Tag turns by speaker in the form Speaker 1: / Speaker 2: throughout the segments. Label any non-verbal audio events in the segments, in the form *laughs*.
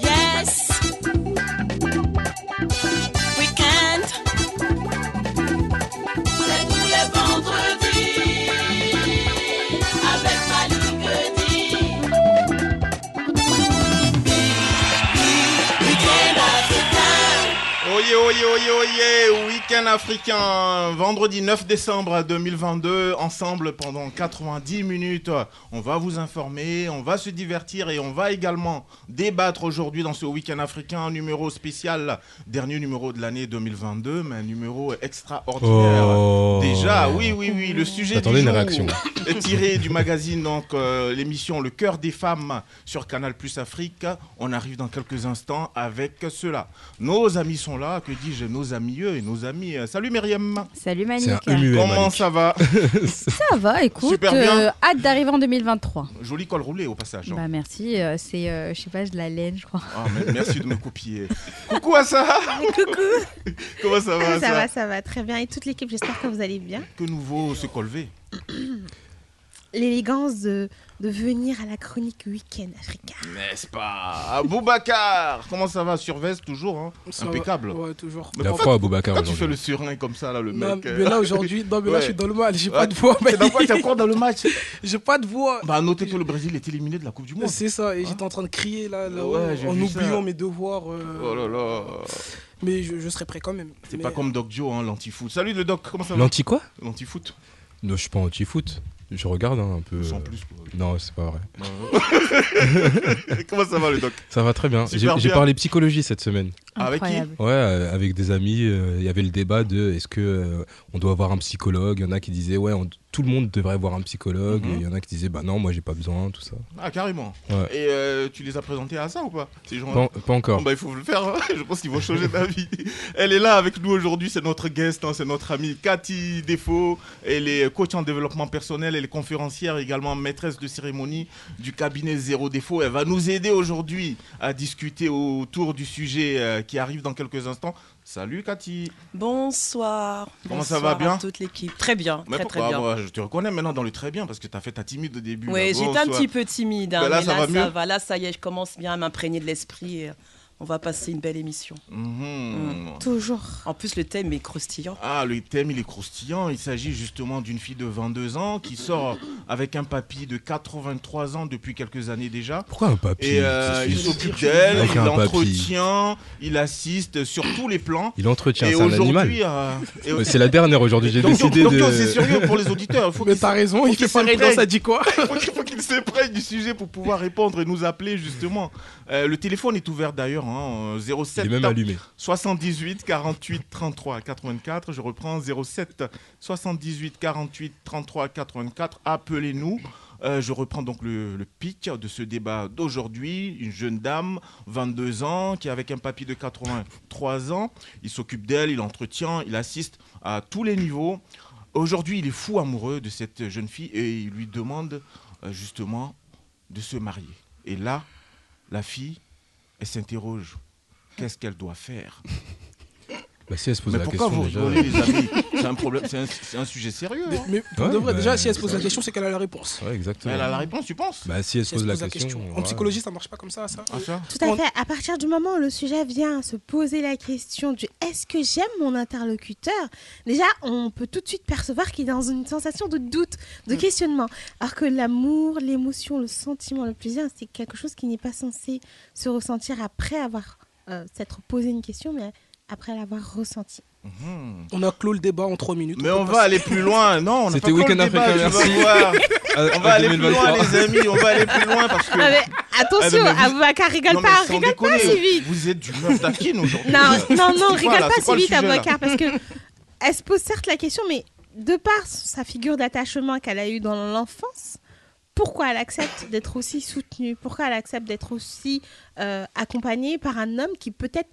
Speaker 1: Yes, week-end. C'est tous les vendredis avec Malik Goody.
Speaker 2: Ah,
Speaker 1: Week-end africain.
Speaker 3: Oye, oye, oye, oye, week-end africain, vendredi 9 décembre 2022, ensemble pendant 90 minutes. On va vous informer, on va se divertir et on va également débattre aujourd'hui dans ce week-end africain, un numéro spécial, dernier numéro de l'année 2022, mais un numéro extraordinaire.
Speaker 4: Oh.
Speaker 3: Déjà, oui, oui, oui, le sujet
Speaker 4: J'attendais
Speaker 3: du
Speaker 4: une
Speaker 3: jour
Speaker 4: réaction.
Speaker 3: est tiré du magazine, donc euh, l'émission Le cœur des femmes sur Canal Plus Afrique. On arrive dans quelques instants avec cela. Nos amis sont là, que dis-je, nos amis eux et nos amis. euh, Salut Myriam,
Speaker 5: Salut
Speaker 4: C'est un E
Speaker 5: Manika.
Speaker 4: humu,
Speaker 3: comment
Speaker 4: Malik.
Speaker 3: ça va
Speaker 5: Ça va, écoute,
Speaker 3: Super bien.
Speaker 5: euh, hâte d'arriver en 2023.
Speaker 3: Joli col roulé au passage. hein.
Speaker 5: Bah merci, euh, c'est euh, je sais pas, de la laine, je crois.
Speaker 3: Ah, mais merci de me copier. Coucou à ça
Speaker 6: Coucou,
Speaker 3: Comment ça va
Speaker 6: Ah, ça,
Speaker 3: ça
Speaker 6: va, ça va très bien. Et toute l'équipe, j'espère que vous allez bien. *clears throat*
Speaker 3: Que nouveau ce colvé
Speaker 6: L'élégance de, de venir à la chronique week-end africain.
Speaker 3: N'est-ce pas Boubacar Comment ça va Sur veste toujours, hein
Speaker 7: Ça va.
Speaker 3: impeccable.
Speaker 7: Ouais, toujours.
Speaker 3: Mais
Speaker 4: Il a
Speaker 3: pourquoi-
Speaker 4: froid à Boubacar
Speaker 3: Quand tu fais le
Speaker 4: aujourd'hui.
Speaker 3: surin comme ça, là, le
Speaker 7: Non,
Speaker 3: mec.
Speaker 7: mais là aujourd'hui, non, mais là,
Speaker 3: Ouais.
Speaker 7: je suis dans le mal, j'ai
Speaker 3: Ouais.
Speaker 7: pas de voix,
Speaker 3: C'est dans quoi
Speaker 7: *laughs* mec.
Speaker 3: t'es encore dans le match
Speaker 7: J'ai pas de voix.
Speaker 3: Bah, notez que le Brésil est éliminé de la Coupe du Monde.
Speaker 7: C'est ça,
Speaker 4: Hein
Speaker 7: et j'étais en train de crier là, là,
Speaker 3: Ouais,
Speaker 7: ouais,
Speaker 3: j'ai
Speaker 7: en
Speaker 3: vu
Speaker 7: oubliant
Speaker 3: ça.
Speaker 7: mes devoirs. euh,
Speaker 3: Oh là là.
Speaker 7: Mais je, je serai prêt quand même.
Speaker 3: C'est
Speaker 7: Mais,
Speaker 3: pas comme Doc Joe, hein, l'anti-foot. Salut le Doc, comment ça va
Speaker 4: L'anti quoi
Speaker 3: L'anti-foot
Speaker 4: Non, je suis pas anti-foot. Je regarde hein, un peu.
Speaker 3: Sans
Speaker 4: euh,
Speaker 3: plus. quoi.
Speaker 4: Non, c'est pas vrai.
Speaker 3: *laughs* comment ça va le Doc
Speaker 4: Ça va très bien. J'ai
Speaker 3: Super
Speaker 4: j'ai
Speaker 3: bien.
Speaker 4: parlé psychologie cette semaine.
Speaker 3: Avec qui
Speaker 5: Incroyable.
Speaker 4: Ouais, euh, avec des amis, euh, il y avait le débat de est-ce que euh, on doit avoir un psychologue. Il y en a qui disaient ouais, on- tout le monde devrait voir un psychologue.
Speaker 3: Mhm.
Speaker 4: Et Il y en a qui disaient bah non, moi j'ai pas besoin, tout ça.
Speaker 3: Ah, carrément.
Speaker 4: Ouais.
Speaker 3: Et euh, tu les as présentés à ça ou pas Ces gens-là
Speaker 4: Pas, en- pas encore.
Speaker 3: Bon, bah, il faut le faire, hein. *laughs* je pense qu'ils vont changer d'avis. Elle est là avec nous aujourd'hui, c'est notre guest, hein, c'est notre amie Cathy Défaut. Elle est coach en développement personnel, elle est conférencière également, maîtresse de cérémonie du cabinet Zéro Défaut. Elle va nous aider aujourd'hui à discuter autour du sujet euh, qui arrive dans quelques instants. Salut Cathy
Speaker 2: Bonsoir.
Speaker 3: Comment
Speaker 2: Bonsoir
Speaker 3: ça va bien
Speaker 2: à toute l'équipe. Très bien,
Speaker 3: Mais
Speaker 2: très
Speaker 3: pourquoi
Speaker 2: très bien.
Speaker 3: moi, Je te reconnais maintenant dans le très bien parce que t'as fait ta timide au début. là.
Speaker 2: oui,
Speaker 3: Bon,
Speaker 2: j'étais un
Speaker 3: soit-
Speaker 2: petit peu timide, hein,
Speaker 3: Bah là,
Speaker 2: mais
Speaker 3: ça
Speaker 2: là,
Speaker 3: va
Speaker 2: ça
Speaker 3: mieux
Speaker 2: va. Là, ça y est, je commence bien à m'imprégner de l'esprit. et On va passer une belle émission. Hmm.
Speaker 3: Mhm.
Speaker 6: Toujours.
Speaker 2: En plus, le thème est croustillant.
Speaker 3: Ah, le thème, il est croustillant. Il s'agit justement d'une fille de 22 ans qui sort avec un papy de 83 ans depuis quelques années déjà.
Speaker 4: Pourquoi un papier
Speaker 3: Et euh,
Speaker 4: ce
Speaker 3: il
Speaker 4: sujet
Speaker 3: s'occupe d'elle,
Speaker 4: Avec
Speaker 3: il
Speaker 4: un papy.
Speaker 3: l'entretient, il assiste sur tous les plans.
Speaker 4: Il entretient,
Speaker 3: et
Speaker 4: c'est un animal.
Speaker 3: aujourd'hui, euh, et-
Speaker 4: Ouais, C'est la dernière aujourd'hui. J'ai
Speaker 3: donc,
Speaker 4: décidé
Speaker 3: donc,
Speaker 4: de.
Speaker 3: donc, c'est sérieux pour les
Speaker 7: *laughs*
Speaker 3: auditeurs. Il faut
Speaker 7: Mais
Speaker 3: qu'ils
Speaker 7: t'as raison, il
Speaker 3: qu'il
Speaker 7: fait pas le
Speaker 3: s'imprègne.
Speaker 7: temps, ça dit quoi
Speaker 3: *laughs* faut qu'il faut qu'il se prenne du sujet pour pouvoir répondre et nous appeler justement. Euh, le téléphone est ouvert d'ailleurs, hein, euh,
Speaker 4: Il
Speaker 3: 07
Speaker 4: est même allumé.
Speaker 3: 78 48 33 84. Je reprends 07 78 48 33 84. Appelez-nous. Euh, je reprends donc le, le pic de ce débat d'aujourd'hui. Une jeune dame, 22 ans, qui est avec un papy de 83 ans. Il s'occupe d'elle, il entretient, il assiste à tous les niveaux. Aujourd'hui, il est fou amoureux de cette jeune fille et il lui demande euh, justement de se marier. Et là, la fille, elle s'interroge. Qu'est-ce qu'elle doit faire
Speaker 4: *laughs* Bah, si elle se pose
Speaker 3: mais
Speaker 4: la
Speaker 3: pourquoi
Speaker 4: question
Speaker 3: vous
Speaker 4: déjà. euh,
Speaker 3: rigolez, les
Speaker 4: *laughs*
Speaker 3: amis C'est un problème, c'est un, c'est un sujet sérieux. hein.
Speaker 7: Mais pour
Speaker 4: Ouais,
Speaker 7: de vrai,
Speaker 4: bah,
Speaker 7: déjà, si elle se pose
Speaker 4: ça-
Speaker 7: la question, c'est qu'elle a la réponse.
Speaker 4: Ouais, exactement.
Speaker 3: Elle a la réponse, tu penses
Speaker 4: Bah, si elle se
Speaker 7: Si elle
Speaker 4: pose la question.
Speaker 7: En
Speaker 4: ouais.
Speaker 7: psychologie, ça marche pas comme ça, ça.
Speaker 3: Ah, ça
Speaker 6: Tout à fait. À partir du moment où le sujet vient se poser la question du est-ce que j'aime mon interlocuteur, déjà, on peut tout de suite percevoir qu'il est dans une sensation de doute, de questionnement. Alors que l'amour, l'émotion, le sentiment, le plaisir, c'est quelque chose qui n'est pas censé se ressentir après avoir euh, s'être posé une question, mais après l'avoir ressenti. Mm-hmm.
Speaker 3: Mhm.
Speaker 7: On a clos le débat en 3 minutes.
Speaker 3: Mais
Speaker 7: peut
Speaker 3: on va
Speaker 7: passer.
Speaker 3: aller
Speaker 7: *laughs*
Speaker 3: plus loin. Non, on n'a
Speaker 4: C'était
Speaker 3: pas encore
Speaker 4: Week-End
Speaker 3: le débat,
Speaker 4: Africain,
Speaker 3: tu vas
Speaker 4: merci.
Speaker 3: voir.
Speaker 4: À-
Speaker 3: On
Speaker 4: à
Speaker 3: va aller plus
Speaker 4: 2023.
Speaker 3: loin, les amis. On va
Speaker 4: *laughs*
Speaker 3: aller plus loin parce que.
Speaker 6: Ah, mais attention,
Speaker 3: Ah, non, mais vous-
Speaker 6: Aboubacar, rigole
Speaker 3: Non, mais
Speaker 6: pas,
Speaker 3: sans
Speaker 6: rigole pas
Speaker 3: déconner,
Speaker 6: si vite.
Speaker 3: Vous êtes du meuf d'Akin aujourd'hui.
Speaker 6: Non, non, non,
Speaker 3: C'est quoi, là
Speaker 6: rigole pas
Speaker 3: C'est quoi le
Speaker 6: si vite,
Speaker 3: sujet, là
Speaker 6: Aboubacar, parce que elle se pose certes la question, mais de par sa figure d'attachement qu'elle a eue dans l'enfance, pourquoi elle accepte d'être aussi soutenue Pourquoi elle accepte d'être aussi euh, accompagnée par un homme qui peut-être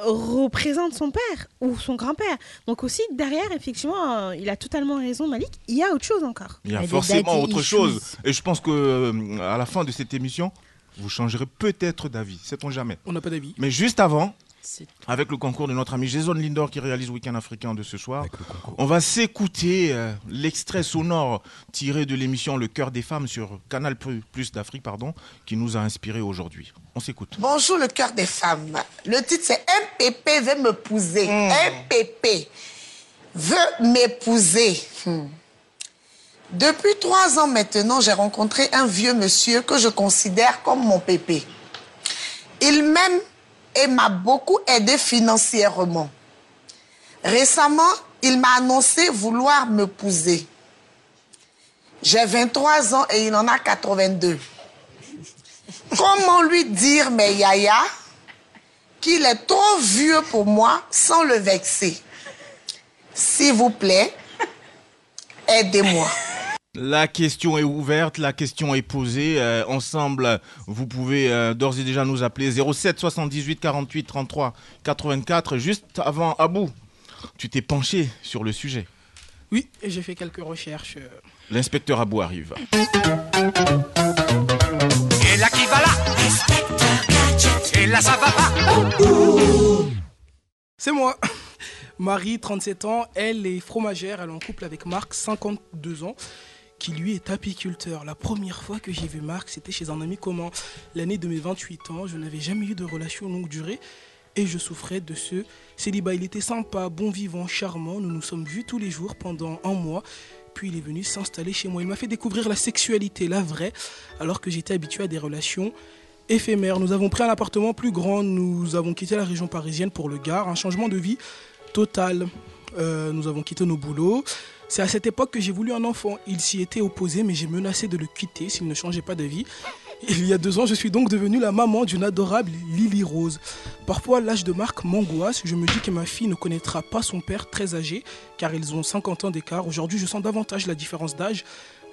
Speaker 6: représente son père ou son grand-père. Donc aussi, derrière, effectivement, euh, il a totalement raison, Malik, il y a autre chose encore.
Speaker 3: Il
Speaker 5: Il
Speaker 3: y
Speaker 5: y a
Speaker 3: a
Speaker 5: des
Speaker 3: forcément
Speaker 5: daddy
Speaker 3: autre
Speaker 5: issues.
Speaker 3: chose. Et je pense que euh, à la fin de cette émission, vous changerez peut-être d'avis, sait-on jamais.
Speaker 7: On n'a pas d'avis.
Speaker 3: Mais juste avant,
Speaker 2: C'est
Speaker 3: avec le concours de notre ami Jason Lindor qui réalise Week-end africain de ce soir,
Speaker 4: Avec le concours.
Speaker 3: on va s'écouter euh, l'extrait sonore tiré de l'émission Le cœur des femmes sur Canal Plus Plus d'Afrique, pardon, qui nous a inspiré aujourd'hui. On s'écoute.
Speaker 8: Bonjour le cœur des femmes. Le titre c'est MPP veut m'épouser. MPP veut m'épouser. Hmm. Depuis trois ans maintenant, j'ai rencontré un vieux monsieur que je considère comme mon pépé. Il m'aime et m'a beaucoup aidé financièrement. Récemment, il m'a annoncé vouloir m'épouser. J'ai 23 ans et il en a 82. Comment lui dire, mais Yaya, qu'il est trop vieux pour moi sans le vexer S'il vous plaît, aidez-moi.
Speaker 3: La question est ouverte, la question est posée. Euh, ensemble, vous pouvez euh, d'ores et déjà nous appeler 07 78 48 33 84. Juste avant, Abou, tu t'es penché sur le sujet.
Speaker 7: Oui, et j'ai fait quelques recherches. euh,
Speaker 3: L'inspecteur Abou arrive.
Speaker 1: Et là qui va là Et là ça va pas
Speaker 7: C'est moi. Marie, 37 ans, elle est fromagère, elle est en couple avec Marc, 52 ans, qui lui est apiculteur. La première fois que j'ai vu Marc, c'était chez un ami commun. L'année de mes 28 ans, je n'avais jamais eu de relation longue durée et je souffrais de ce célibat. Il était sympa, bon vivant, charmant. Nous nous sommes vus tous les jours pendant un mois. Puis il est venu s'installer chez moi. Il m'a fait découvrir la sexualité, la vraie, alors que j'étais habitué à des relations éphémère. Nous avons pris un appartement plus grand, nous avons quitté la région parisienne pour le Gard, un changement de vie total. Euh, nous avons quitté nos boulots. C'est à cette époque que j'ai voulu un enfant. Il s'y était opposé, mais j'ai menacé de le quitter s'il ne changeait pas de vie. Il y a deux ans, je suis donc devenue la maman d'une adorable Lily Rose. Parfois, l'âge de Marc m'angoisse. Je me dis que ma fille ne connaîtra pas son père très âgé, car ils ont 50 ans d'écart. Aujourd'hui, je sens davantage la différence d'âge.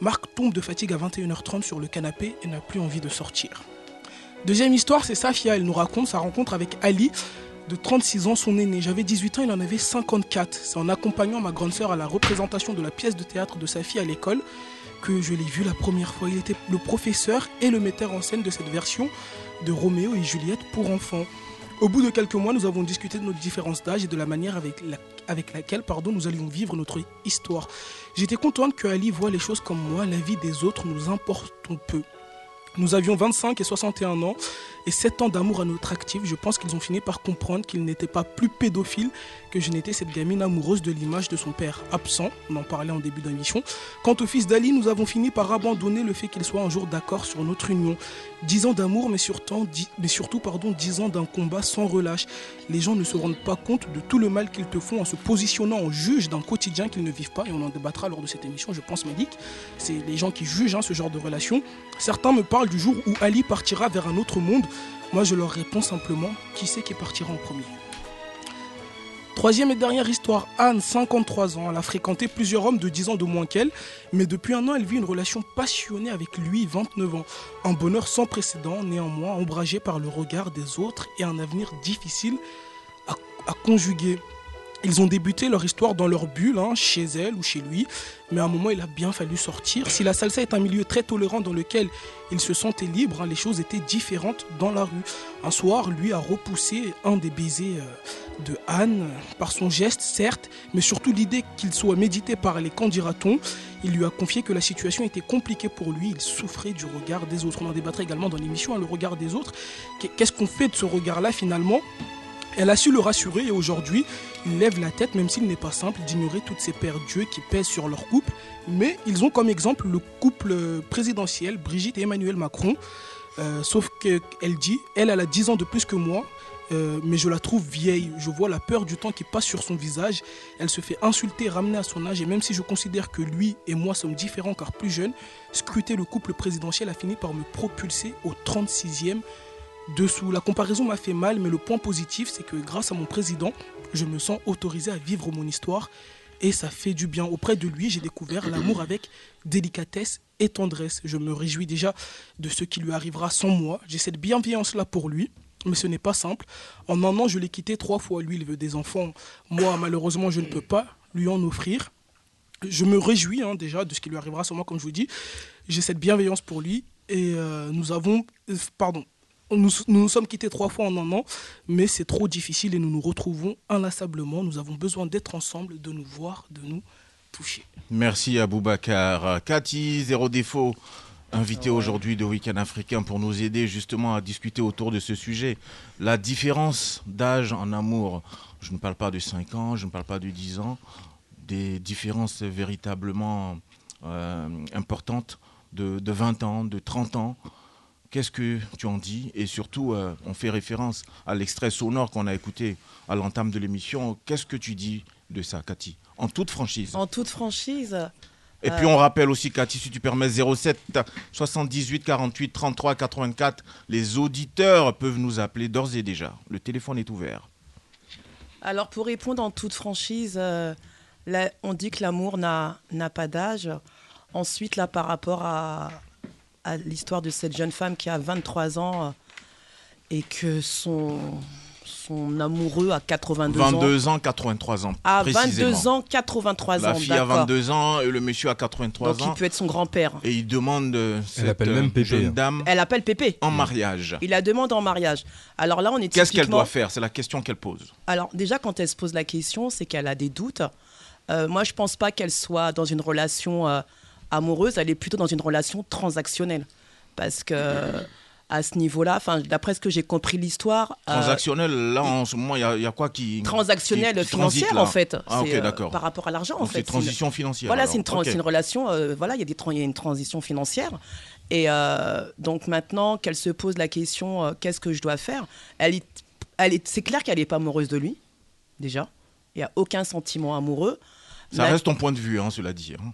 Speaker 7: Marc tombe de fatigue à 21h30 sur le canapé et n'a plus envie de sortir. Deuxième histoire, c'est Safia. Elle nous raconte sa rencontre avec Ali, de 36 ans, son aîné. J'avais 18 ans, il en avait 54. C'est en accompagnant ma grande sœur à la représentation de la pièce de théâtre de sa fille à l'école que je l'ai vu la première fois. Il était le professeur et le metteur en scène de cette version de Roméo et Juliette pour enfants. Au bout de quelques mois, nous avons discuté de notre différence d'âge et de la manière avec, la- avec laquelle pardon, nous allions vivre notre histoire. J'étais contente que Ali voit les choses comme moi, la vie des autres nous importe peu. Nous avions 25 et 61 ans et 7 ans d'amour à notre actif. Je pense qu'ils ont fini par comprendre qu'ils n'étaient pas plus pédophiles que je n'étais cette gamine amoureuse de l'image de son père absent. On en parlait en début d'émission. Quant au fils d'Ali, nous avons fini par abandonner le fait qu'il soit un jour d'accord sur notre union. 10 ans d'amour, mais surtout, 10 mais surtout pardon, 10 ans d'un combat sans relâche. Les gens ne se rendent pas compte de tout le mal qu'ils te font en se positionnant en juge d'un quotidien qu'ils ne vivent pas. Et on en débattra lors de cette émission, je pense, Médic. C'est les gens qui jugent hein, ce genre de relation. Certains me parlent du jour où Ali partira vers un autre monde. Moi, je leur réponds simplement qui c'est qui partira en premier Troisième et dernière histoire, Anne, 53 ans. Elle a fréquenté plusieurs hommes de 10 ans de moins qu'elle, mais depuis un an, elle vit une relation passionnée avec lui, 29 ans. Un bonheur sans précédent, néanmoins, ombragé par le regard des autres et un avenir difficile à, à conjuguer. Ils ont débuté leur histoire dans leur bulle, hein, chez elle ou chez lui, mais à un moment, il a bien fallu sortir. Si la salsa est un milieu très tolérant dans lequel ils se sentaient libres, hein, les choses étaient différentes dans la rue. Un soir, lui a repoussé un des baisers euh, de Anne par son geste, certes, mais surtout l'idée qu'il soit médité par les qu'en dira-t-on. Il lui a confié que la situation était compliquée pour lui, il souffrait du regard des autres. On en débattrait également dans l'émission, hein, le regard des autres. Qu'est- Qu'est-ce qu'on fait de ce regard-là finalement elle a su le rassurer et aujourd'hui, il lève la tête, même s'il n'est pas simple d'ignorer toutes ces paires d'yeux qui pèsent sur leur couple. Mais ils ont comme exemple le couple euh, présidentiel Brigitte et Emmanuel Macron. Euh, sauf qu'elle dit, elle, elle a 10 ans de plus que moi, euh, mais je la trouve vieille. Je vois la peur du temps qui passe sur son visage. Elle se fait insulter, ramener à son âge. Et même si je considère que lui et moi sommes différents car plus jeunes, scruter le couple présidentiel a fini par me propulser au 36e dessous. La comparaison m'a fait mal, mais le point positif, c'est que grâce à mon président, je me sens autorisé à vivre mon histoire et ça fait du bien. Auprès de lui, j'ai découvert l'amour avec délicatesse et tendresse. Je me réjouis déjà de ce qui lui arrivera sans moi. J'ai cette bienveillance-là pour lui. mais ce n'est pas simple. En un an, je l'ai quitté trois fois. Lui, il veut des enfants. Moi, malheureusement, je ne peux pas lui en offrir. Je me réjouis hein, déjà de ce qui lui arrivera sûrement, comme je vous dis. J'ai cette bienveillance pour lui. Et euh, nous avons. euh, pardon. Nous, nous nous sommes quittés trois fois en un an, mais c'est trop difficile et nous nous retrouvons inlassablement. Nous avons besoin d'être ensemble, de nous voir, de nous toucher.
Speaker 3: Merci à Boubacar. Cathy, zéro défaut, invitée aujourd'hui de Week-end africain pour nous aider justement à discuter autour de ce sujet. La différence d'âge en amour. Je ne parle pas de 5 ans, je ne parle pas de 10 ans. Des différences véritablement euh, importantes de, de 20 ans, de 30 ans. Qu'est-ce que tu en dis Et surtout, euh, on fait référence à l'extrait sonore qu'on a écouté à l'entame de l'émission. Qu'est-ce que tu dis de ça, Cathy En toute franchise.
Speaker 2: En toute franchise.
Speaker 3: Et
Speaker 2: euh,
Speaker 3: puis on rappelle aussi, Cathy, si tu permets, 07 78 48 33 84. Les auditeurs peuvent nous appeler d'ores et déjà. Le téléphone est ouvert.
Speaker 2: Alors pour répondre en toute franchise, euh, là, on dit que l'amour n'a n'a pas d'âge. Ensuite, là, par rapport à, à l'histoire de cette jeune femme qui a 23 ans euh, et que son, son amoureux a 82 ans.
Speaker 3: 22 ans, 83 ans.
Speaker 2: À
Speaker 3: précisément.
Speaker 2: 22 ans, 83 ans.
Speaker 3: La fille a
Speaker 2: d'accord.
Speaker 3: 22 ans et le monsieur a 83
Speaker 2: Donc
Speaker 3: ans.
Speaker 2: il peut être son grand-père.
Speaker 3: Et il demande euh, cette
Speaker 4: appelle
Speaker 3: euh,
Speaker 4: même Pépé,
Speaker 3: jeune
Speaker 4: hein.
Speaker 3: dame
Speaker 2: Elle appelle Pépé.
Speaker 3: en mariage.
Speaker 2: Il la demande en mariage. Alors là, on est
Speaker 3: Qu'est-ce qu'elle
Speaker 2: typiquement-
Speaker 3: doit faire C'est la question qu'elle pose.
Speaker 2: Alors déjà, quand elle se pose la question, c'est qu'elle a des doutes. Euh, moi, je pense pas qu'elle soit dans une relation euh, amoureuse. Elle est plutôt dans une relation transactionnelle, parce que euh, à ce niveau-là, enfin, d'après ce que j'ai compris de l'histoire, euh,
Speaker 3: Transactionnel, là en ce moment, il y a- il y, a quoi qui.
Speaker 2: transactionnelle
Speaker 3: qui- qui transite,
Speaker 2: financière
Speaker 3: là
Speaker 2: en fait.
Speaker 3: Ah,
Speaker 2: C'est,
Speaker 3: ok,
Speaker 2: euh,
Speaker 3: d'accord.
Speaker 2: Par rapport à l'argent en
Speaker 3: Donc,
Speaker 2: fait.
Speaker 3: c'est transition financière,
Speaker 2: Voilà,
Speaker 3: alors.
Speaker 2: c'est une, tran-
Speaker 3: Ok.
Speaker 2: c'est une relation. euh, voilà, il y a des tran- il y a une transition financière. Et euh, donc maintenant qu'elle se pose la question, euh, qu'est-ce que je dois faire Elle est, elle est, c'est clair qu'elle n'est pas amoureuse de lui déjà. Il n'y a aucun sentiment amoureux.
Speaker 3: Ça
Speaker 2: Mais-
Speaker 3: reste ton point de vue, hein, cela dit. hein.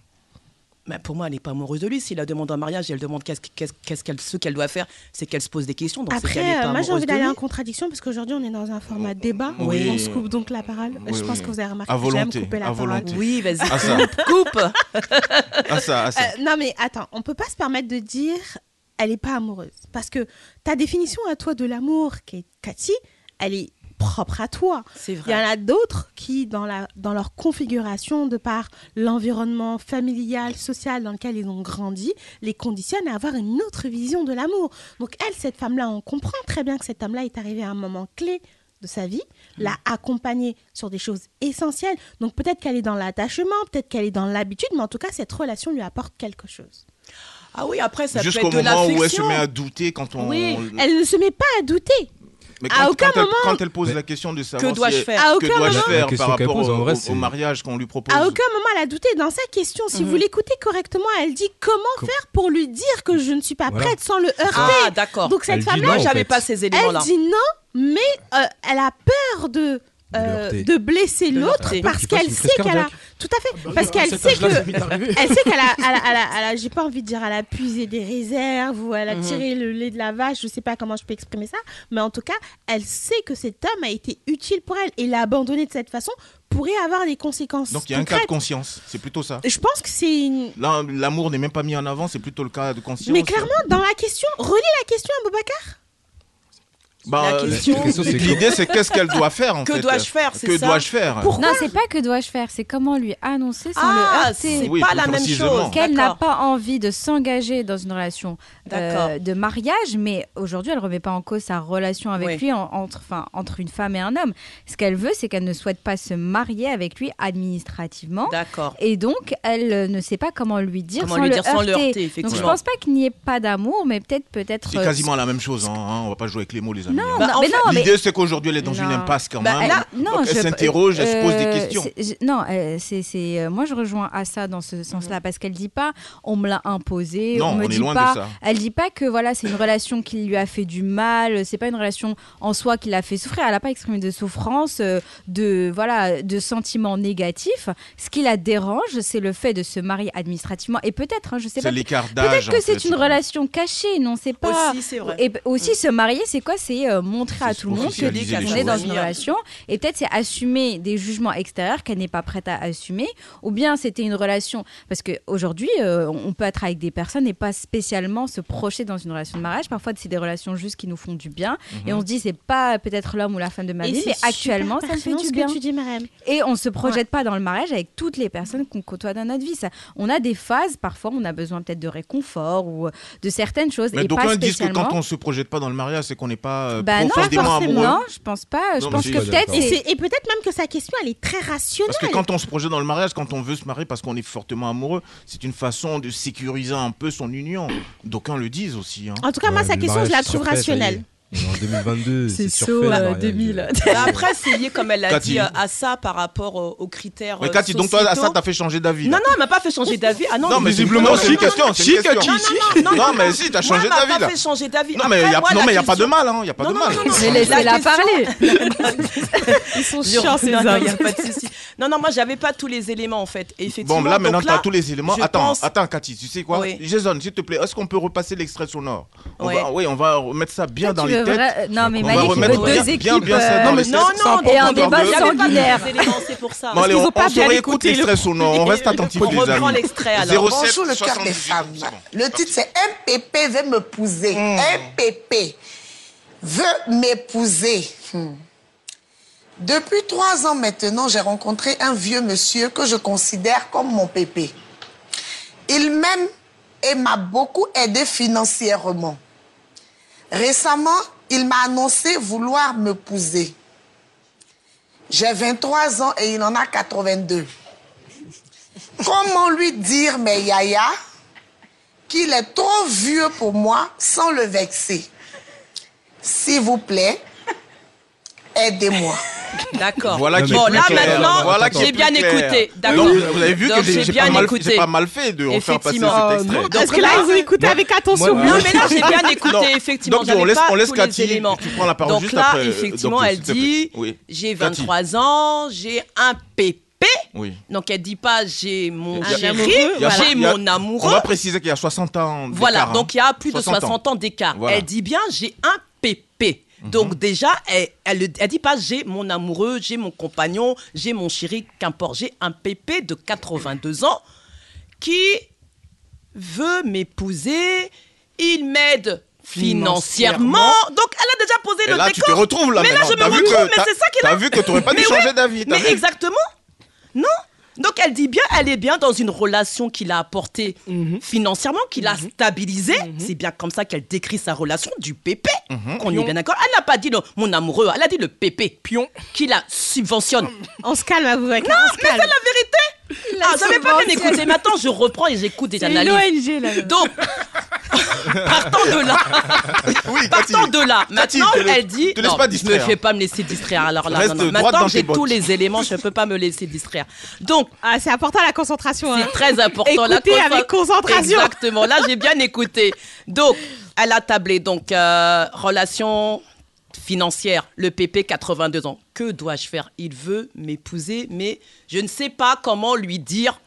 Speaker 2: mais pour moi, elle n'est pas amoureuse de lui. S'il la demande en mariage, elle demande qu'est-ce qu'est-ce- qu'est-ce qu'elle, ce qu'elle doit faire, c'est qu'elle se pose des questions. Donc c'est qu'elle n'est
Speaker 6: Après,
Speaker 2: pas
Speaker 6: euh, moi j'ai
Speaker 2: amoureuse
Speaker 6: envie
Speaker 2: de
Speaker 6: d'aller
Speaker 2: lui.
Speaker 6: en contradiction parce qu'aujourd'hui on est dans un format débat.
Speaker 2: Oui.
Speaker 6: On se coupe donc la parole.
Speaker 3: Oui,
Speaker 6: je pense
Speaker 3: oui.
Speaker 6: que vous avez remarqué
Speaker 3: À
Speaker 6: que j'aime
Speaker 3: volonté,
Speaker 6: couper la
Speaker 3: à
Speaker 6: parole.
Speaker 3: volonté.
Speaker 2: Oui, vas-y,
Speaker 3: Ah, ça.
Speaker 2: *laughs* coupe, coupe.
Speaker 3: Ah, ça, ah, ça.
Speaker 6: Euh, non mais attends, on peut pas se permettre de dire elle n'est pas amoureuse. Parce que ta définition à toi de l'amour, qui est Cathy, elle est propre à toi.
Speaker 2: C'est vrai.
Speaker 6: Il y en a d'autres qui, dans, la, dans leur configuration, de par l'environnement familial, social dans lequel ils ont grandi, les conditionnent à avoir une autre vision de l'amour. Donc elle, cette femme-là, on comprend très bien que cette femme-là est arrivée à un moment clé de sa vie,
Speaker 2: Mm.
Speaker 6: l'a accompagnée sur des choses essentielles. Donc peut-être qu'elle est dans l'attachement, peut-être qu'elle est dans l'habitude, mais en tout cas, cette relation lui apporte quelque chose.
Speaker 2: Ah oui, après, ça peut
Speaker 3: Jusqu'au
Speaker 2: être de
Speaker 3: moment où elle se
Speaker 2: l'affection.
Speaker 3: met à douter quand on.
Speaker 6: Oui, elle ne se met pas à douter.
Speaker 3: Mais
Speaker 6: à aucun
Speaker 3: quand elle,
Speaker 6: moment.
Speaker 3: quand elle pose la question de savoir
Speaker 6: Que dois-je
Speaker 3: si elle-
Speaker 6: faire À
Speaker 3: que
Speaker 6: aucun
Speaker 3: dois-je
Speaker 6: moment.
Speaker 4: La
Speaker 3: faire
Speaker 4: question
Speaker 3: par
Speaker 4: qu'elle
Speaker 3: rapport
Speaker 4: pose, en
Speaker 3: au,
Speaker 4: vrai,
Speaker 3: au-
Speaker 4: c'est-
Speaker 3: au mariage qu'on lui propose.
Speaker 6: À aucun moment elle a douté dans sa question. Si
Speaker 2: Mhm.
Speaker 6: vous l'écoutez correctement, elle dit comment faire pour lui dire que je ne suis pas
Speaker 2: Voilà.
Speaker 6: prête sans le heurter.
Speaker 2: Ah, d'accord.
Speaker 6: Donc cette
Speaker 2: Elle dit
Speaker 6: femme-là,
Speaker 2: non, en J'avais fait. pas ces éléments-là.
Speaker 6: Elle dit non, mais euh, elle a peur de. euh,
Speaker 2: heurter.
Speaker 6: de blesser l'autre
Speaker 2: l'heurter.
Speaker 6: parce
Speaker 2: Qu'il fasse
Speaker 6: qu'elle
Speaker 2: une
Speaker 6: sait
Speaker 2: crise
Speaker 6: qu'elle a
Speaker 2: cardiaque.
Speaker 6: tout à fait
Speaker 2: bah,
Speaker 6: parce
Speaker 2: à
Speaker 6: qu'elle
Speaker 2: cet
Speaker 6: sait que
Speaker 2: âge-là, ça m'est arrivé.
Speaker 6: elle sait qu'elle a, elle a- elle a- elle a- j'ai pas envie de dire elle a puisé des réserves ou elle a
Speaker 2: Mhm.
Speaker 6: tiré le lait de la vache je sais pas comment je peux exprimer ça mais en tout cas elle sait que cet homme a été utile pour elle et l'abandonner de cette façon pourrait avoir des conséquences
Speaker 3: Donc il y a un cas de
Speaker 6: concrètes.
Speaker 3: conscience, c'est plutôt ça.
Speaker 6: Ah, Je pense que c'est une.
Speaker 3: Là, l'amour n'est même pas mis en avant, c'est plutôt le cas de conscience.
Speaker 6: Mais clairement, dans la question, relis la question à Boubacar.
Speaker 3: Bah,
Speaker 2: la
Speaker 3: euh,
Speaker 2: question- La question, c'est
Speaker 3: L'idée, c'est qu'est-ce qu'elle doit faire en
Speaker 2: Que
Speaker 3: fait.
Speaker 2: dois-je faire, c'est
Speaker 3: Que
Speaker 2: ça
Speaker 3: dois-je faire
Speaker 5: Non, c'est pas que dois-je faire, c'est comment lui annoncer sans
Speaker 2: Ah,
Speaker 5: le heurter.
Speaker 2: c'est Oui, pas plus la même précisément. chose,
Speaker 5: Qu'elle n'a
Speaker 2: d'accord.
Speaker 5: pas envie de s'engager dans une relation euh,
Speaker 2: D'accord.
Speaker 5: de mariage, mais aujourd'hui, elle remet pas en cause sa relation avec
Speaker 2: Oui.
Speaker 5: lui en- entre, enfin, entre une femme et un homme. Ce qu'elle veut, c'est qu'elle ne souhaite pas se marier avec lui administrativement.
Speaker 2: D'accord.
Speaker 5: Et donc, elle euh, ne sait pas comment lui dire,
Speaker 2: Comment
Speaker 5: sans,
Speaker 2: lui
Speaker 5: le
Speaker 2: dire sans le heurter,
Speaker 5: heurter. Donc, je
Speaker 2: effectivement.
Speaker 5: pense pas qu'il n'y ait pas d'amour, mais peut-être, peut-être.
Speaker 3: C'est
Speaker 5: euh,
Speaker 3: quasiment la même chose, hein, hein, on va pas jouer avec les mots, les amis.
Speaker 5: Non,
Speaker 3: hein.
Speaker 5: Bah, non, en mais fait- non, mais-
Speaker 3: L'idée, c'est qu'aujourd'hui, elle est dans une
Speaker 5: Non.
Speaker 3: impasse quand
Speaker 5: Bah,
Speaker 3: même.
Speaker 5: elle a- non,
Speaker 3: Donc, elle
Speaker 5: je-
Speaker 3: s'interroge, elle se pose des
Speaker 5: euh,
Speaker 3: questions.
Speaker 5: c'est- je- non, euh, c'est, c'est, euh, moi je rejoins à ça dans ce sens-là parce qu'elle dit pas on me l'a imposé,
Speaker 3: Mhm. Non,
Speaker 5: on me
Speaker 3: on est
Speaker 5: dit
Speaker 3: loin de
Speaker 5: pas.
Speaker 3: ça.
Speaker 5: Elle dit pas que voilà c'est une relation qui lui a fait du mal, c'est pas une relation en soi qui l'a fait souffrir. Elle a pas exprimé de souffrance, euh, de voilà de sentiments négatifs. Ce qui la dérange, c'est le fait de se marier administrativement et peut-être, hein, je sais
Speaker 3: C'est
Speaker 5: pas,
Speaker 3: l'écart d'âge,
Speaker 5: peut-être
Speaker 3: en
Speaker 5: que c'est
Speaker 3: fait,
Speaker 5: une
Speaker 3: surtout.
Speaker 5: relation cachée, non c'est pas.
Speaker 2: Aussi, c'est vrai. Mm.
Speaker 5: Et aussi se marier, c'est quoi C'est et euh, montrer à tout le monde
Speaker 2: officialiser les
Speaker 5: qu'on est dans
Speaker 2: choses.
Speaker 5: une relation. Et peut-être c'est assumer des jugements extérieurs qu'elle n'est pas prête à assumer. Ou bien c'était une relation. Parce qu'aujourd'hui, on peut être avec des personnes et pas spécialement se projeter dans une relation de mariage. Parfois, c'est des relations juste qui nous font du bien.
Speaker 3: Mhm.
Speaker 5: Et on se dit, c'est pas peut-être l'homme ou la femme de ma
Speaker 6: Et
Speaker 5: vie,
Speaker 6: c'est
Speaker 5: Bah mais
Speaker 6: super
Speaker 5: actuellement, ça me fait
Speaker 6: pertinent
Speaker 5: du
Speaker 6: ce
Speaker 5: bien.
Speaker 6: que tu dis, Mariam.
Speaker 5: Et on ne se projette pas dans le mariage avec toutes les personnes qu'on côtoie dans notre vie. Ça, on a des phases, parfois on a besoin peut-être de réconfort ou euh, de certaines choses.
Speaker 3: Mais
Speaker 5: et
Speaker 3: donc
Speaker 5: pas
Speaker 3: là, ils disent que
Speaker 5: spécialement.
Speaker 3: quand on ne se projette pas dans le mariage, c'est qu'on n'est pas euh,
Speaker 5: Bah non,
Speaker 3: profondément
Speaker 5: forcément.
Speaker 3: amoureux.
Speaker 5: Non, je pense pas. Je
Speaker 3: Non, mais
Speaker 5: pense
Speaker 3: si,
Speaker 5: que
Speaker 3: je suis
Speaker 5: peut-être.
Speaker 3: d'accord.
Speaker 6: Et,
Speaker 5: c'est-
Speaker 6: c'est- et peut-être même que sa question, elle est très rationnelle.
Speaker 3: Parce que quand on se projette dans le mariage, quand on veut se marier parce qu'on est fortement amoureux, c'est une façon de sécuriser un peu son union. D'aucuns le disent aussi. hein.
Speaker 6: En tout cas, moi,
Speaker 4: Ouais,
Speaker 6: sa
Speaker 4: le
Speaker 6: question, je la
Speaker 4: mariage,
Speaker 6: trouve
Speaker 4: c'est surfait, ça y est.
Speaker 6: rationnelle.
Speaker 4: On est En
Speaker 2: *laughs*
Speaker 4: 2022, c'est surfait, le
Speaker 2: euh,
Speaker 5: euh,
Speaker 4: mariage.
Speaker 2: Mais Bah,
Speaker 6: *laughs*
Speaker 2: après, c'est lié, comme elle l'a
Speaker 3: Cathy.
Speaker 2: dit, euh, à ça par rapport euh, aux critères.
Speaker 3: Mais
Speaker 2: euh,
Speaker 3: Cathy, donc toi, à ça,
Speaker 2: sociétaux.
Speaker 3: t'as fait changer d'avis.
Speaker 2: Non,
Speaker 3: là.
Speaker 2: non, elle m'a pas fait changer d'avis. Ah non,
Speaker 3: Non, mais visiblement, c'est une question. c'est une
Speaker 7: Chic,
Speaker 3: question.
Speaker 7: Cathy,
Speaker 2: non, non,
Speaker 3: Non, mais si, t'as
Speaker 2: Moi,
Speaker 3: changé
Speaker 2: elle m'a
Speaker 3: d'avis
Speaker 2: pas
Speaker 3: là.
Speaker 2: fait changer d'avis.
Speaker 3: Non, mais il n'y a,
Speaker 2: Après, moi,
Speaker 3: non, mais y a
Speaker 2: la
Speaker 3: pas de
Speaker 2: question-
Speaker 3: mal. Il n'y a pas
Speaker 2: Non,
Speaker 3: de
Speaker 2: non,
Speaker 3: mal.
Speaker 2: non, non.
Speaker 9: Mais laissez-la
Speaker 2: question- *laughs*
Speaker 9: parler.
Speaker 6: Ils sont
Speaker 2: Non,
Speaker 6: chiants, ces
Speaker 2: non,
Speaker 6: hommes.
Speaker 2: y a pas de souci. Non, non, moi, j'avais pas tous les éléments, en fait. Et effectivement,
Speaker 3: Bon, là,
Speaker 2: donc
Speaker 3: maintenant,
Speaker 2: là,
Speaker 3: t'as tous les éléments.
Speaker 2: je
Speaker 3: Attends,
Speaker 2: pense-
Speaker 3: attends, Cathy, tu sais quoi
Speaker 2: Oui.
Speaker 3: Jason, s'il te plaît, est-ce qu'on peut repasser l'extrait sonore on
Speaker 2: Ouais.
Speaker 3: va, Oui, on va remettre ça bien dans
Speaker 5: Tu
Speaker 3: les
Speaker 5: veux
Speaker 3: têtes.
Speaker 5: vra- Non, mais Malik,
Speaker 3: On va
Speaker 5: il
Speaker 3: remettre
Speaker 5: veut
Speaker 3: bien-
Speaker 5: deux équipes.
Speaker 3: bien, bien ça
Speaker 5: euh,
Speaker 3: dans les
Speaker 2: Non,
Speaker 3: têtes.
Speaker 2: non,
Speaker 5: Et un débat
Speaker 2: j'avais pas tous les
Speaker 5: sanguinaire.
Speaker 2: éléments, C'est pour ça.
Speaker 3: Bon, allez,
Speaker 5: qu'ils
Speaker 3: on,
Speaker 5: ont pas
Speaker 3: on
Speaker 5: bien
Speaker 3: se réécoute
Speaker 5: écouté le-
Speaker 3: l'extrait sonore. On reste attentif,
Speaker 2: *laughs* On
Speaker 3: les
Speaker 2: reprend
Speaker 3: amis.
Speaker 2: l'extrait, alors.
Speaker 3: 07,
Speaker 8: Bonjour le cœur
Speaker 3: 78,
Speaker 8: des femmes.
Speaker 3: c'est bon.
Speaker 8: Le titre c'est MPP veut m'épouser. MPP veut m'épouser. Hmm. Depuis trois ans maintenant, j'ai rencontré un vieux monsieur que je considère comme mon pépé. Il m'aime et m'a beaucoup aidé financièrement. Récemment, il m'a annoncé vouloir m'épouser. J'ai 23 ans et il en a 82. Comment lui dire, mais Yaya, qu'il est trop vieux pour moi sans le vexer S'il vous plaît, aidez-moi.
Speaker 2: D'accord.
Speaker 3: Voilà qui est
Speaker 2: bon,
Speaker 3: plus
Speaker 2: là
Speaker 3: clair.
Speaker 2: maintenant,
Speaker 3: Voilà qui est
Speaker 2: j'ai
Speaker 3: plus
Speaker 2: bien
Speaker 3: clair.
Speaker 2: écouté. D'accord.
Speaker 3: Donc, vous vous avez vu que
Speaker 2: Donc,
Speaker 3: j'ai j'ai pas, mal- j'ai pas mal fait de refaire passer cet
Speaker 2: Effectivement.
Speaker 3: extrait.
Speaker 2: Euh, non,
Speaker 6: Parce
Speaker 2: Donc
Speaker 6: que là,
Speaker 2: là-
Speaker 6: ils ont écouté avec attention.
Speaker 4: Moi,
Speaker 2: Non,
Speaker 4: euh,
Speaker 2: mais là, j'ai bien écouté,
Speaker 3: Non.
Speaker 2: effectivement.
Speaker 3: Donc, on
Speaker 2: j'avais
Speaker 3: laisse,
Speaker 2: pas
Speaker 3: on laisse
Speaker 2: tous
Speaker 3: Cathy,
Speaker 2: les éléments.
Speaker 3: tu prends la parole
Speaker 2: Donc
Speaker 3: juste
Speaker 2: là,
Speaker 3: après. euh,
Speaker 2: effectivement,
Speaker 3: docteur,
Speaker 2: elle
Speaker 3: s'il te plaît.
Speaker 2: dit
Speaker 3: Oui.
Speaker 2: J'ai
Speaker 3: Cathy.
Speaker 2: 23 ans, j'ai un pépé.
Speaker 3: Oui.
Speaker 2: Donc, elle dit pas j'ai mon
Speaker 3: Il y a-
Speaker 2: chéri,
Speaker 3: Il y a-
Speaker 2: j'ai
Speaker 3: il y a-
Speaker 2: mon
Speaker 3: On
Speaker 2: amoureux.
Speaker 3: va préciser qu'il y a 60 ans. d'écart,
Speaker 2: Voilà,
Speaker 3: hein.
Speaker 2: donc il y a plus de
Speaker 3: 60 ans.
Speaker 2: 60 ans d'écart.
Speaker 3: Voilà. Mhm.
Speaker 2: Elle dit bien j'ai un pépé. Donc déjà, elle, elle, le- elle dit pas j'ai mon amoureux, j'ai mon compagnon, j'ai mon chéri, qu'importe, j'ai un pépé de 82 ans qui veut m'épouser, il m'aide financièrement. Donc elle a déjà posé
Speaker 3: Et
Speaker 2: le
Speaker 3: là, tu
Speaker 2: décor.
Speaker 3: te retrouves là
Speaker 2: mais là,
Speaker 3: maintenant.
Speaker 2: je me
Speaker 3: T'as vu que-
Speaker 2: retrouve, mais
Speaker 3: t'as-
Speaker 2: c'est ça qui est là.
Speaker 3: T'as vu que t'aurais pas dû
Speaker 2: Mais
Speaker 3: changer
Speaker 2: ouais,
Speaker 3: d'avis. t'as
Speaker 2: Mais
Speaker 3: vu
Speaker 2: exactement. Non. Donc elle dit bien, elle est bien dans une relation qui l'a apportée financièrement, qui l'a stabilisée. C'est bien comme ça qu'elle décrit sa relation du pépé. Qu'on est bien d'accord. Elle n'a pas dit le- mon amoureux, elle a dit le pépé. Pion. Qui la subventionne.
Speaker 6: On se calme, avouez.
Speaker 2: non, mais c'est la vérité. Ah, j'avais pas bien écouté. Maintenant, je reprends et j'écoute des
Speaker 5: C'est
Speaker 2: analyses.
Speaker 5: l'ONG, là.
Speaker 3: *laughs*
Speaker 2: Donc, partant de là,
Speaker 3: Oui, Cathy.
Speaker 2: partant de là,
Speaker 3: Cathy,
Speaker 2: maintenant
Speaker 3: te laisse-
Speaker 2: elle dit,
Speaker 3: te laisse
Speaker 2: non,
Speaker 3: pas distraire.
Speaker 2: ne fais pas me laisser distraire. Alors là,
Speaker 3: Reste
Speaker 2: non, non.
Speaker 3: droite dans
Speaker 2: maintenant
Speaker 3: tes
Speaker 2: j'ai tous
Speaker 3: bottes.
Speaker 2: les éléments, je ne peux pas me laisser distraire. Donc
Speaker 6: Ah, c'est important la concentration. hein.
Speaker 2: c'est très important. Euh, là,
Speaker 6: Écoutez
Speaker 2: qu'on
Speaker 6: avec
Speaker 2: soit-
Speaker 6: concentration.
Speaker 2: Exactement. Là, j'ai bien écouté. Donc, elle a tablé. Donc, euh, relation financière, le PP 82 ans. Que dois-je faire Il veut m'épouser, mais je ne sais pas comment lui dire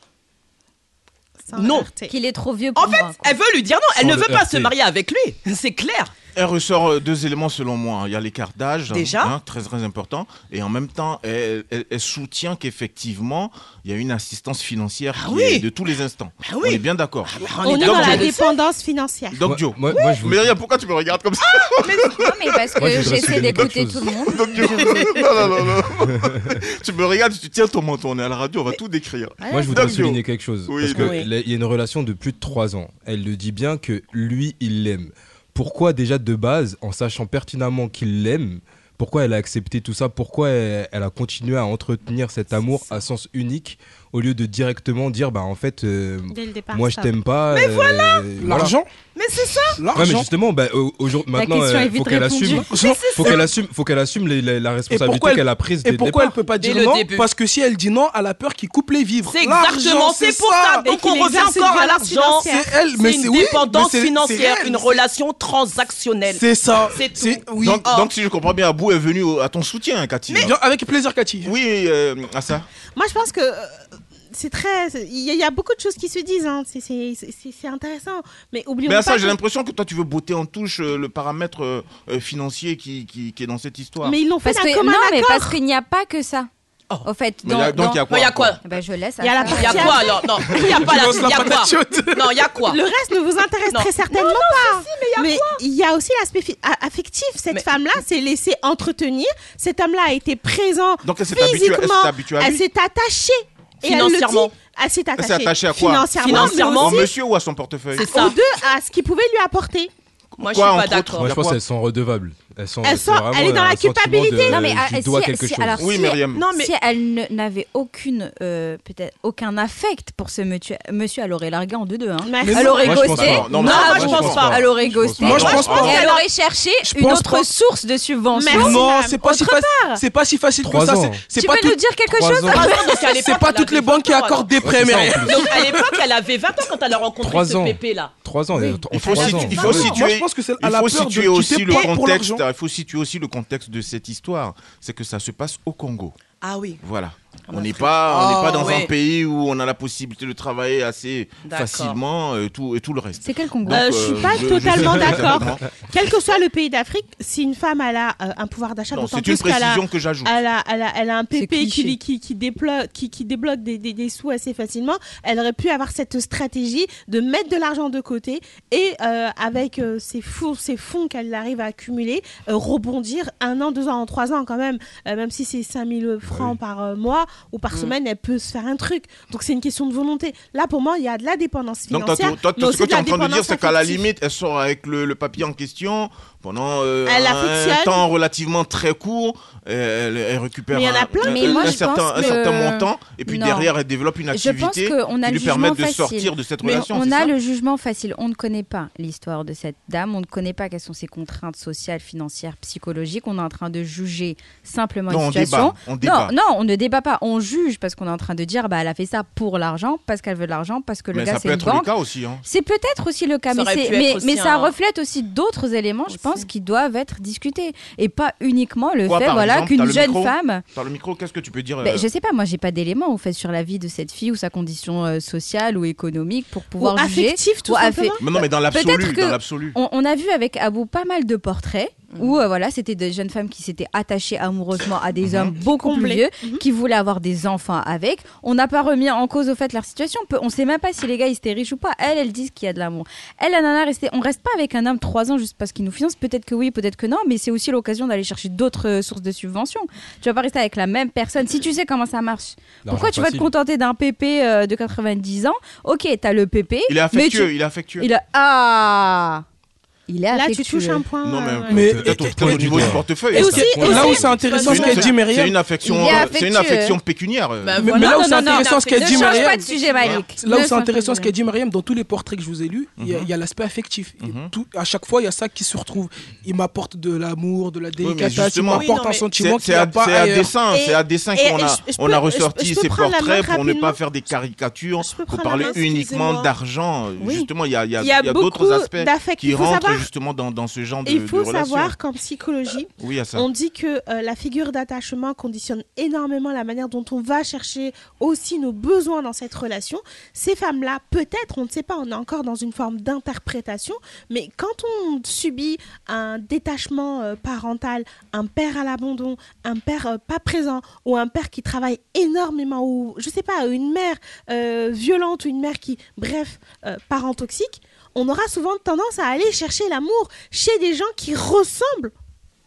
Speaker 6: Sans
Speaker 2: Non.
Speaker 6: heurter.
Speaker 5: Qu'il est trop vieux pour
Speaker 2: En fait,
Speaker 5: moi. quoi.
Speaker 2: elle veut lui dire non. Elle
Speaker 4: Sans
Speaker 2: ne
Speaker 4: le
Speaker 2: veut pas
Speaker 4: heurter.
Speaker 2: se marier avec lui. C'est clair.
Speaker 3: Elle ressort euh, deux éléments selon moi. Il y a l'écart d'âge,
Speaker 2: Déjà.
Speaker 3: hein, très très important, et en même temps, elle, elle- elle soutient qu'effectivement, il y a une assistance financière
Speaker 2: Ah
Speaker 3: qui
Speaker 2: oui.
Speaker 3: est de tous les instants.
Speaker 2: Ah oui.
Speaker 3: On est bien d'accord.
Speaker 6: On
Speaker 3: Donc,
Speaker 6: est dans
Speaker 3: Joe.
Speaker 6: la dépendance financière.
Speaker 3: Donc
Speaker 4: Moi-
Speaker 3: Joe,
Speaker 4: moi- moi, je vous-
Speaker 3: Myriam, pourquoi tu me regardes comme ça
Speaker 5: Non, mais parce
Speaker 4: Moi, je
Speaker 5: que
Speaker 4: voudrais
Speaker 5: j'essaie
Speaker 4: souligner quelque
Speaker 5: d'écouter
Speaker 4: chose.
Speaker 5: tout le monde.
Speaker 3: Donc,
Speaker 2: Ah,
Speaker 3: Joe, *laughs* non, non, non,
Speaker 4: *laughs*
Speaker 3: non. Tu me regardes, tu tiens ton menton, on est à la radio, on va tout décrire.
Speaker 4: Moi, je voudrais
Speaker 3: Doc Joe.
Speaker 4: souligner quelque chose.
Speaker 3: Oui.
Speaker 4: Parce que
Speaker 2: Oui.
Speaker 4: là, il y a une relation de plus de 3 ans. Elle le dit bien que lui, il l'aime. Pourquoi, déjà de base, en sachant pertinemment qu'il l'aime, pourquoi elle a accepté tout ça Pourquoi elle, elle a continué à entretenir cet amour à sens unique au lieu de directement dire Bah, en fait, euh,
Speaker 6: Dès le départ.
Speaker 4: moi, je
Speaker 6: ça.
Speaker 4: t'aime pas. euh, voilà.
Speaker 7: L'argent
Speaker 2: Mais c'est ça.
Speaker 4: Ouais, mais
Speaker 7: L'argent
Speaker 4: justement, bah, au- aujourd'hui, maintenant,
Speaker 5: question est
Speaker 4: euh,
Speaker 5: vite
Speaker 4: faut qu'elle
Speaker 5: répondue.
Speaker 4: assume. Faut qu'elle assume, faut qu'elle assume les- les- la responsabilité
Speaker 7: elle-
Speaker 4: qu'elle a prise dès
Speaker 7: Et
Speaker 4: le
Speaker 7: pourquoi elle
Speaker 4: départ.
Speaker 7: peut pas dire
Speaker 2: le
Speaker 7: non
Speaker 2: début.
Speaker 7: Parce que si elle dit non, elle a peur qu'il coupe les vivres.
Speaker 2: C'est
Speaker 7: L'argent,
Speaker 2: exactement. C'est pour ça.
Speaker 6: Et
Speaker 2: Donc
Speaker 6: qu'il
Speaker 2: on revient
Speaker 6: exerce une
Speaker 2: encore à
Speaker 6: violence
Speaker 2: l'argent.
Speaker 6: financière.
Speaker 7: C'est elle, mais
Speaker 2: C'est
Speaker 7: c'est
Speaker 2: une
Speaker 7: oui, mais
Speaker 2: dépendance
Speaker 7: c'est- c'est
Speaker 2: financière,
Speaker 7: réel,
Speaker 2: une
Speaker 7: c'est-
Speaker 2: relation transactionnelle.
Speaker 7: C'est ça.
Speaker 2: C'est tout.
Speaker 7: oui.
Speaker 3: Donc,
Speaker 2: Oh.
Speaker 3: donc, si je comprends bien, Abou est venu au- à ton soutien, Cathy. là.
Speaker 7: Viens, avec plaisir, Cathy.
Speaker 3: Oui, euh, à ça.
Speaker 6: Moi, je pense que euh, c'est très. c'est- Il y, a- il y a beaucoup de choses qui se disent. hein. C'est- C'est c'est- c'est intéressant. Mais oublions
Speaker 3: Mais à
Speaker 6: pas.
Speaker 3: ça, j'ai
Speaker 6: que-
Speaker 3: l'impression que toi, tu veux botter en touche euh, le paramètre euh, euh, financier qui, qui, qui est dans cette histoire.
Speaker 6: Mais ils l'ont fait
Speaker 5: Parce
Speaker 6: d'un
Speaker 5: que,
Speaker 6: commun
Speaker 5: non, mais
Speaker 6: accord.
Speaker 5: parce qu'il n'y a pas que ça. Au fait,
Speaker 3: Oh. Mais
Speaker 5: dans,
Speaker 3: il y a- donc, il y a quoi
Speaker 2: Il y a quoi
Speaker 3: encore
Speaker 5: dans- Ben, je laisse. à
Speaker 6: Il y a la
Speaker 5: ça.
Speaker 2: Il y a quoi alors
Speaker 6: *laughs*
Speaker 2: Non, il
Speaker 3: *laughs*
Speaker 2: n'y a pas la. Il y a quoi Non, il y a quoi
Speaker 6: Le reste ne vous intéresse
Speaker 2: Non.
Speaker 6: très certainement pas. mais il y, a aussi l'aspect fi- a- affectif. Cette
Speaker 2: Mais-
Speaker 6: femme-là s'est laissée entretenir. Cet homme-là a été présent
Speaker 3: Donc, elle s'est habituée, elle
Speaker 6: physiquement.
Speaker 3: s'est habituée à
Speaker 6: Elle
Speaker 3: lui.
Speaker 6: s'est attachée. Et elle le dit.
Speaker 2: Financièrement.
Speaker 6: Elle s'est attachée.
Speaker 3: attachée à quoi
Speaker 6: Financièrement. mais
Speaker 2: Financièrement.
Speaker 3: Au
Speaker 6: aussi
Speaker 3: monsieur ou à son portefeuille
Speaker 2: C'est ça.
Speaker 6: aux deux, à ce qu'il pouvait lui apporter.
Speaker 2: Moi, je
Speaker 3: Quoi,
Speaker 2: suis pas
Speaker 3: entre autres
Speaker 2: d'accord.
Speaker 3: Il
Speaker 4: Moi,
Speaker 3: y
Speaker 4: je
Speaker 3: a
Speaker 4: pense
Speaker 3: quoi
Speaker 4: qu'elles sont redevables. Elles sont.
Speaker 6: Elles
Speaker 4: c'est
Speaker 6: sont- elle
Speaker 4: vraiment
Speaker 6: est dans
Speaker 4: un
Speaker 6: la
Speaker 4: sentiment de,
Speaker 6: culpabilité.
Speaker 5: Non, mais ah,
Speaker 4: je dois
Speaker 5: si-
Speaker 4: quelque
Speaker 5: si-
Speaker 4: chose.
Speaker 5: alors,
Speaker 3: Oui,
Speaker 5: si-
Speaker 3: Myriam.
Speaker 6: Non, mais
Speaker 5: si elle ne- n'avait aucune, euh, peut-être aucun affect pour ce monsieur, monsieur, elle aurait largué en deux-deux. hein.
Speaker 6: Mais
Speaker 5: Elle
Speaker 6: non.
Speaker 5: aurait
Speaker 4: Moi, je pense
Speaker 5: ghosté.
Speaker 4: pas.
Speaker 3: Non,
Speaker 2: mais moi,
Speaker 5: Ah,
Speaker 2: je pense pas.
Speaker 5: Elle aurait ghosté.
Speaker 7: Moi, je pense pas.
Speaker 5: Et elle aurait cherché
Speaker 7: Je
Speaker 5: une
Speaker 7: pense
Speaker 5: autre
Speaker 7: pas.
Speaker 5: source de subvention.
Speaker 6: Merci,
Speaker 7: Non,
Speaker 6: madame.
Speaker 7: c'est pas, si facile. C'est pas si facile que
Speaker 4: Trois
Speaker 7: ça.
Speaker 4: ans.
Speaker 7: c'est- C'est
Speaker 5: Tu
Speaker 7: pas,
Speaker 5: peux
Speaker 7: tout-
Speaker 5: nous dire quelque
Speaker 4: Trois
Speaker 5: chose
Speaker 2: *laughs*
Speaker 4: ans.
Speaker 2: Trois ans, donc à l'époque,
Speaker 7: c'est pas
Speaker 2: elle
Speaker 7: toutes les
Speaker 2: avait
Speaker 7: banques qui
Speaker 2: 20 ans,
Speaker 7: accordent des
Speaker 4: Ouais,
Speaker 7: prêts,
Speaker 4: c'est ça, en
Speaker 7: mais-
Speaker 4: plus.
Speaker 2: alors. Donc à l'époque, elle avait 20 ans quand elle a rencontré
Speaker 4: Trois
Speaker 2: ce
Speaker 4: ans.
Speaker 2: pépé là.
Speaker 4: Trois ans. elles-
Speaker 3: Il faut,
Speaker 4: trois
Speaker 3: situer-
Speaker 4: ans.
Speaker 3: il faut
Speaker 7: Moi,
Speaker 3: situer,
Speaker 7: je pense que c'est
Speaker 3: il
Speaker 7: à la
Speaker 3: faut
Speaker 7: peur de
Speaker 3: situer
Speaker 7: quitter
Speaker 3: aussi le
Speaker 7: pour
Speaker 3: contexte.
Speaker 7: l'argent.
Speaker 3: Il faut situer aussi le contexte de cette histoire. C'est que ça se passe au Congo.
Speaker 2: Ah oui.
Speaker 3: Voilà. On
Speaker 2: en
Speaker 3: n'est
Speaker 2: Afrique.
Speaker 3: pas, on n'est pas
Speaker 2: Ah,
Speaker 3: dans un
Speaker 2: ouais.
Speaker 3: pays où on a la possibilité de travailler assez
Speaker 2: D'accord.
Speaker 3: facilement euh, tout, et tout le reste.
Speaker 5: C'est quel Congo
Speaker 3: Donc,
Speaker 6: Euh, je suis pas totalement *laughs* d'accord. Quel que soit le pays d'afrique, si une femme elle a euh, un pouvoir d'achat,
Speaker 3: Non,
Speaker 6: d'autant
Speaker 3: c'est une
Speaker 6: plus qu'elle a,
Speaker 3: précision que j'ajoute.
Speaker 6: elle a, elle a, elle a un PP
Speaker 5: cliché.
Speaker 6: qui, lui- qui, qui, déplo- qui, qui débloque des, des, des sous assez facilement, elle aurait pu avoir cette stratégie de mettre de l'argent de côté et euh, avec euh, ses, fous- ses fonds qu'elle arrive à accumuler, euh, rebondir un an, deux ans, en trois ans quand même, Euh, même si c'est 5000 francs par euh, mois ou
Speaker 3: Mm.
Speaker 6: par semaine, elle peut se faire un truc. Donc c'est une question de volonté. Là, pour moi, il y a de la dépendance
Speaker 3: Donc, toi,
Speaker 6: financière.
Speaker 3: toi, toi,
Speaker 6: mais aussi
Speaker 3: ce que
Speaker 6: de
Speaker 3: tu es
Speaker 6: la
Speaker 3: en train de dire,
Speaker 6: dépendance
Speaker 3: c'est qu'à la
Speaker 6: affective.
Speaker 3: limite, elle sort avec le, le papier en question pendant euh,
Speaker 6: Elle
Speaker 3: un
Speaker 6: affectionne.
Speaker 3: temps relativement très court. et Elle, elle récupère
Speaker 6: Mais il y en a
Speaker 3: un-
Speaker 6: plein.
Speaker 3: un,
Speaker 5: Mais moi,
Speaker 3: un
Speaker 5: je
Speaker 3: certain,
Speaker 5: pense
Speaker 3: un certain
Speaker 5: que-
Speaker 3: montant. Et puis
Speaker 5: Non.
Speaker 3: derrière, elle développe une
Speaker 5: Je pense
Speaker 3: activité
Speaker 5: qu'on a
Speaker 3: qui
Speaker 5: le
Speaker 3: lui
Speaker 5: jugement
Speaker 3: permet de
Speaker 5: facile.
Speaker 3: sortir de cette
Speaker 5: Mais
Speaker 3: relation.
Speaker 5: on
Speaker 3: c'est
Speaker 5: a
Speaker 3: ça
Speaker 5: le jugement facile. On ne connaît pas l'histoire de cette dame. On ne connaît pas quelles sont ses contraintes sociales, financières, psychologiques. On est en train de juger simplement
Speaker 3: Non,
Speaker 5: une
Speaker 3: on
Speaker 5: situation.
Speaker 3: débat, on débat.
Speaker 5: Non, non, on ne débat pas. On juge parce qu'on est en train de dire, bah, elle a fait ça pour l'argent, parce qu'elle veut de l'argent, parce que le
Speaker 3: Mais
Speaker 5: gars
Speaker 3: ça peut
Speaker 5: c'est une
Speaker 3: être le
Speaker 5: banque.
Speaker 3: cas aussi. hein.
Speaker 5: C'est peut-être aussi le cas, mais,
Speaker 2: Ça aurait
Speaker 5: c'est-
Speaker 2: pu être
Speaker 5: mais,
Speaker 2: aussi
Speaker 5: mais ça
Speaker 2: un-
Speaker 5: reflète aussi d'autres éléments, je
Speaker 2: Aussi.
Speaker 5: pense, qui doivent être discutés. Et pas uniquement le
Speaker 3: Quoi,
Speaker 5: fait
Speaker 3: par
Speaker 5: voilà,
Speaker 3: exemple, t'as
Speaker 5: qu'une
Speaker 3: le
Speaker 5: jeune
Speaker 3: micro
Speaker 5: femme.
Speaker 3: Par le micro, qu'est-ce que tu peux dire
Speaker 5: Ben,
Speaker 3: euh,
Speaker 5: je sais pas, moi j'ai pas d'éléments au fait sur la vie de cette fille ou sa condition euh, sociale ou économique pour
Speaker 6: Ou
Speaker 5: pouvoir juger.
Speaker 6: affective, tout
Speaker 5: Ou affe-
Speaker 6: simplement.
Speaker 3: Mais non, mais dans l'absolu,
Speaker 5: Peut-être que-
Speaker 3: dans l'absolu.
Speaker 5: On, on a vu avec Abou pas mal de portraits où euh, voilà, c'était des jeunes femmes qui s'étaient attachées amoureusement à des hommes beaucoup
Speaker 6: Comblées.
Speaker 5: plus vieux, qui voulaient avoir des enfants avec. On n'a pas remis en cause au fait leur situation. On peut- On sait même pas si les gars ils étaient riches ou pas. Elles, elles disent qu'il y a de l'amour. Elle, la nana, restée, on reste pas avec un homme trois ans juste parce qu'il nous finance. Peut-être que oui, peut-être que non, mais c'est aussi l'occasion d'aller chercher d'autres euh, sources de subventions. Tu vas pas rester avec la même personne si tu sais comment ça marche. Pourquoi tu vas te
Speaker 4: facile.
Speaker 5: contenter d'un PP euh, de 90 ans Ok, t'as le PP.
Speaker 3: Il est
Speaker 5: mais tu-
Speaker 3: affectueux, il est affectueux.
Speaker 5: Il a ah, il est
Speaker 6: Là, tu
Speaker 5: affectueux.
Speaker 6: touches un point.
Speaker 3: Non,
Speaker 6: euh,
Speaker 3: mais,
Speaker 7: Mais-
Speaker 3: peut-être au-
Speaker 4: et-
Speaker 3: peut-être au
Speaker 4: et-
Speaker 3: niveau
Speaker 4: et-
Speaker 3: du portefeuille.
Speaker 6: Et
Speaker 3: ça
Speaker 6: aussi-
Speaker 3: compte.
Speaker 7: Là où c'est intéressant
Speaker 3: C'est
Speaker 7: ce
Speaker 3: une-
Speaker 7: qu'elle dit, Myriam.
Speaker 3: C'est une affection,
Speaker 5: Il est
Speaker 3: euh, c'est une
Speaker 5: affectueux.
Speaker 3: affection pécuniaire. euh.
Speaker 2: Bah,
Speaker 7: Mais,
Speaker 2: voilà.
Speaker 7: mais là où
Speaker 5: Non,
Speaker 7: c'est
Speaker 5: non, non,
Speaker 7: intéressant ce qu'elle
Speaker 5: ne
Speaker 7: dit,
Speaker 5: change
Speaker 7: Myriam,
Speaker 5: pas de sujet, Malik.
Speaker 7: là
Speaker 5: Ne
Speaker 7: où c'est
Speaker 5: change
Speaker 7: intéressant
Speaker 5: pas de sujet.
Speaker 7: ce qu'a dit Mariam, dans tous les portraits que je vous ai lus, il y a- il y a, l'aspect affectif. Et tout, à chaque fois, il y a ça qui se retrouve. Il m'apporte de l'amour, de la
Speaker 3: mais
Speaker 7: délicatesse, il
Speaker 3: justement-
Speaker 2: Oui,
Speaker 7: m'apporte
Speaker 2: non,
Speaker 7: un
Speaker 2: mais
Speaker 7: sentiment
Speaker 3: C'est
Speaker 7: qu'il
Speaker 3: c'est
Speaker 7: n'y a
Speaker 3: à,
Speaker 7: pas
Speaker 3: c'est à
Speaker 7: ailleurs.
Speaker 3: dessin,
Speaker 6: Et-
Speaker 3: c'est à dessin
Speaker 6: et-
Speaker 3: qu'on
Speaker 6: et
Speaker 3: a,
Speaker 6: je- je
Speaker 3: on a
Speaker 6: peux- je-
Speaker 3: ressorti
Speaker 6: je peux
Speaker 3: ces
Speaker 6: prendre la main
Speaker 3: portraits pour ne
Speaker 6: rapidement
Speaker 3: pas faire des caricatures,
Speaker 6: Je peux
Speaker 3: pour
Speaker 6: prendre
Speaker 3: parler
Speaker 6: la main,
Speaker 3: uniquement
Speaker 2: excusez-moi.
Speaker 3: d'argent.
Speaker 6: Oui.
Speaker 3: Justement, il y a, il y a-
Speaker 6: Il y a
Speaker 3: il y a d'autres
Speaker 6: beaucoup
Speaker 3: aspects
Speaker 6: d'affects.
Speaker 3: qui
Speaker 6: Il faut
Speaker 3: rentrent
Speaker 6: savoir-
Speaker 3: justement dans, dans ce genre de,
Speaker 6: Il faut
Speaker 3: de relation.
Speaker 6: savoir qu'en psychologie,
Speaker 3: Oui, il y a ça.
Speaker 6: on dit que euh, la figure d'attachement conditionne énormément la manière dont on va chercher aussi nos besoins dans cette relation. Ces femmes-là, peut-être, on ne sait pas, on est encore dans une forme d'interprétation, mais quand on subit un détachement euh, parental, un père à l'abandon, un père euh, pas présent, ou un père qui travaille énormément, ou je sais pas, une mère euh, violente, ou une mère qui, bref, euh, parent toxique, on aura souvent tendance à aller chercher l'amour chez des gens qui ressemblent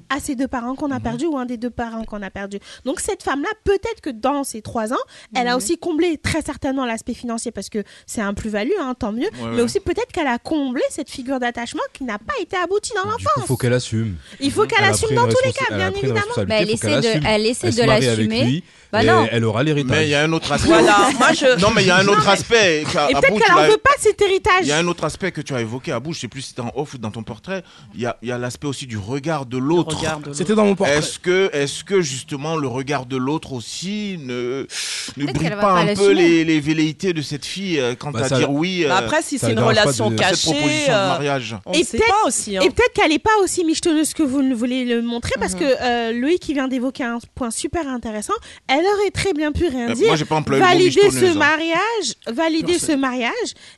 Speaker 6: à ces deux parents
Speaker 4: Mhm.
Speaker 6: qu'on a perdus ou un des deux parents qu'on a perdu. Donc cette femme-là, peut-être que dans ces trois ans, elle
Speaker 4: Mhm.
Speaker 6: a aussi comblé très certainement l'aspect financier parce que c'est un plus-value, hein, tant mieux, mais
Speaker 3: ouais.
Speaker 6: aussi peut-être qu'elle a comblé cette figure d'attachement qui n'a pas été aboutie dans
Speaker 4: Du coup,
Speaker 6: l'enfance.
Speaker 4: faut qu'elle assume.
Speaker 6: Il faut qu'elle
Speaker 4: Elle a
Speaker 6: assume
Speaker 4: pris
Speaker 6: dans
Speaker 4: une
Speaker 6: tous les
Speaker 4: responsa-
Speaker 6: cas,
Speaker 4: elle a
Speaker 6: bien
Speaker 4: pris une
Speaker 6: évidemment.
Speaker 4: responsabilité,
Speaker 5: Bah, elle
Speaker 4: faut qu'elle
Speaker 5: essaie de-
Speaker 4: assume.
Speaker 5: elle essaie
Speaker 4: se
Speaker 5: de
Speaker 4: marie avec
Speaker 5: l'assumer.
Speaker 4: lui,
Speaker 5: Bah
Speaker 4: et
Speaker 5: non.
Speaker 4: Elle aura
Speaker 3: Mais il y
Speaker 4: l'héritage.
Speaker 3: a un
Speaker 6: *laughs*
Speaker 3: autre aspect.
Speaker 2: Voilà, moi je.
Speaker 3: Non, mais il y a un autre aspect.
Speaker 6: Et
Speaker 3: qu'Abou,
Speaker 6: peut-être
Speaker 3: tu
Speaker 6: qu'elle en
Speaker 3: l'as-
Speaker 6: veut pas cet héritage.
Speaker 3: Il y a un autre aspect que tu as évoqué à bout, je sais plus si c'était en off ou dans ton portrait, il y a, il y a l'aspect aussi du regard de l'autre
Speaker 2: regard de l'autre.
Speaker 7: C'était dans mon portrait.
Speaker 3: Est-ce que, est que justement le regard de l'autre aussi ne, ne
Speaker 5: Peut-être
Speaker 3: brille
Speaker 5: qu'elle va
Speaker 3: pas
Speaker 5: pas
Speaker 3: un
Speaker 5: l'assumer.
Speaker 3: peu les, les velléités de cette fille euh, quant
Speaker 4: Bah,
Speaker 3: à
Speaker 4: ça-
Speaker 3: dire oui euh,
Speaker 2: Bah Après, si
Speaker 4: ça
Speaker 2: c'est une
Speaker 4: dérange pas
Speaker 2: relation
Speaker 4: de-
Speaker 3: à
Speaker 2: cachée,
Speaker 3: cette proposition de
Speaker 2: euh,
Speaker 3: mariage
Speaker 2: on
Speaker 6: Et
Speaker 2: ne sait
Speaker 6: peut-être-
Speaker 2: pas aussi. hein. Mhm.
Speaker 6: Et peut-être qu'elle n'est pas aussi michetonneuse que vous ne voulez le montrer, parce que euh, Loïc qui vient d'évoquer un point super intéressant, elle aurait très bien pu rien
Speaker 3: Euh,
Speaker 6: dire.
Speaker 3: Moi, j'ai pas employé le
Speaker 6: valider
Speaker 3: mot michetonneuse,
Speaker 6: ce
Speaker 3: hein.
Speaker 6: mariage, valider ce mariage,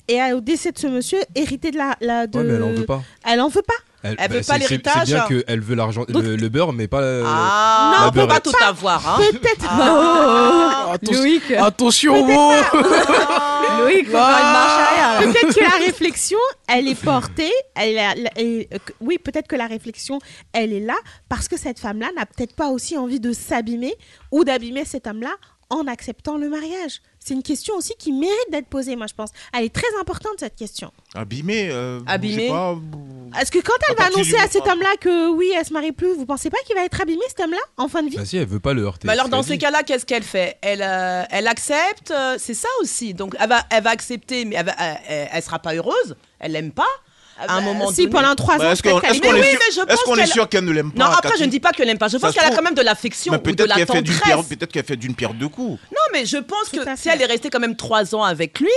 Speaker 6: et à- au décès de ce monsieur, hériter de la, la- de.
Speaker 4: Ouais, mais elle en veut pas.
Speaker 6: Elle en veut pas.
Speaker 2: Elle veut
Speaker 4: c'est-
Speaker 2: pas
Speaker 4: c'est-
Speaker 2: l'héritage.
Speaker 4: C'est bien qu'elle veut l'argent, le, le beurre, mais pas. euh,
Speaker 2: Ah,
Speaker 4: Non,
Speaker 2: on peut pas
Speaker 4: peut-être
Speaker 2: tout avoir. Hein.
Speaker 6: Peut-être.
Speaker 3: Ah.
Speaker 6: Oh.
Speaker 7: Attention-
Speaker 5: Loïc,
Speaker 7: Attention, wow.
Speaker 5: Loïc, faut faire une marche arrière. là.
Speaker 6: Peut-être que la réflexion, elle est portée. Elle a- la- et, euh, que- oui, peut-être que la réflexion, elle est là parce que cette femme-là n'a peut-être pas aussi envie de s'abîmer ou d'abîmer cet homme-là en acceptant le mariage. C'est une question aussi qui mérite d'être posée, moi, je pense. Elle est très importante, cette question.
Speaker 3: Abîmée. euh, je
Speaker 2: Abîmée.
Speaker 3: sais pas,
Speaker 6: Est-ce que quand
Speaker 3: À
Speaker 6: elle va
Speaker 3: partir du
Speaker 6: annoncer à
Speaker 3: moment-
Speaker 6: cet homme-là que oui, elle se marie plus, vous pensez pas qu'il va être abîmé, cet homme-là, en fin de vie
Speaker 4: Bah si, elle veut pas le heurter.
Speaker 2: Mais alors
Speaker 4: c'est
Speaker 2: dans
Speaker 4: ce qu'elle
Speaker 2: ces
Speaker 4: dit.
Speaker 2: cas-là, qu'est-ce qu'elle fait elle, euh, elle accepte, euh, c'est ça aussi. Donc elle va, elle va accepter, mais elle, va- elle- elle- elle sera pas heureuse, elle l'aime pas. À un moment
Speaker 6: Si
Speaker 2: donné.
Speaker 6: pendant trois
Speaker 3: Bah,
Speaker 6: ans,
Speaker 3: Est-ce qu'on
Speaker 6: peut-être qu'elle
Speaker 3: est-ce
Speaker 2: Mais
Speaker 3: qu'on est
Speaker 2: oui,
Speaker 3: sûr-
Speaker 2: mais je
Speaker 3: est-ce
Speaker 2: pense
Speaker 3: qu'on est
Speaker 2: qu'elle-
Speaker 3: sûr qu'elle ne l'aime pas
Speaker 2: Non, après
Speaker 3: Cathy
Speaker 2: je ne dis pas qu'elle l'aime pas. Je
Speaker 3: Ça
Speaker 2: pense
Speaker 3: se
Speaker 2: qu'elle a
Speaker 3: trouve-
Speaker 2: quand même de l'affection
Speaker 3: Mais
Speaker 2: ou de
Speaker 3: peut-être
Speaker 2: la
Speaker 3: qu'elle fait d'une
Speaker 2: tendresse.
Speaker 3: pierre, peut-être qu'elle fait d'une pierre deux coups.
Speaker 2: Non, mais je pense
Speaker 6: Tout à
Speaker 2: que si
Speaker 6: fait.
Speaker 2: elle est restée quand même trois ans avec lui,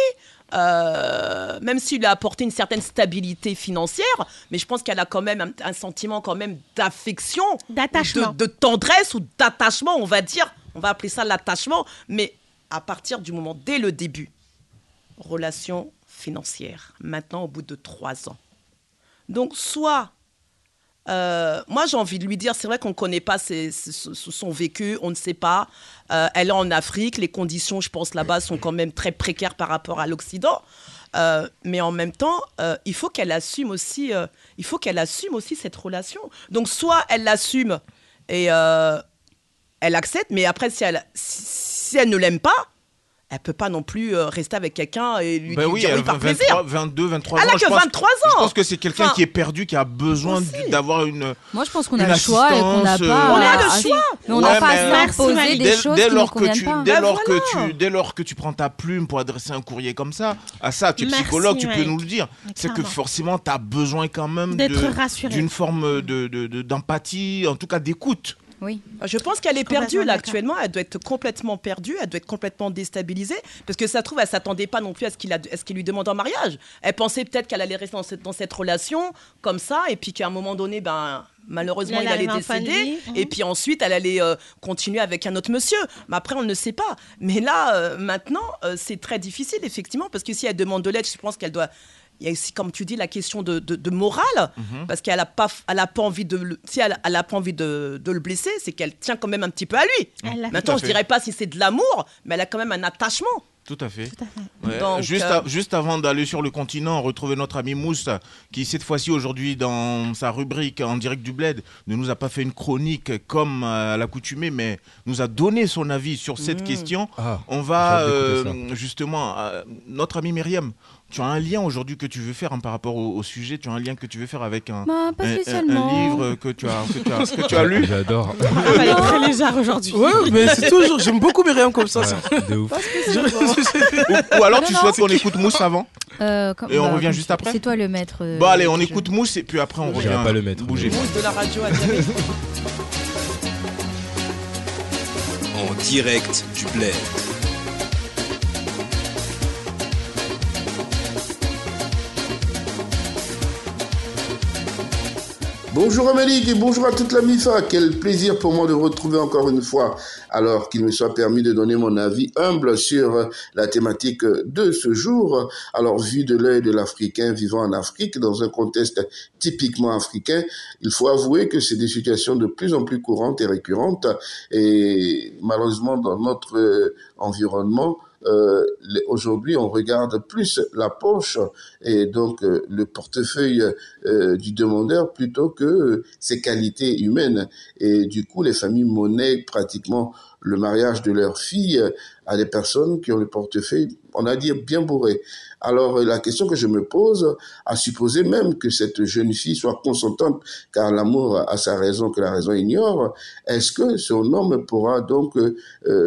Speaker 2: euh, même s'il a apporté une certaine stabilité financière, mais je pense qu'elle a quand même un, un sentiment quand même d'affection,
Speaker 6: D'attachement.
Speaker 2: de, de tendresse ou d'attachement, on va dire. On va appeler ça l'attachement, mais à partir du moment, dès le début, relation financière. Maintenant, au bout de trois ans. Donc, soit euh, moi, j'ai envie de lui dire, c'est vrai qu'on ne connaît pas ses- ses- son- son vécu, on ne sait pas. Euh, elle est en Afrique, les conditions, je pense, là-bas sont quand même très précaires par rapport à l'Occident. Euh, mais en même temps, euh, il faut qu'elle assume aussi, euh, il faut qu'elle assume aussi cette relation. Donc, soit elle l'assume et euh, elle accepte, mais après, si elle, si- si elle ne l'aime pas, elle peut pas non plus euh, rester avec quelqu'un et lui,
Speaker 3: Ben
Speaker 2: lui
Speaker 3: oui,
Speaker 2: dire
Speaker 3: elle
Speaker 2: oui
Speaker 3: a
Speaker 2: par plaisir.
Speaker 3: 22, 23 ans.
Speaker 2: Elle a
Speaker 3: je
Speaker 2: que
Speaker 3: pense-
Speaker 2: 23 ans.
Speaker 3: Je pense que c'est quelqu'un
Speaker 2: Enfin,
Speaker 3: qui est perdu, qui a besoin
Speaker 2: aussi.
Speaker 3: d- d'avoir une.
Speaker 5: Moi, je pense qu'on a
Speaker 3: Une
Speaker 5: le choix et qu'on n'a
Speaker 3: assistance,
Speaker 5: pas.
Speaker 3: euh,
Speaker 2: On a le
Speaker 5: à-
Speaker 2: choix.
Speaker 5: Mais on
Speaker 3: Ouais,
Speaker 5: n'a pas
Speaker 3: mais-
Speaker 5: à s'imposer des
Speaker 3: Dès,
Speaker 5: choses
Speaker 3: dès
Speaker 5: qui nous
Speaker 3: lors que tu,
Speaker 5: conviennent pas.
Speaker 3: dès
Speaker 2: Bah
Speaker 3: lors que
Speaker 2: voilà.
Speaker 3: tu, dès lors que tu prends ta plume pour adresser un courrier comme ça, à ça, tu es
Speaker 6: Merci,
Speaker 3: psychologue, tu peux
Speaker 6: Mike.
Speaker 3: nous le dire. C'est que
Speaker 6: Clairement.
Speaker 3: forcément, tu as besoin quand même de-
Speaker 6: D'être rassuré.
Speaker 3: d'une forme de- de- de- d'empathie, en tout cas d'écoute.
Speaker 5: Oui.
Speaker 2: Je pense qu'elle est
Speaker 6: Complètement
Speaker 2: perdue là
Speaker 6: d'accord.
Speaker 2: actuellement. Elle doit être complètement perdue. Elle doit être complètement déstabilisée parce que ça se trouve elle s'attendait pas non plus à ce qu'il a- à ce qu'il lui demande en mariage. Elle pensait peut-être qu'elle allait rester dans cette, dans cette relation comme ça et puis qu'à un moment donné ben malheureusement
Speaker 6: Elle
Speaker 2: il allait
Speaker 6: arrive en fin de
Speaker 2: décéder
Speaker 6: vie. Mhm.
Speaker 2: et puis ensuite elle allait euh, continuer avec un autre monsieur. Mais après on ne sait pas. Mais là euh, maintenant euh, c'est très difficile effectivement parce que si elle demande de l'aide, je pense qu'elle doit il y a aussi, comme tu dis, la question de, de- de morale,
Speaker 3: Mhm.
Speaker 2: parce qu'elle n'a pas, elle a pas envie de le, si elle, elle a pas envie de, de le blesser, c'est qu'elle tient quand même un petit peu à lui.
Speaker 6: Elle l'a
Speaker 2: Maintenant,
Speaker 3: à
Speaker 2: je
Speaker 3: fait.
Speaker 2: dirais pas si c'est de l'amour, mais elle a quand même un attachement.
Speaker 3: Tout à fait.
Speaker 6: Tout à fait.
Speaker 3: Ouais,
Speaker 2: Donc,
Speaker 3: juste,
Speaker 2: euh,
Speaker 3: a- juste avant d'aller sur le continent, retrouver notre ami Mousse, qui cette fois-ci aujourd'hui dans sa rubrique en direct du bled, ne nous a pas fait une chronique comme euh, à l'accoutumée, mais nous a donné son avis sur cette question.
Speaker 4: Ah,
Speaker 3: On va
Speaker 4: j'ai hâte d'écouter
Speaker 3: euh, justement, euh, notre ami Myriam, tu as un lien aujourd'hui que tu veux faire hein, par rapport au, au sujet, tu as un lien que tu veux faire avec un,
Speaker 5: Bah,
Speaker 3: un-
Speaker 5: pas
Speaker 3: un- un
Speaker 5: spécialement.
Speaker 3: livre que tu as, que tu as- que tu as
Speaker 5: *laughs*
Speaker 3: lu.
Speaker 4: *laughs* J'adore.
Speaker 6: Elle Ah, bah,
Speaker 4: Ah,
Speaker 6: est très légère aujourd'hui.
Speaker 7: Ouais, mais c'est
Speaker 6: *laughs*
Speaker 7: toujours. J'aime beaucoup Myriam comme ça.
Speaker 4: Ouais,
Speaker 7: c'est-
Speaker 4: de ouf.
Speaker 7: Je-
Speaker 3: *laughs* Ou, ou alors tu
Speaker 5: Non,
Speaker 3: souhaites qu'on écoute Mousse avant
Speaker 5: Euh, comme-
Speaker 3: Et on
Speaker 5: bah,
Speaker 3: revient
Speaker 5: comme
Speaker 3: juste
Speaker 5: tu-
Speaker 3: après
Speaker 5: C'est toi le maître. euh,
Speaker 3: Bon allez, on
Speaker 5: je-
Speaker 3: écoute Mousse et puis après on
Speaker 4: J'irai
Speaker 3: revient.
Speaker 4: pas le mettre,
Speaker 3: Bougez.
Speaker 4: mais-
Speaker 2: Mousse de la radio à Diamé.
Speaker 10: En direct du bled.
Speaker 11: Bonjour Amélie et bonjour à toute la MIFA. Quel plaisir pour moi de vous retrouver encore une fois, alors qu'il me soit permis de donner mon avis humble sur la thématique de ce jour. Alors, vu de l'œil de l'Africain vivant en Afrique, dans un contexte typiquement africain, il faut avouer que c'est des situations de plus en plus courantes et récurrentes. Et malheureusement, dans notre euh, environnement, euh, les- aujourd'hui, on regarde plus la poche et donc euh, le portefeuille euh, du demandeur plutôt que euh, ses qualités humaines. Et du coup, les familles monnaient pratiquement le mariage de leur fille à des personnes qui ont le portefeuille, on a dit, bien bourré. Alors la question que je me pose, à supposer même que cette jeune fille soit consentante, car l'amour a sa raison que la raison ignore, est-ce que son homme pourra donc, euh,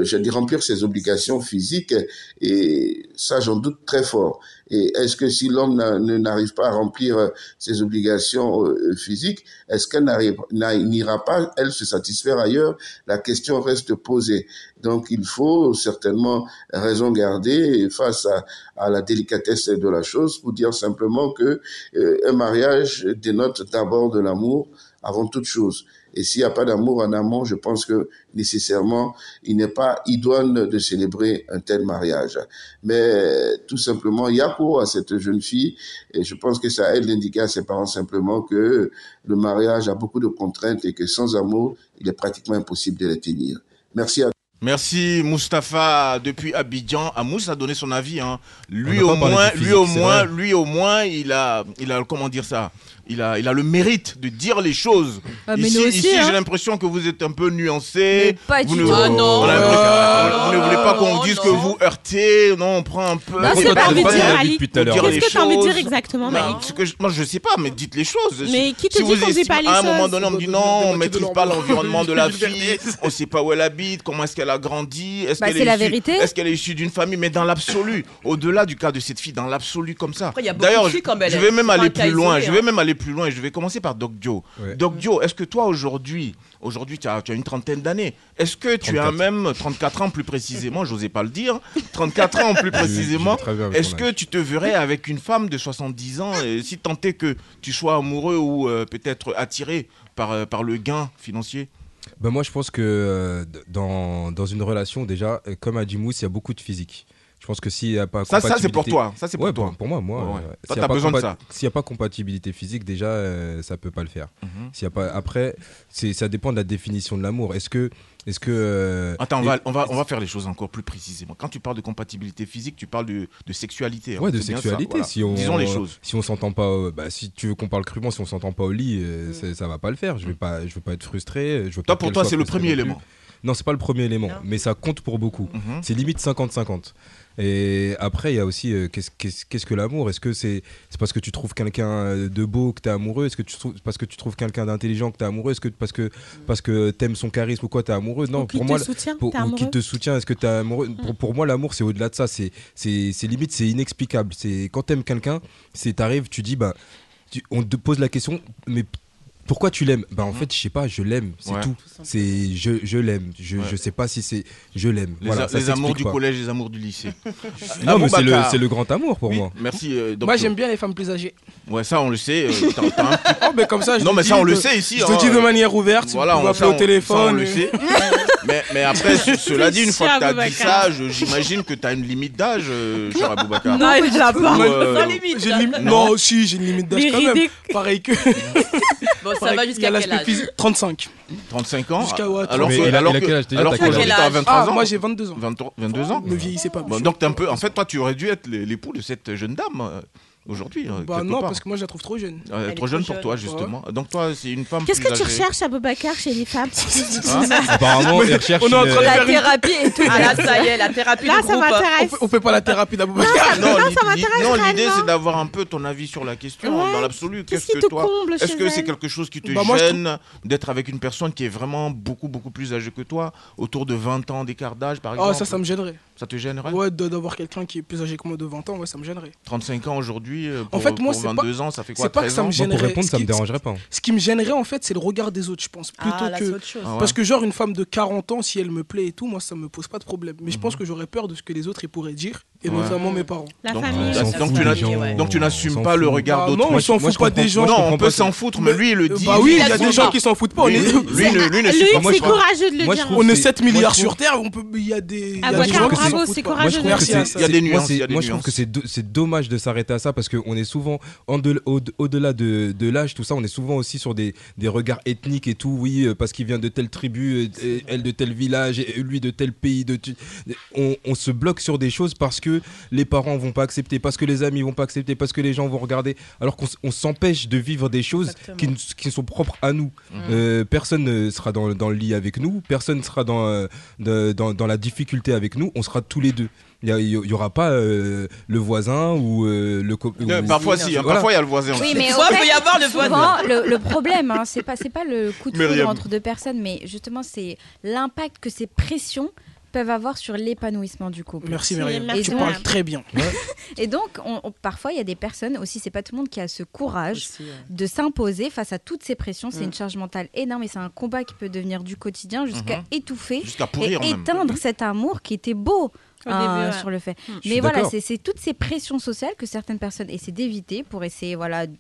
Speaker 11: je dis, remplir ses obligations physiques Et ça, j'en doute très fort. Et est-ce que si l'homme n'a- ne- n'arrive pas à remplir ses obligations euh, physiques, est-ce qu'elle n'arrive- n'a- n'ira pas, elle, se satisfaire ailleurs La question reste posée. Donc il faut certainement raison garder face à, à la délicatesse de la chose pour dire simplement que euh, un mariage dénote d'abord de l'amour avant toute chose. Et s'il n'y a pas d'amour en amont, je pense que nécessairement, il n'est pas idoine de célébrer un tel mariage. Mais euh, tout simplement, il y a cours à cette jeune fille, et je pense que ça aide d'indiquer à ses parents simplement que le mariage a beaucoup de contraintes et que sans amour, il est pratiquement impossible de les tenir. Merci à
Speaker 3: Merci Mustapha depuis Abidjan. Amous a donné son avis. hein. Lui
Speaker 4: On n'a
Speaker 3: au
Speaker 4: pas parlé
Speaker 3: moins,
Speaker 4: du
Speaker 3: lui
Speaker 4: physique,
Speaker 3: au
Speaker 4: c'est
Speaker 3: moins,
Speaker 4: vrai.
Speaker 3: lui au moins, il a, il a comment dire ça Il a, il a le mérite de dire les choses.
Speaker 5: Ah, mais
Speaker 3: ici,
Speaker 5: nous aussi,
Speaker 3: ici,
Speaker 5: hein.
Speaker 3: j'ai l'impression que vous êtes un peu nuancé.
Speaker 5: pas
Speaker 3: vous
Speaker 5: du
Speaker 3: ne,
Speaker 5: tout. Ah, non.
Speaker 3: Voilà,
Speaker 5: Ah,
Speaker 3: voilà. Vous ne voulez pas
Speaker 5: non,
Speaker 3: qu'on dise que
Speaker 5: non.
Speaker 3: vous heurtez. Non, on prend un peu.
Speaker 6: Non, Oh, Ah, c'est pas envie de dire, Ali. Qu'est-ce que
Speaker 3: tu
Speaker 6: t'as envie de dire exactement, Malik
Speaker 3: Moi, Bah, je sais pas, mais dites les choses.
Speaker 6: Mais qui te
Speaker 3: Si
Speaker 6: dit
Speaker 3: vous
Speaker 6: qu'on dit pas
Speaker 3: estimez-
Speaker 6: les
Speaker 3: À un moment
Speaker 6: choses
Speaker 3: donné, on me dit non, on ne maîtrise pas l'environnement de
Speaker 2: *laughs*
Speaker 3: la fille, on ne sait pas où elle habite, comment est-ce qu'elle a grandi, est-ce
Speaker 5: Bah,
Speaker 3: qu'elle
Speaker 5: c'est
Speaker 3: est,
Speaker 5: la
Speaker 3: issue-
Speaker 5: vérité.
Speaker 3: Est-ce qu'elle est issue d'une famille, mais dans l'absolu, au-delà du cas de cette fille, dans l'absolu comme ça.
Speaker 2: Après, il y a beaucoup
Speaker 3: D'ailleurs,
Speaker 2: de
Speaker 3: je
Speaker 2: filles comme elle,
Speaker 3: je vais
Speaker 2: c'est
Speaker 3: même
Speaker 2: pas
Speaker 3: aller
Speaker 2: un cas
Speaker 3: plus loin.
Speaker 2: isolé,
Speaker 3: Je vais
Speaker 2: hein.
Speaker 3: même aller plus loin. Je vais commencer par Doc Joe. Doc Joe, est-ce que toi aujourd'hui, aujourd'hui, tu as, tu as une trentaine d'années, est-ce que tu as
Speaker 4: 34.
Speaker 3: même 34 ans plus précisément, j'osais pas le dire, 34 ans plus
Speaker 4: *laughs* Je- je vais
Speaker 3: précisément,
Speaker 4: très bien avec
Speaker 3: est-ce
Speaker 4: ton
Speaker 3: que tu te verrais avec une femme de 70 ans, euh, si tant est que tu sois amoureux ou euh, peut-être attiré par, euh, par le gain financier
Speaker 4: Ben moi, je pense que euh, d- dans, dans une relation, déjà, euh, comme a dit Mousse, il y a beaucoup de physique. Je pense que s'il n'y a pas
Speaker 3: Ça, ça, c'est pour
Speaker 4: compatibilité-
Speaker 3: toi. Ça, c'est pour
Speaker 4: Ouais,
Speaker 3: toi.
Speaker 4: Pour moi, moi.
Speaker 3: Ouais, ouais.
Speaker 4: euh,
Speaker 3: Toi,
Speaker 4: s'il y a
Speaker 3: t'as
Speaker 4: pas
Speaker 3: besoin de
Speaker 4: compa-
Speaker 3: ça.
Speaker 4: S'il n'y a pas compatibilité physique, déjà, euh, ça peut pas le faire.
Speaker 3: Mhm.
Speaker 4: S'il y a pas... Après, c'est- ça dépend de la définition de l'amour. Est-ce que. Est-ce que euh,
Speaker 3: Attends, on va,
Speaker 4: et-
Speaker 3: on, va, on va faire les choses encore plus précisément. Quand tu parles de compatibilité physique, tu parles de, de sexualité. hein.
Speaker 4: Ouais, de
Speaker 3: C'est bien ça,
Speaker 4: sexualité.
Speaker 3: voilà.
Speaker 4: si on,
Speaker 3: Disons les choses.
Speaker 4: Si on s'entend pas, euh, bah, si tu veux qu'on parle crûment, si on s'entend pas au lit,
Speaker 6: Mm.
Speaker 4: euh, c'est- ça va pas le faire. Je vais pas, je veux pas être frustré. euh, Je veux
Speaker 3: Mm. Toi,
Speaker 4: pas
Speaker 3: pour
Speaker 4: qu'elle
Speaker 3: toi,
Speaker 4: soit
Speaker 3: c'est le
Speaker 4: frustrée
Speaker 3: premier
Speaker 4: non plus.
Speaker 3: élément.
Speaker 4: Non, c'est pas le premier élément, mais ça compte pour beaucoup.
Speaker 3: Mhm.
Speaker 4: C'est limite 50-50. Et après, il y a aussi euh, qu'est-ce qu'est-ce- qu'est-ce que l'amour Est-ce que c'est c'est parce que tu trouves quelqu'un euh, de beau que t'es amoureux Est-ce que tu trouves c'est parce que tu trouves quelqu'un d'intelligent que t'es amoureux Est-ce que parce que parce que t'aimes son charisme ou quoi t'es amoureux Non,
Speaker 6: Mm. Ou qu'il
Speaker 4: pour
Speaker 6: te
Speaker 4: moi,
Speaker 6: soutient,
Speaker 4: pour-
Speaker 6: t'es
Speaker 4: ou qu'il
Speaker 6: amoureux
Speaker 4: te soutient, est-ce que t'es amoureux
Speaker 3: Mm.
Speaker 4: pour, pour moi, l'amour, c'est au-delà de ça. C'est c'est c'est limite, c'est inexplicable. C'est quand t'aimes quelqu'un, c'est t'arrives, tu dis bah, tu- on te pose la question, mais p- pourquoi tu l'aimes Bah en fait, je sais pas, je l'aime, c'est
Speaker 3: Mm. Ouais.
Speaker 4: tout. C'est je je l'aime. Je je sais pas si c'est je l'aime.
Speaker 3: Les,
Speaker 4: Voilà,
Speaker 3: a-
Speaker 4: ça
Speaker 3: les amours
Speaker 4: s'explique
Speaker 3: du
Speaker 4: pas.
Speaker 3: collège, les amours du lycée. Ah
Speaker 4: Non, mais c'est le
Speaker 3: Aboubacar.
Speaker 4: c'est le grand amour pour moi.
Speaker 3: Merci. euh, Doc
Speaker 7: Moi,
Speaker 3: Joe.
Speaker 7: j'aime bien les femmes plus âgées.
Speaker 3: Ouais, ça, on le sait. euh, t'as- t'as un petit-
Speaker 7: *laughs* Oh, mais comme ça, je
Speaker 3: Non, mais
Speaker 7: dis
Speaker 3: ça, on le
Speaker 7: de-
Speaker 3: sait ici,
Speaker 7: Je te
Speaker 3: hein.
Speaker 7: dis de manière ouverte.
Speaker 3: Voilà,
Speaker 7: on va
Speaker 3: ça,
Speaker 7: appeler au
Speaker 3: ça, on
Speaker 7: téléphone.
Speaker 3: le
Speaker 7: et- *laughs*
Speaker 3: sait. mais, mais après, ce- cela dit, une fois que t'as dit ça, je- j'imagine que t'as une limite d'âge, euh, cher Aboubacar.
Speaker 6: Non, elle l'a pas.
Speaker 3: Ou, euh,
Speaker 2: Sans limite.
Speaker 7: J'ai une limite-
Speaker 3: Non.
Speaker 7: Non. si, j'ai une limite d'âge
Speaker 6: Les
Speaker 7: quand même.
Speaker 6: ridés.
Speaker 7: Pareil que.
Speaker 2: Bon,
Speaker 7: pareil
Speaker 2: ça va
Speaker 7: qu'il y a
Speaker 2: jusqu'à quel
Speaker 7: l'aspect
Speaker 2: âge
Speaker 7: physique. 35.
Speaker 3: 35 ans.
Speaker 7: Jusqu'à ouais,
Speaker 3: alors
Speaker 4: Mais
Speaker 3: que,
Speaker 4: il a-
Speaker 3: alors
Speaker 4: il a
Speaker 3: que-
Speaker 4: quel âge déjà,
Speaker 3: alors
Speaker 4: t'as
Speaker 3: qu'aujourd'hui,
Speaker 4: quel
Speaker 3: t'as
Speaker 2: âge
Speaker 3: 23
Speaker 7: Ah,
Speaker 3: ans.
Speaker 7: moi, j'ai 22 ans.
Speaker 3: 23 22 ans
Speaker 7: Ne vieillissez pas.
Speaker 3: Bon,
Speaker 7: monsieur.
Speaker 3: donc t'es un peu. En fait, toi, tu aurais dû être l'é- l'époux de cette jeune dame euh, aujourd'hui. euh,
Speaker 7: Bah
Speaker 3: quelque
Speaker 7: non,
Speaker 3: part.
Speaker 7: parce que moi, je la trouve trop jeune.
Speaker 3: Euh,
Speaker 2: Elle est
Speaker 3: trop
Speaker 2: trop
Speaker 3: jeune pour
Speaker 2: jeune.
Speaker 3: toi, justement. Donc toi, c'est une femme.
Speaker 6: Qu'est-ce
Speaker 3: plus
Speaker 6: que tu
Speaker 3: âgée.
Speaker 6: recherches à Bobacar chez les femmes
Speaker 3: *laughs* Ah,
Speaker 4: Apparemment, il recherche
Speaker 7: Hein On est en
Speaker 3: Euh,
Speaker 4: une-
Speaker 7: train de-
Speaker 5: La
Speaker 7: faire une-
Speaker 5: thérapie et
Speaker 6: *laughs*
Speaker 5: tout.
Speaker 2: Ah là, ça y est, la thérapie
Speaker 6: Là,
Speaker 2: de
Speaker 6: ça
Speaker 2: groupe.
Speaker 7: On
Speaker 6: m'intéresse.
Speaker 7: fait- On fait pas la thérapie d'Aboubacar.
Speaker 3: Non,
Speaker 6: ça
Speaker 3: l'i-
Speaker 6: m'intéresse
Speaker 3: l'i- non, l'idée
Speaker 6: réellement.
Speaker 3: c'est d'avoir un peu ton avis sur la question
Speaker 6: Ouais.
Speaker 3: dans l'absolu.
Speaker 6: Qu'est-ce
Speaker 3: Qu'est-ce
Speaker 6: qui
Speaker 3: que
Speaker 6: te
Speaker 3: toi
Speaker 6: comble
Speaker 3: Est-ce
Speaker 6: chez
Speaker 3: que c'est
Speaker 6: elle
Speaker 3: quelque chose qui te
Speaker 7: Bah, moi, je
Speaker 3: gêne d'être avec une personne qui est vraiment beaucoup beaucoup plus âgée que toi, autour de 20 ans d'écart d'âge par exemple
Speaker 7: Oh, ça, ça me gênerait.
Speaker 3: Ça te gênerait
Speaker 7: Ouais, de- d'avoir quelqu'un qui est plus âgé que moi de 20 ans, ouais, ça me gênerait.
Speaker 3: 35 ans aujourd'hui euh, pour,
Speaker 7: fait, moi,
Speaker 3: pour
Speaker 7: c'est pas-
Speaker 3: 22 ans, ça fait quoi
Speaker 7: c'est pas que
Speaker 3: 13
Speaker 7: ça me
Speaker 3: ans
Speaker 4: Moi,
Speaker 7: gêne.
Speaker 4: pour
Speaker 7: Générer-
Speaker 4: répondre,
Speaker 7: ce
Speaker 4: ça me
Speaker 7: qui-
Speaker 4: dérangerait pas.
Speaker 7: Ce qui me gênerait, en fait, c'est le regard des autres, je pense. Plutôt
Speaker 2: Ah, là, c'est
Speaker 7: que.
Speaker 2: autre chose.
Speaker 3: Ah ouais.
Speaker 7: Parce que, genre, une femme de 40 ans, si elle me plaît et tout, moi, ça me pose pas de problème. Mais je pense que j'aurais peur de ce que les autres ils pourraient dire, et
Speaker 3: Mhm. Ouais.
Speaker 7: notamment mes parents.
Speaker 6: La
Speaker 3: Donc,
Speaker 6: famille.
Speaker 3: euh,
Speaker 4: On s'en
Speaker 3: donc
Speaker 4: fout
Speaker 3: tu
Speaker 4: des
Speaker 3: n'as-
Speaker 4: gens.
Speaker 3: donc tu
Speaker 4: On
Speaker 3: n'assumes
Speaker 4: s'en
Speaker 3: pas le
Speaker 4: fout.
Speaker 3: regard
Speaker 7: Bah,
Speaker 3: d'autrui.
Speaker 7: non,
Speaker 4: Moi,
Speaker 7: on s'en
Speaker 4: je- moi,
Speaker 7: fout
Speaker 4: je
Speaker 7: pas des
Speaker 4: comprends-
Speaker 7: gens.
Speaker 4: moi, je
Speaker 3: Non, on
Speaker 4: comprends
Speaker 3: peut
Speaker 4: pas
Speaker 3: s'en
Speaker 4: ça.
Speaker 3: foutre, mais lui, il le dit.
Speaker 7: Bah oui, il y a
Speaker 3: Il
Speaker 7: des
Speaker 3: l'assume
Speaker 7: gens
Speaker 3: pas.
Speaker 7: qui s'en foutent pas. On
Speaker 3: Lui,
Speaker 7: est,
Speaker 3: lui, lui ne, lui Bah, ne
Speaker 6: Lui,
Speaker 3: supporte
Speaker 4: moi,
Speaker 6: c'est
Speaker 4: je trouve-
Speaker 6: courageux de le
Speaker 4: moi, je
Speaker 6: dire. hein.
Speaker 4: trouve-
Speaker 7: on est
Speaker 4: c'est-
Speaker 7: 7
Speaker 4: moi, je
Speaker 7: milliards
Speaker 4: trouve-
Speaker 7: sur Terre, bah, on peut... il y a des. il y a
Speaker 6: Ah,
Speaker 7: des
Speaker 6: Aboubacar,
Speaker 7: gens qui s'en
Speaker 6: bravo,
Speaker 7: foutent
Speaker 6: c'est
Speaker 7: pas.
Speaker 4: Moi, je
Speaker 6: courageux.
Speaker 4: trouve que
Speaker 7: Merci
Speaker 4: c'est-
Speaker 7: à
Speaker 4: c'est-
Speaker 7: ça.
Speaker 3: Il y a des
Speaker 4: moi,
Speaker 3: nuances,
Speaker 4: c'est-
Speaker 3: il y a des
Speaker 4: moi, je trouve
Speaker 3: nuances.
Speaker 4: que c'est do- c'est dommage de s'arrêter à ça parce parce qu'on est souvent en de- au- au-delà de, de l'âge, tout ça, on est souvent aussi sur des, des regards ethniques et tout. Oui, euh, parce qu'il vient de telle tribu, euh, et elle de tel village, et lui de tel pays. De tu- on, on se bloque sur des choses parce que les parents vont pas accepter, parce que les amis vont pas accepter, parce que les gens vont regarder. Alors qu'on s- on s'empêche de vivre des choses qui, nous- qui sont propres à nous.
Speaker 12: Mhm.
Speaker 4: Euh, personne ne sera dans, dans le lit avec nous, personne ne sera dans, euh, de- dans, dans la difficulté avec nous, on sera tous les deux. Il y a- Il n'y aura pas euh, le voisin ou euh, le copain.
Speaker 3: Euh, parfois, si, hein, parfois, il y a le voisin
Speaker 5: Oui, *laughs* mais au fait, souvent, le, le problème, hein, c'est pas, c'est pas le coup de
Speaker 4: Myriam.
Speaker 5: foudre entre deux personnes, mais justement, c'est l'impact que ces pressions peuvent avoir sur l'épanouissement du couple.
Speaker 7: Merci Myriam,
Speaker 5: Et
Speaker 7: tu
Speaker 5: donc-
Speaker 7: parles très bien.
Speaker 5: Et donc, on- on- parfois, il y a des personnes aussi, c'est pas tout le monde qui a ce courage de s'imposer face à toutes ces pressions. C'est
Speaker 2: Mm.
Speaker 5: une charge mentale énorme et c'est un combat qui peut devenir du quotidien jusqu'à
Speaker 2: Mhm.
Speaker 5: étouffer
Speaker 2: Jusqu'à pourrir
Speaker 5: et
Speaker 2: même.
Speaker 5: éteindre cet amour qui était beau.
Speaker 2: Mm-hmm. Au
Speaker 5: hein,
Speaker 2: début, ouais.
Speaker 5: sur le fait.
Speaker 2: Mm. Je
Speaker 5: Mais
Speaker 2: suis
Speaker 5: voilà,
Speaker 2: d'accord.
Speaker 5: c'est c'est toutes ces pressions sociales que certaines personnes essaient d'éviter pour essayer voilà d-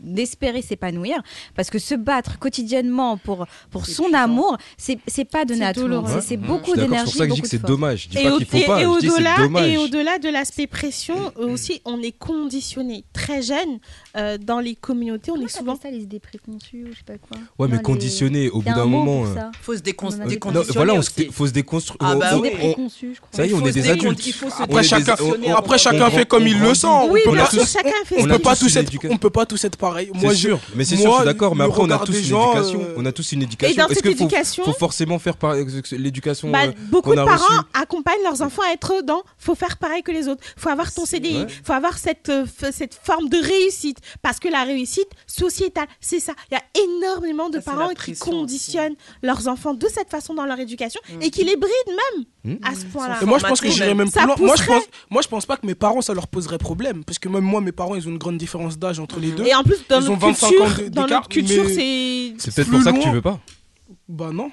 Speaker 5: d'espérer s'épanouir parce que se battre quotidiennement pour pour son amour c'est c'est pas donné à tout le monde
Speaker 6: douloureux.
Speaker 5: C'est- c'est
Speaker 3: Mmh.
Speaker 4: Mhm.
Speaker 5: beaucoup
Speaker 4: Je suis d'accord,
Speaker 5: d'énergie
Speaker 4: c'est pour ça que je dis
Speaker 5: beaucoup
Speaker 4: que
Speaker 5: de
Speaker 4: c'est
Speaker 5: force.
Speaker 4: dommage. Je dis
Speaker 6: Et
Speaker 4: pas
Speaker 6: au-
Speaker 4: qu'il faut
Speaker 6: et-
Speaker 4: pas,
Speaker 6: et
Speaker 4: je dis c'est
Speaker 6: au-delà-
Speaker 4: dommage.
Speaker 6: Et au-delà de l'aspect pression, euh, aussi, on est conditionné très jeune euh, dans les communautés. On est souvent.
Speaker 5: ça les idées préconçues ou je sais pas quoi
Speaker 4: Ouais, mais conditionné, au bout d'un moment. euh,
Speaker 2: Faut se décon-
Speaker 4: Non,
Speaker 2: déconditionner.
Speaker 4: voilà, on se-
Speaker 2: aussi.
Speaker 4: faut se déconstruire.
Speaker 2: Ah bah
Speaker 4: on-
Speaker 2: oui.
Speaker 4: on- Ça y est,
Speaker 2: Il
Speaker 4: on
Speaker 2: faut
Speaker 4: est
Speaker 2: se
Speaker 4: des
Speaker 2: décon-
Speaker 4: adultes.
Speaker 2: il faut se
Speaker 4: On est
Speaker 7: Après,
Speaker 4: des-
Speaker 7: chacun,
Speaker 4: on-
Speaker 7: après,
Speaker 4: on-
Speaker 7: chacun
Speaker 4: on-
Speaker 7: fait
Speaker 4: on-
Speaker 7: comme il
Speaker 4: on-
Speaker 7: le sent. On
Speaker 4: Oui,
Speaker 7: peut
Speaker 4: mais
Speaker 7: pas
Speaker 4: on-
Speaker 7: tous-
Speaker 4: chacun fait
Speaker 7: on
Speaker 4: ce
Speaker 7: peut
Speaker 4: qu'il
Speaker 7: pas
Speaker 4: veut.
Speaker 7: tous
Speaker 4: C'est
Speaker 7: être,
Speaker 4: l'éducation.
Speaker 7: on peut pas tous être pareils.
Speaker 4: C'est sûr, mais c'est sûr, je suis d'accord, mais après on a tous une éducation.
Speaker 7: euh,
Speaker 4: On a tous une éducation.
Speaker 6: dans
Speaker 4: Est-ce
Speaker 6: cette
Speaker 4: qu'il faut,
Speaker 6: éducation-
Speaker 4: faut forcément faire par l'éducation
Speaker 6: Bah,
Speaker 4: euh,
Speaker 6: beaucoup
Speaker 4: qu'on
Speaker 6: de
Speaker 4: a
Speaker 6: parents
Speaker 4: reçue
Speaker 6: accompagnent leurs enfants à être dans faut faire pareil que les autres, faut avoir ton CDI,
Speaker 4: ouais.
Speaker 6: faut avoir cette, euh, f- cette forme de réussite parce que la réussite sociétale, c'est ça. Il y a énormément de parents qui conditionnent leurs enfants de cette façon dans leur éducation et qui les brident même à ce point-là.
Speaker 7: Mm. Et moi, je pense que j'irais même
Speaker 6: Ça
Speaker 7: plus loin. Moi je,
Speaker 6: pousserait-
Speaker 7: pense, moi, je pense pas que mes parents, ça leur poserait problème. Parce que même moi, mes parents, ils ont une grande différence d'âge entre les deux.
Speaker 6: Et en plus, dans
Speaker 7: Ils ont
Speaker 6: notre
Speaker 7: 25
Speaker 6: culture,
Speaker 7: ans d-
Speaker 6: dans
Speaker 7: d'écart,
Speaker 6: notre culture,
Speaker 7: mais
Speaker 6: c'est-
Speaker 4: C'est peut-être pour
Speaker 7: plus
Speaker 4: ça que tu
Speaker 7: loin.
Speaker 4: veux pas.
Speaker 7: Bah non.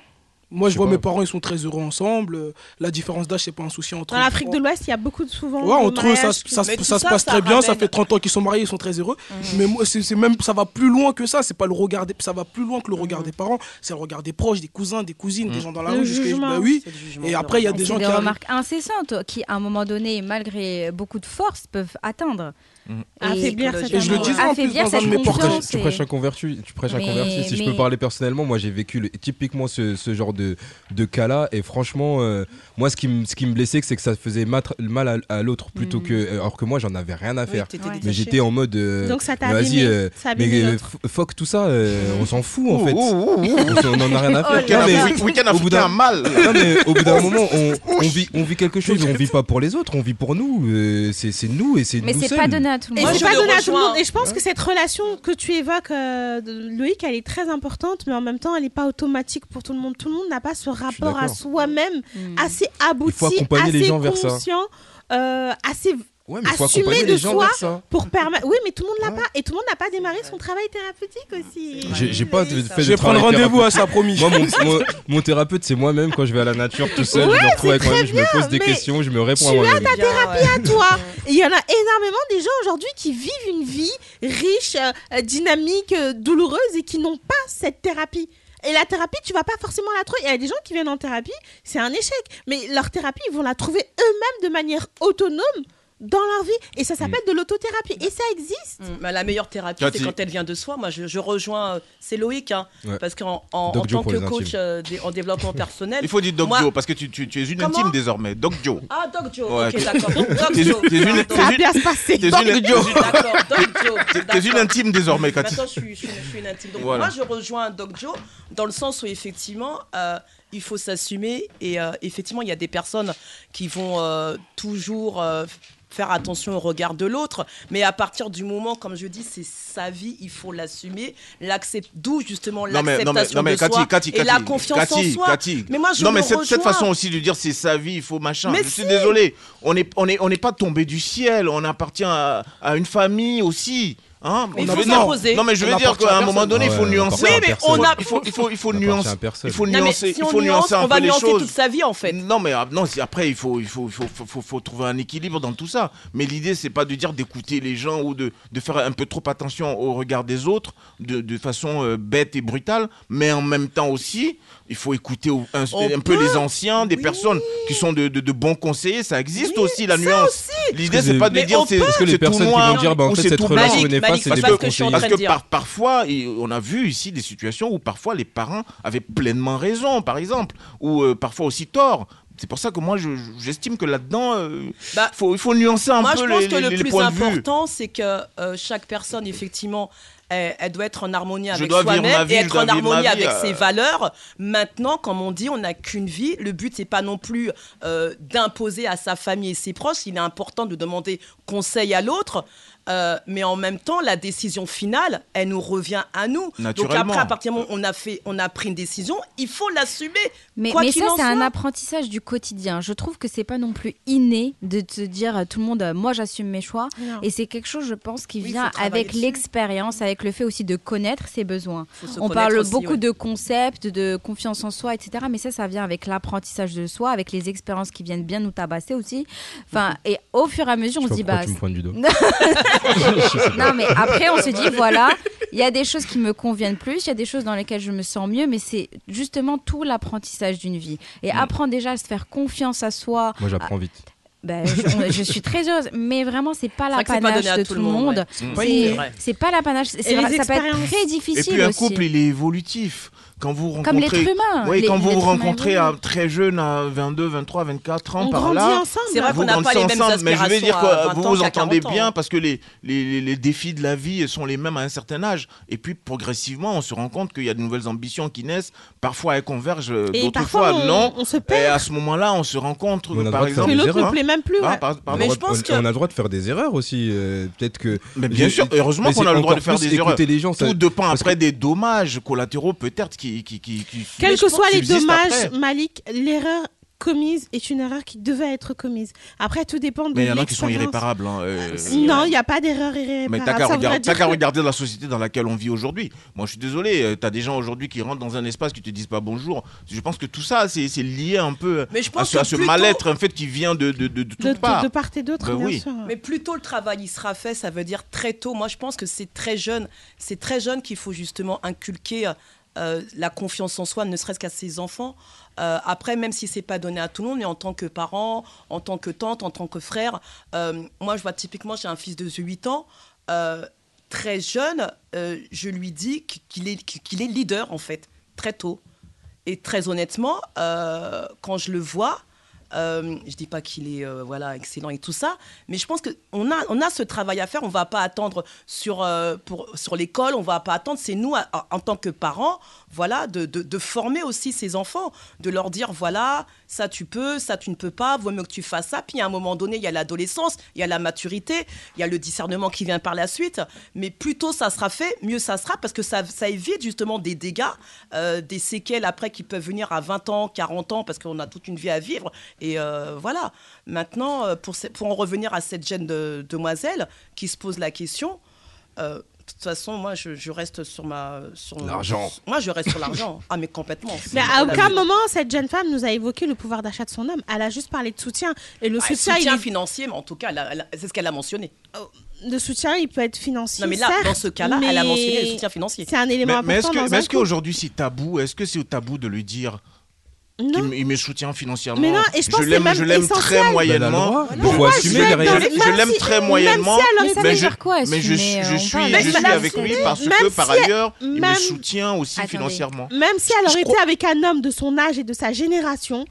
Speaker 7: Moi, je vois mes parents, ils sont très heureux ensemble. Euh, La différence d'âge, c'est pas un souci entre
Speaker 6: Dans l'Afrique de l'Ouest, il y a beaucoup de souvent.
Speaker 7: Ouais,
Speaker 6: de
Speaker 7: entre eux, ça,
Speaker 6: mariages qui-
Speaker 7: ça, se- ça se passe très bien. Ça fait 30 ans qu'ils sont mariés, ils sont très heureux. Mais moi, c'est c'est même, ça va plus loin que ça. C'est pas le regard, des- ça va plus loin que le regard des parents. C'est le regard des proches, des cousins, des cousines, des gens dans la
Speaker 5: Le
Speaker 7: rue. jusqu'à-
Speaker 5: jugement.
Speaker 7: bah oui.
Speaker 5: C'est le
Speaker 7: Et après, il y a
Speaker 5: C'est
Speaker 7: des gens qui
Speaker 5: des
Speaker 7: arrivent-
Speaker 5: remarques incessantes qui, à un moment donné, malgré beaucoup de force, peuvent atteindre. Et-
Speaker 6: Affaiblir
Speaker 5: et
Speaker 6: cette
Speaker 5: je le
Speaker 6: amour.
Speaker 5: disais en plus
Speaker 6: Affaiblir
Speaker 5: dans
Speaker 6: cette
Speaker 5: un de mes
Speaker 4: Tu prêches-
Speaker 5: confiance
Speaker 4: tu
Speaker 5: et-
Speaker 4: prêches un converti, tu prêches un
Speaker 5: Mais-
Speaker 4: converti. Si je
Speaker 5: mais-
Speaker 4: peux parler personnellement, moi j'ai vécu le- typiquement ce, ce genre de, de cas-là. Et franchement, euh, moi ce qui, me- ce qui me blessait, c'est que ça faisait mat- mal à, à l'autre plutôt que. euh, Alors que moi j'en avais rien à faire.
Speaker 6: Mm. t'étais
Speaker 4: mais
Speaker 6: détaché.
Speaker 4: j'étais en mode. euh,
Speaker 6: Donc ça t'a
Speaker 4: mais Vas-y,
Speaker 6: abîmé,
Speaker 4: euh,
Speaker 6: ça a
Speaker 4: mais
Speaker 6: abîmé
Speaker 4: euh,
Speaker 6: l'autre. Mm.
Speaker 4: f- fuck tout ça, euh, on s'en fout en
Speaker 3: Oh,
Speaker 4: fait.
Speaker 3: oh, oh, oh.
Speaker 4: *laughs* On s'en- On en a
Speaker 6: *laughs*
Speaker 4: rien à faire.
Speaker 3: Week-end
Speaker 4: Non, mais-
Speaker 3: Afri- Week-end
Speaker 4: au bout
Speaker 3: africain
Speaker 4: d'un
Speaker 3: à mal.
Speaker 4: *laughs* Non, mais au
Speaker 3: *laughs*
Speaker 4: bout d'un moment, on, on vit, on vit quelque chose, on vit pas pour les autres, on vit pour nous. euh, c'est c'est nous et c'est nous
Speaker 5: Mais c'est
Speaker 4: seuls.
Speaker 5: pas donné à tout le
Speaker 6: Et
Speaker 5: monde.
Speaker 6: c'est pas donné à tout le monde. Et je
Speaker 4: Hein
Speaker 6: pense que cette relation que tu évoques, euh, de- Loïc, elle est très importante, mais en même temps, elle n'est pas automatique pour tout le monde. Tout le monde n'a pas ce rapport à
Speaker 4: d'accord.
Speaker 6: soi-même
Speaker 5: Hmm.
Speaker 6: assez abouti,
Speaker 4: faut accompagner
Speaker 6: assez
Speaker 4: les gens vers ça.
Speaker 6: conscient, euh, assez
Speaker 4: Ouais, mais faut
Speaker 6: assumé
Speaker 4: accompagner
Speaker 6: de
Speaker 4: les gens
Speaker 6: soi
Speaker 4: vers ça.
Speaker 6: pour permettre. Oui, mais tout le monde l'a pas. Et tout le monde n'a pas démarré son travail thérapeutique aussi.
Speaker 4: J'ai j'ai pas de-
Speaker 7: Je
Speaker 4: fait de
Speaker 7: vais prendre
Speaker 4: travail
Speaker 7: rendez-vous à
Speaker 4: thérapeutique.
Speaker 7: ça, promis.
Speaker 4: Moi, mon, mon- mon thérapeute, c'est moi-même quand je vais à la nature tout seul.
Speaker 6: Ouais,
Speaker 4: je me retrouve
Speaker 6: c'est
Speaker 4: avec moi-même, je
Speaker 6: très
Speaker 4: me pose des
Speaker 6: bien,
Speaker 4: questions, je me réponds à
Speaker 6: tu as
Speaker 4: moi-même.
Speaker 6: ta thérapie à toi. Et Il y en a énormément des gens aujourd'hui qui vivent une vie riche, euh, euh, dynamique, euh, douloureuse et qui n'ont pas cette thérapie. Et la thérapie, tu vas pas forcément la trouver. Il y a des gens qui viennent en thérapie, c'est un échec. Mais leur thérapie, ils vont la trouver eux-mêmes de manière autonome dans leur vie. Et ça s'appelle
Speaker 3: Mm.
Speaker 6: de l'autothérapie. Et ça existe.
Speaker 2: Mais la meilleure thérapie,
Speaker 6: Cathy.
Speaker 2: c'est quand elle vient de soi. Moi, je, je rejoins, euh, c'est Loïc, hein,
Speaker 3: Ouais.
Speaker 2: parce qu'en en,
Speaker 3: Doc
Speaker 2: en
Speaker 3: Joe
Speaker 2: tant
Speaker 3: pour
Speaker 2: que
Speaker 3: les
Speaker 2: coach
Speaker 3: intimes.
Speaker 2: euh, des- en développement personnel.
Speaker 3: Il faut dire Doc
Speaker 2: moi-
Speaker 3: Joe parce que tu, tu- tu es une
Speaker 2: Comment
Speaker 3: intime désormais. Doc Joe.
Speaker 2: Ah, Doc Joe,
Speaker 3: Ouais,
Speaker 2: ok,
Speaker 3: tu-
Speaker 2: d'accord. Doc
Speaker 3: t'es
Speaker 2: Joe.
Speaker 3: une- t'es une-
Speaker 2: pardon.
Speaker 3: Ça a bien se passé, t'es Doc une- Joe.
Speaker 2: D'accord, Doc Joe.
Speaker 3: T'es- t'es
Speaker 2: d'accord.
Speaker 3: une *laughs* intime désormais, Cathy.
Speaker 2: Maintenant, je suis, je suis- je suis une intime. Donc,
Speaker 3: Voilà.
Speaker 2: moi, je rejoins Doc Joe dans le sens où, effectivement, euh, il faut s'assumer. Et euh, effectivement, il y a des personnes qui vont euh, toujours. euh, faire attention au regard de l'autre, mais à partir du moment, comme je dis, c'est sa vie, il faut l'assumer, l'accept, d'où justement
Speaker 3: Non mais, non mais,
Speaker 2: l'acceptation
Speaker 3: non mais
Speaker 2: de soi
Speaker 3: Cathy, Cathy,
Speaker 2: et la
Speaker 3: Cathy,
Speaker 2: confiance
Speaker 3: Cathy,
Speaker 2: en soi.
Speaker 3: Cathy.
Speaker 2: Mais moi, je
Speaker 3: non mais
Speaker 2: le
Speaker 3: cette, cette
Speaker 2: rejoins.
Speaker 3: façon aussi de dire c'est sa vie, il faut machin.
Speaker 2: Mais
Speaker 3: je suis
Speaker 2: si.
Speaker 3: désolé, on n'est on est, on est pas tombé du ciel, on appartient à, à une famille aussi. Hein,
Speaker 2: Mais il
Speaker 3: non,
Speaker 2: faut
Speaker 3: mais non.
Speaker 2: s'imposer.
Speaker 3: Non, mais je
Speaker 2: Ça
Speaker 3: veux dire
Speaker 2: n'appartient à
Speaker 3: qu'à un moment donné, il faut
Speaker 4: Ouais,
Speaker 3: nuancer.
Speaker 4: ça n'appartient à
Speaker 3: Il faut-
Speaker 2: personne.
Speaker 3: Il faut, il faut, il faut
Speaker 4: Ça
Speaker 3: nuancer.
Speaker 4: n'appartient à personne.
Speaker 3: Il faut
Speaker 2: Non, mais
Speaker 3: nuancer.
Speaker 2: si
Speaker 3: il
Speaker 2: on
Speaker 3: faut
Speaker 2: nuance,
Speaker 3: nuancer un
Speaker 2: on
Speaker 3: peu
Speaker 2: va
Speaker 3: les
Speaker 2: nuancer
Speaker 3: choses.
Speaker 2: toute sa vie en fait.
Speaker 3: Non, mais ah, non, c'est- après, il faut, il faut, il faut, faut, faut- faut trouver un équilibre dans tout ça. Mais l'idée, c'est pas de dire d'écouter les gens ou de, de faire un peu trop attention au regard des autres de, de façon euh, bête et brutale. Mais en même temps aussi, il faut écouter au- un,
Speaker 2: On
Speaker 3: un peu
Speaker 2: peut.
Speaker 3: les anciens, des
Speaker 2: Oui.
Speaker 3: personnes qui sont de, de- de bons conseillers. Ça existe
Speaker 2: Oui,
Speaker 3: aussi, la
Speaker 2: ça
Speaker 3: nuance.
Speaker 2: aussi.
Speaker 3: L'idée,
Speaker 4: Est-ce que
Speaker 3: c'est pas
Speaker 4: les-
Speaker 3: de
Speaker 2: Mais
Speaker 3: dire
Speaker 2: on
Speaker 3: c'est
Speaker 2: peut.
Speaker 4: Parce que les
Speaker 3: c'est tout
Speaker 4: personnes qui
Speaker 3: noir
Speaker 4: vont dire, bah, en
Speaker 3: ou
Speaker 4: fait,
Speaker 3: c'est
Speaker 4: cette
Speaker 3: tout
Speaker 4: relation
Speaker 3: blanc.
Speaker 4: est néfaste, c'est
Speaker 2: Malik,
Speaker 4: des
Speaker 2: parce
Speaker 4: bons
Speaker 2: que je suis en
Speaker 4: conseillers.
Speaker 2: train
Speaker 3: Parce
Speaker 2: de
Speaker 3: que
Speaker 2: dire.
Speaker 3: par- parfois, il- on a vu ici des situations où parfois les parents avaient pleinement raison, par exemple, ou euh, parfois aussi tort. C'est pour ça que moi, je- je- j'estime que là-dedans, euh,
Speaker 2: Bah,
Speaker 3: faut, il faut nuancer un
Speaker 2: Moi,
Speaker 3: peu
Speaker 2: je pense
Speaker 3: les,
Speaker 2: que
Speaker 3: les-
Speaker 2: le
Speaker 3: les
Speaker 2: plus
Speaker 3: points de vue.
Speaker 2: important, c'est que euh, chaque personne, effectivement, elle, elle doit être en harmonie avec
Speaker 3: dois vivre ma
Speaker 2: soi-même
Speaker 3: vie,
Speaker 2: et
Speaker 3: je
Speaker 2: être
Speaker 3: dois
Speaker 2: en
Speaker 3: vivre ma
Speaker 2: harmonie
Speaker 3: vie,
Speaker 2: avec
Speaker 3: euh.
Speaker 2: ses valeurs. Maintenant, comme on dit, on n'a qu'une vie. Le but, c'est pas non plus euh, d'imposer à sa famille et ses proches. Il est important de demander conseil à l'autre. euh, mais en même temps, la décision finale, elle nous revient à nous. Donc
Speaker 3: Naturellement.
Speaker 2: après, à partir du moment où on a, fait, on a pris une décision, il faut l'assumer.
Speaker 5: Mais,
Speaker 2: quoi
Speaker 5: mais
Speaker 2: qu'il
Speaker 5: ça,
Speaker 2: en
Speaker 5: c'est
Speaker 2: soit.
Speaker 5: un apprentissage du quotidien. Je trouve que c'est pas non plus inné de te dire euh, tout le monde, euh, moi j'assume mes choix.
Speaker 6: Non.
Speaker 5: Et c'est quelque chose, je pense, qui
Speaker 2: Oui,
Speaker 5: vient
Speaker 2: faut travailler
Speaker 5: avec
Speaker 2: dessus.
Speaker 5: l'expérience, avec le fait aussi de connaître ses besoins.
Speaker 2: Faut se
Speaker 5: On
Speaker 2: connaître
Speaker 5: parle
Speaker 2: aussi,
Speaker 5: beaucoup
Speaker 2: ouais.
Speaker 5: de concepts, de confiance en soi, etc. Mais ça, ça vient avec l'apprentissage de soi, avec les expériences qui viennent bien nous tabasser aussi. Enfin,
Speaker 2: Mm-hmm.
Speaker 5: et au fur et à mesure, on
Speaker 4: Je
Speaker 5: se dit,
Speaker 4: sais pas
Speaker 5: bah,
Speaker 4: pourquoi tu me pointes du doigt.
Speaker 5: *laughs*
Speaker 3: *laughs*
Speaker 5: non, mais après, on se dit, voilà, il y a des choses qui me conviennent plus, il y a des choses dans lesquelles je me sens mieux, mais c'est justement tout l'apprentissage d'une vie. Et
Speaker 3: Mm.
Speaker 5: apprendre déjà à se faire confiance à soi,
Speaker 4: Moi, j'apprends vite.
Speaker 5: ben, je, on- je suis très heureuse, mais vraiment, c'est pas
Speaker 2: vrai que c'est pas
Speaker 5: l'apanage
Speaker 2: donné à
Speaker 5: de
Speaker 2: tout
Speaker 5: tout
Speaker 2: le
Speaker 5: le
Speaker 2: monde,
Speaker 5: monde.
Speaker 2: ouais.
Speaker 5: C'est-
Speaker 2: Oui, c'est vrai.
Speaker 5: C'est pas l'apanage, c'est
Speaker 6: Et
Speaker 5: vrai-
Speaker 6: les
Speaker 5: ça peut être
Speaker 6: expériences.
Speaker 5: très
Speaker 3: Et
Speaker 5: difficile
Speaker 3: puis un
Speaker 5: aussi.
Speaker 3: couple, il est évolutif. Quand vous rencontrez,
Speaker 5: Comme l'être humain.
Speaker 3: Oui,
Speaker 5: Les-
Speaker 3: quand vous
Speaker 5: l'être
Speaker 3: vous
Speaker 5: humain
Speaker 3: rencontrez
Speaker 5: évolue.
Speaker 3: à très jeune, à 22, 23, 24 ans,
Speaker 6: On
Speaker 3: par
Speaker 6: grandit
Speaker 3: là,
Speaker 6: ensemble.
Speaker 2: C'est vrai
Speaker 3: vous
Speaker 2: qu'on n'a pas les
Speaker 3: grandissez
Speaker 2: mêmes
Speaker 3: ensemble, mais je vais
Speaker 2: aspirations
Speaker 3: dire
Speaker 2: à
Speaker 3: que
Speaker 2: 20
Speaker 3: vous
Speaker 2: ans
Speaker 3: vous
Speaker 2: qu'à
Speaker 3: entendez
Speaker 2: 40 ans.
Speaker 3: bien parce que les, les, les- les défis de la vie sont les mêmes à un certain âge. Et puis progressivement, on se rend compte qu'il y a de nouvelles ambitions qui naissent. Parfois, elles convergent, euh,
Speaker 6: Et
Speaker 3: d'autres
Speaker 6: parfois,
Speaker 3: fois,
Speaker 6: on,
Speaker 3: non.
Speaker 6: on se
Speaker 3: Et
Speaker 6: perd.
Speaker 3: à ce moment-là, on se rencontre,
Speaker 4: On a le droit
Speaker 3: par
Speaker 4: de faire
Speaker 3: exemple.
Speaker 6: Que
Speaker 4: des
Speaker 6: l'autre ne
Speaker 4: erreurs.
Speaker 6: plaît même plus.
Speaker 3: Ah,
Speaker 6: ouais.
Speaker 3: par- pardon.
Speaker 2: Mais
Speaker 4: On a
Speaker 2: je
Speaker 4: droit-
Speaker 2: pense
Speaker 4: on,
Speaker 2: que-
Speaker 4: on a le droit de faire des erreurs aussi. euh, Peut-être que.
Speaker 3: Mais bien
Speaker 4: Je-
Speaker 3: sûr, heureusement
Speaker 4: mais
Speaker 3: qu'on
Speaker 4: c'est
Speaker 3: a le droit de
Speaker 4: encore
Speaker 3: faire
Speaker 4: plus
Speaker 3: des erreurs.
Speaker 4: Écouter les gens, ça-
Speaker 3: Tout dépend
Speaker 4: parce
Speaker 3: après des dommages collatéraux peut-être qui, qui, qui, qui-
Speaker 6: Quels
Speaker 3: mais je
Speaker 6: que
Speaker 3: pense
Speaker 6: soient les
Speaker 3: qu'ils existent
Speaker 6: dommages,
Speaker 3: après.
Speaker 6: Malik, l'erreur commise est une erreur qui devait être commise. Après, tout dépend de
Speaker 3: Mais il y en a qui sont
Speaker 6: l'expérience. Ah,
Speaker 3: irréparables. hein, euh,
Speaker 6: Non, il n'y a pas d'erreur irréparable.
Speaker 3: Mais t'as qu'à
Speaker 6: Ça voudrait
Speaker 3: regarder,
Speaker 6: dire
Speaker 3: t'as qu'à
Speaker 6: que-
Speaker 3: regarder la société dans laquelle on vit aujourd'hui. Moi, je suis désolé, euh, t'as des gens aujourd'hui qui rentrent dans un espace qui te disent pas bonjour. Je pense que tout ça, c'est c'est lié un peu
Speaker 2: Mais je
Speaker 3: à
Speaker 2: pense
Speaker 3: ce, à
Speaker 2: que
Speaker 3: ce
Speaker 2: plutôt-
Speaker 3: mal-être en fait qui vient de, de, de, de toutes
Speaker 6: de, de-
Speaker 3: parts.
Speaker 6: de part et d'autre,
Speaker 3: Ben
Speaker 6: bien
Speaker 3: oui.
Speaker 6: sûr.
Speaker 2: Mais plus tôt le travail il sera fait, ça veut dire très tôt. Moi, je pense que c'est très jeune. C'est très jeune qu'il faut justement inculquer euh, la confiance en soi, ne serait-ce qu'à ses enfants. Euh, après, même si c'est pas donné à tout le monde, mais en tant que parent, en tant que tante, en tant que frère, euh, moi, je vois typiquement, j'ai un fils de 8 ans. euh, très jeune, euh, je lui dis qu'il est, qu'il est leader, en fait, très tôt. Et très honnêtement, euh, quand je le vois, euh, je dis pas qu'il est euh, voilà excellent et tout ça, mais je pense que on a on a ce travail à faire. On va pas attendre sur euh, pour sur l'école, on va pas attendre. C'est nous à- à- en tant que parents, voilà, de, de, de former aussi ces enfants, de leur dire voilà ça tu peux, ça tu ne peux pas, vaut mieux que tu fasses ça. Puis à un moment donné, il y a l'adolescence, il y a la maturité, il y a le discernement qui vient par la suite. Mais plus tôt ça sera fait, mieux ça sera parce que ça ça évite justement des dégâts, euh, des séquelles après qui peuvent venir à 20 ans, 40 ans parce qu'on a toute une vie à vivre. Et euh, voilà. Maintenant, euh, pour, ce- pour en revenir à cette jeune de- demoiselle qui se pose la question, euh, de toute façon, moi, je, je reste sur ma. Sur
Speaker 4: L'argent.
Speaker 2: Moi, je reste sur l'argent. Ah, mais complètement.
Speaker 6: Mais à
Speaker 2: La-
Speaker 6: aucun moment, cette jeune femme nous a évoqué le pouvoir d'achat de son homme. Elle a juste parlé de soutien. Et le
Speaker 2: Ah,
Speaker 6: soutien,
Speaker 2: soutien
Speaker 6: il est-
Speaker 2: financier, mais en tout cas, elle a- elle a- c'est ce qu'elle a mentionné.
Speaker 6: le soutien, il peut être financier.
Speaker 2: Non, mais là,
Speaker 6: certes,
Speaker 2: dans ce cas-là, elle a
Speaker 6: mais
Speaker 2: mentionné le soutien financier.
Speaker 6: C'est un
Speaker 3: Mais,
Speaker 6: élément
Speaker 3: mais est-ce
Speaker 6: important.
Speaker 3: que-
Speaker 6: dans
Speaker 3: mais
Speaker 6: un
Speaker 3: est-ce
Speaker 6: couple.
Speaker 3: qu'aujourd'hui c'est tabou Est-ce que c'est tabou de lui dire qu'il
Speaker 6: Non.
Speaker 3: me- il me soutient financièrement
Speaker 6: Mais non, et je pense que
Speaker 3: l'aime-
Speaker 6: c'est
Speaker 3: je
Speaker 6: même
Speaker 3: l'aime très
Speaker 6: essentiel.
Speaker 3: moyennement.
Speaker 4: Ben, elle a le droit.
Speaker 6: Pourquoi
Speaker 4: Faut assumer
Speaker 6: je l'aime
Speaker 4: derrière.
Speaker 6: dans-
Speaker 3: Je- je
Speaker 6: même
Speaker 3: l'aime
Speaker 6: si-
Speaker 3: très
Speaker 6: même
Speaker 3: moyennement,
Speaker 6: si elle aurait
Speaker 5: Mais ça
Speaker 6: fait-
Speaker 5: veut
Speaker 3: je-
Speaker 5: dire quoi
Speaker 3: Mais je, je
Speaker 5: assumer, euh, on
Speaker 3: suis,
Speaker 5: parle
Speaker 3: je
Speaker 6: de-
Speaker 3: suis
Speaker 6: Même
Speaker 3: avec
Speaker 6: si-
Speaker 3: lui parce
Speaker 6: même
Speaker 3: que
Speaker 6: si
Speaker 3: par
Speaker 6: elle-
Speaker 3: ailleurs, il me
Speaker 6: même-
Speaker 3: soutient aussi
Speaker 5: Attendez.
Speaker 3: financièrement.
Speaker 6: Même si elle aurait été avec un homme de son âge et de sa génération,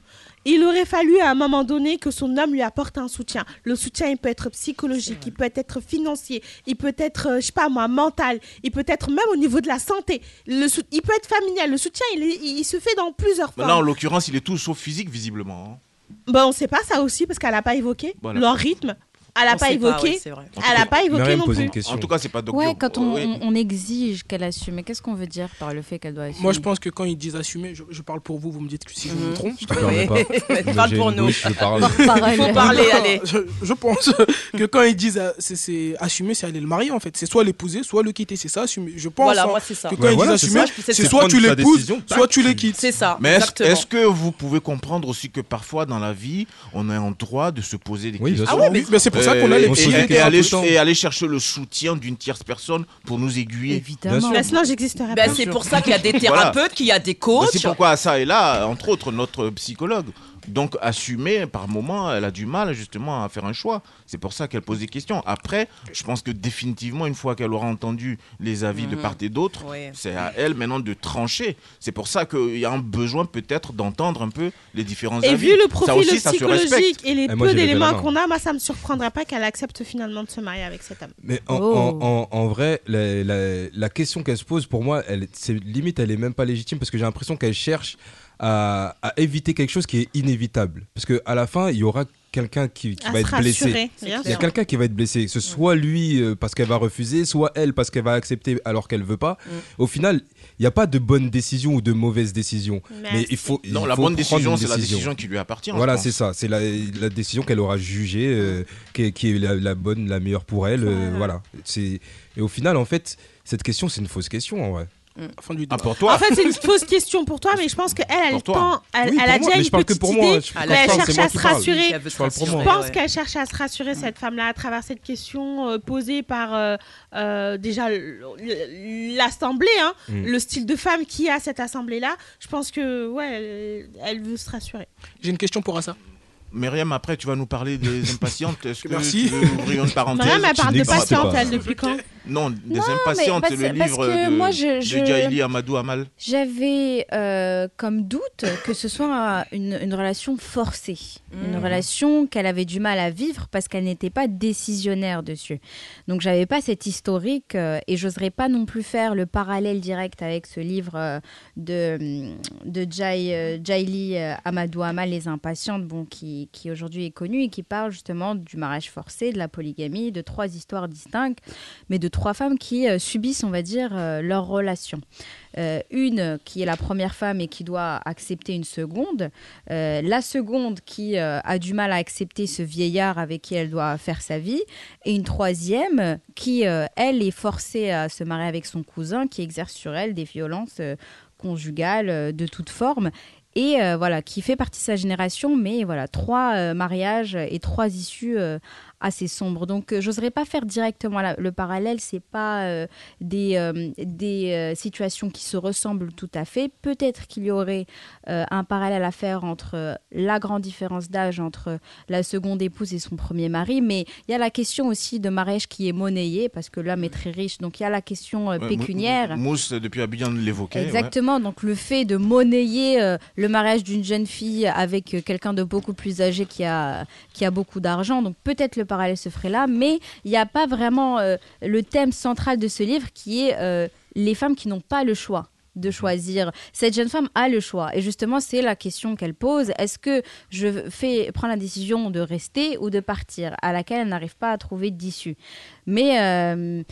Speaker 6: il aurait fallu à un moment donné que son homme lui apporte un soutien. Le soutien, il peut être psychologique, il peut être financier, il peut être, euh, je sais pas moi, mental, il peut être même au niveau de la santé, le sou- il peut être familial. Le soutien, il, est- il se fait dans plusieurs
Speaker 3: Mais Bah là, en
Speaker 6: formes. Bah,
Speaker 3: l'occurrence, il est tout sauf physique, visiblement. hein.
Speaker 6: Bon, on sait pas ça aussi parce qu'elle n'a pas évoqué
Speaker 3: Voilà.
Speaker 6: leur rythme. elle
Speaker 2: On
Speaker 6: n'a pas
Speaker 2: sait pas,
Speaker 6: évoqué.
Speaker 2: ouais, c'est vrai.
Speaker 6: Elle n'a pas évoqué non plus.
Speaker 3: En tout cas, c'est pas donc.
Speaker 5: Ouais, quand on,
Speaker 7: Oui.
Speaker 5: on- on exige qu'elle assume, mais qu'est-ce qu'on veut dire par le fait qu'elle doit assumer
Speaker 7: Moi, je pense que quand ils disent assumer, je, je parle pour vous, vous me dites que si je
Speaker 5: Mhm.
Speaker 7: me trompe.
Speaker 5: Je te permets Oui. pas. Mais
Speaker 7: Je
Speaker 5: *laughs* parle pour nous. Porte-parole. *laughs* Faut parler, allez.
Speaker 7: Je, je pense que quand ils disent euh, c'est, c'est assumer, c'est aller le marier en fait. C'est soit l'épouser, soit le quitter. C'est ça, assumer. Je pense
Speaker 2: Voilà,
Speaker 7: hein,
Speaker 2: moi, c'est ça.
Speaker 7: que quand
Speaker 3: Ouais,
Speaker 7: ils
Speaker 3: voilà,
Speaker 7: disent
Speaker 3: c'est
Speaker 7: assumer,
Speaker 3: ça.
Speaker 7: c'est,
Speaker 3: C'est
Speaker 7: soit tu
Speaker 3: prendre sa
Speaker 7: l'épouses,
Speaker 3: décision, tac,
Speaker 7: soit tu les quittes.
Speaker 2: C'est ça.
Speaker 3: Mais est-ce est-ce que vous pouvez comprendre aussi que parfois dans la vie, on est en droit de se poser des
Speaker 7: Oui, bien
Speaker 3: questions
Speaker 7: sûr. Ah ouais, mais- mais c'est pour ça qu'on a les
Speaker 3: et-
Speaker 7: petits
Speaker 3: et-
Speaker 7: jeux qui
Speaker 3: et
Speaker 7: sont
Speaker 3: aller,
Speaker 7: importants.
Speaker 3: et aller chercher le soutien d'une tierce personne pour nous aiguiller.
Speaker 6: Évidemment. Bah, sinon, j'existerais
Speaker 4: Ah,
Speaker 2: Ben,
Speaker 6: pas.
Speaker 2: c'est pour ça qu'il
Speaker 4: *laughs*
Speaker 2: y a des
Speaker 3: Voilà.
Speaker 2: thérapeutes, qu'il y a des
Speaker 3: Bah,
Speaker 2: coachs.
Speaker 3: C'est pourquoi ça est là, entre autres, notre psychologue. Donc, assumer, par moment, elle a du mal justement à faire un choix. C'est pour ça qu'elle pose des questions. Après, je pense que définitivement, une fois qu'elle aura entendu les avis de
Speaker 2: Mhm.
Speaker 3: part et d'autre,
Speaker 2: Ouais.
Speaker 3: c'est à elle maintenant de trancher. C'est pour ça qu'il y a un besoin peut-être d'entendre un peu les différents
Speaker 6: Et
Speaker 3: avis.
Speaker 6: vu le
Speaker 3: Ça
Speaker 6: profil
Speaker 3: aussi, ça se
Speaker 6: psychologique
Speaker 3: respecte.
Speaker 6: et les peu d'éléments qu'on a, moi, ça me surprendrait pas qu'elle accepte finalement de se marier avec cet homme. Oh.
Speaker 4: Mais en, en- en- en vrai, la, la- la question qu'elle se pose, pour moi, elle, c'est limite, elle est même pas légitime parce que j'ai l'impression qu'elle cherche à, à éviter quelque chose qui est inévitable. Parce que à la fin, il y aura quelqu'un qui, qui
Speaker 6: À se
Speaker 4: va être blessé.
Speaker 6: rassurer,
Speaker 4: Il
Speaker 6: c'est
Speaker 4: y a
Speaker 6: clair.
Speaker 4: quelqu'un qui va être blessé. Que ce soit lui euh, parce qu'elle va refuser, soit elle parce qu'elle va accepter alors qu'elle veut pas.
Speaker 6: Mm.
Speaker 4: Au final, il n'y a pas de bonne décision ou de mauvaise décision.
Speaker 3: Mais
Speaker 4: Mais,
Speaker 3: elle-
Speaker 4: il faut. il
Speaker 3: Non, la
Speaker 4: faut
Speaker 3: bonne
Speaker 4: prendre
Speaker 3: décision,
Speaker 4: une
Speaker 3: c'est la décision qui lui appartient, je
Speaker 4: Voilà,
Speaker 3: pense.
Speaker 4: c'est ça, c'est la, la décision qu'elle aura jugée, euh, qui, est- qui est la, la bonne, la meilleure pour elle. euh, voilà. C'est et au final, en fait, cette question, c'est une fausse question, en vrai.
Speaker 5: Mm.
Speaker 3: Ah, pour toi.
Speaker 6: En fait, c'est une fausse question pour toi, mais je pense qu'elle, elle,
Speaker 4: Pour
Speaker 6: elle
Speaker 4: toi.
Speaker 6: tend, elle, elle
Speaker 4: Oui, pour
Speaker 6: a
Speaker 4: moi,
Speaker 6: déjà
Speaker 4: mais
Speaker 6: une
Speaker 4: je parle que
Speaker 6: petite
Speaker 4: pour moi,
Speaker 6: idée,
Speaker 4: hein, je parle
Speaker 6: mais elle
Speaker 4: pas, c'est
Speaker 6: cherche
Speaker 4: moi
Speaker 6: à
Speaker 4: qui
Speaker 6: se
Speaker 4: parle.
Speaker 6: rassurer.
Speaker 4: Je parle pour
Speaker 6: Je
Speaker 4: moi.
Speaker 6: pense
Speaker 4: Ouais.
Speaker 6: qu'elle cherche à se rassurer, cette femme-là, à travers cette question euh, posée par euh, euh, déjà l- l- l'assemblée, hein,
Speaker 7: Mm.
Speaker 6: le style de femme qui a cette assemblée-là. Je pense que, ouais, elle, elle veut se rassurer.
Speaker 7: J'ai une question pour Assa.
Speaker 3: Myriam, après, tu vas nous parler des impatientes. Est-ce que
Speaker 7: Merci.
Speaker 3: tu veux ouvrir
Speaker 6: *laughs*
Speaker 3: une parenthèse
Speaker 6: Myriam, elle parle
Speaker 3: Tu
Speaker 6: de
Speaker 3: n'existes
Speaker 6: patiente,
Speaker 3: pas.
Speaker 6: elle, depuis quand
Speaker 3: Non,
Speaker 12: Non,
Speaker 3: des
Speaker 12: mais
Speaker 3: impatientes,
Speaker 12: parce-
Speaker 3: c'est le
Speaker 12: parce
Speaker 3: livre
Speaker 12: que
Speaker 3: de,
Speaker 12: moi, je-
Speaker 3: de
Speaker 12: je-
Speaker 3: Djaïli Amadou Amal.
Speaker 5: J'avais euh, comme doute que ce soit euh, une, une relation forcée, une
Speaker 12: Mhm.
Speaker 5: relation qu'elle avait du mal à vivre parce qu'elle n'était pas décisionnaire dessus. Donc j'avais pas cet historique euh, et j'oserais pas non plus faire le parallèle direct avec ce livre euh, de, de Jai, euh, Jaili euh, Amadou Amal, Les Impatientes, bon, qui, qui aujourd'hui est connu et qui parle justement du mariage forcé, de la polygamie, de trois histoires distinctes, mais de trois femmes qui euh, subissent, on va dire, euh, leur relation. Euh, une qui est la première femme et qui doit accepter une seconde, euh, la seconde qui euh, a du mal à accepter ce vieillard avec qui elle doit faire sa vie, et une troisième qui, euh, elle, est forcée à se marier avec son cousin qui exerce sur elle des violences euh, conjugales euh, de toute forme. Et euh, voilà, qui fait partie de sa génération, mais voilà, trois euh, mariages et trois issues euh, assez sombres. Donc, euh, j'oserais pas faire directement la- le parallèle, c'est pas euh, des, euh, des euh, situations qui se ressemblent tout à fait. Peut-être qu'il y aurait euh, un parallèle à faire entre euh, la grande différence d'âge entre euh, la seconde épouse et son premier mari, mais il y a la question aussi de mariage qui est monnayée, parce que l'homme est très riche, donc il y a la question euh,
Speaker 3: Ouais, Mou-
Speaker 5: pécuniaire.
Speaker 3: Mousse, depuis Abidjan, l'évoquait. ouais.
Speaker 5: Exactement, donc le fait de monnayer euh, le mariage d'une jeune fille avec euh, quelqu'un de beaucoup plus âgé qui a, qui a beaucoup d'argent, donc peut-être le parallèle se ferait là, mais il n'y a pas vraiment euh, le thème central de ce livre qui est euh, les femmes qui n'ont pas le choix de choisir. Cette jeune femme a le choix. Et justement, c'est la question qu'elle pose. Est-ce que je fais, prends la décision de rester ou de partir À laquelle elle n'arrive pas à trouver d'issue. Mais, euh,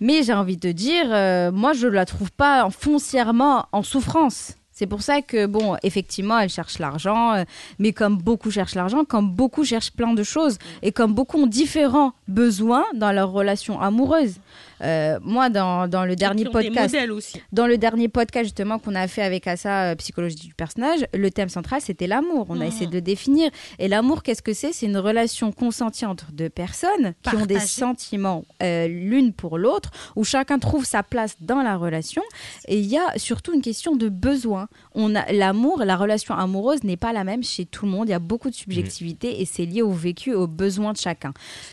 Speaker 5: mais j'ai envie de dire, euh, moi, je la trouve pas foncièrement en souffrance. C'est pour ça que, bon, effectivement, elle cherche l'argent, euh, mais comme beaucoup cherchent l'argent, comme beaucoup cherchent plein de choses, et comme beaucoup ont différents besoins dans leur relation amoureuse. Euh, moi, dans, dans le dernier
Speaker 6: qui ont des
Speaker 5: podcast,
Speaker 6: modèles aussi.
Speaker 5: dans le dernier podcast justement qu'on a fait avec Assa, euh, psychologie du personnage, le thème central c'était l'amour. On a
Speaker 6: Ah.
Speaker 5: essayé de le définir. Et l'amour, qu'est-ce que c'est C'est une relation consentie entre deux personnes qui ont des
Speaker 12: Partagée.
Speaker 5: sentiments euh, l'une pour l'autre, où chacun trouve sa place dans la relation. Et il y a surtout une question de besoin. On a l'amour, la relation amoureuse n'est pas la même chez tout le monde. Il y a beaucoup de subjectivité et c'est lié au vécu, aux besoins de chacun.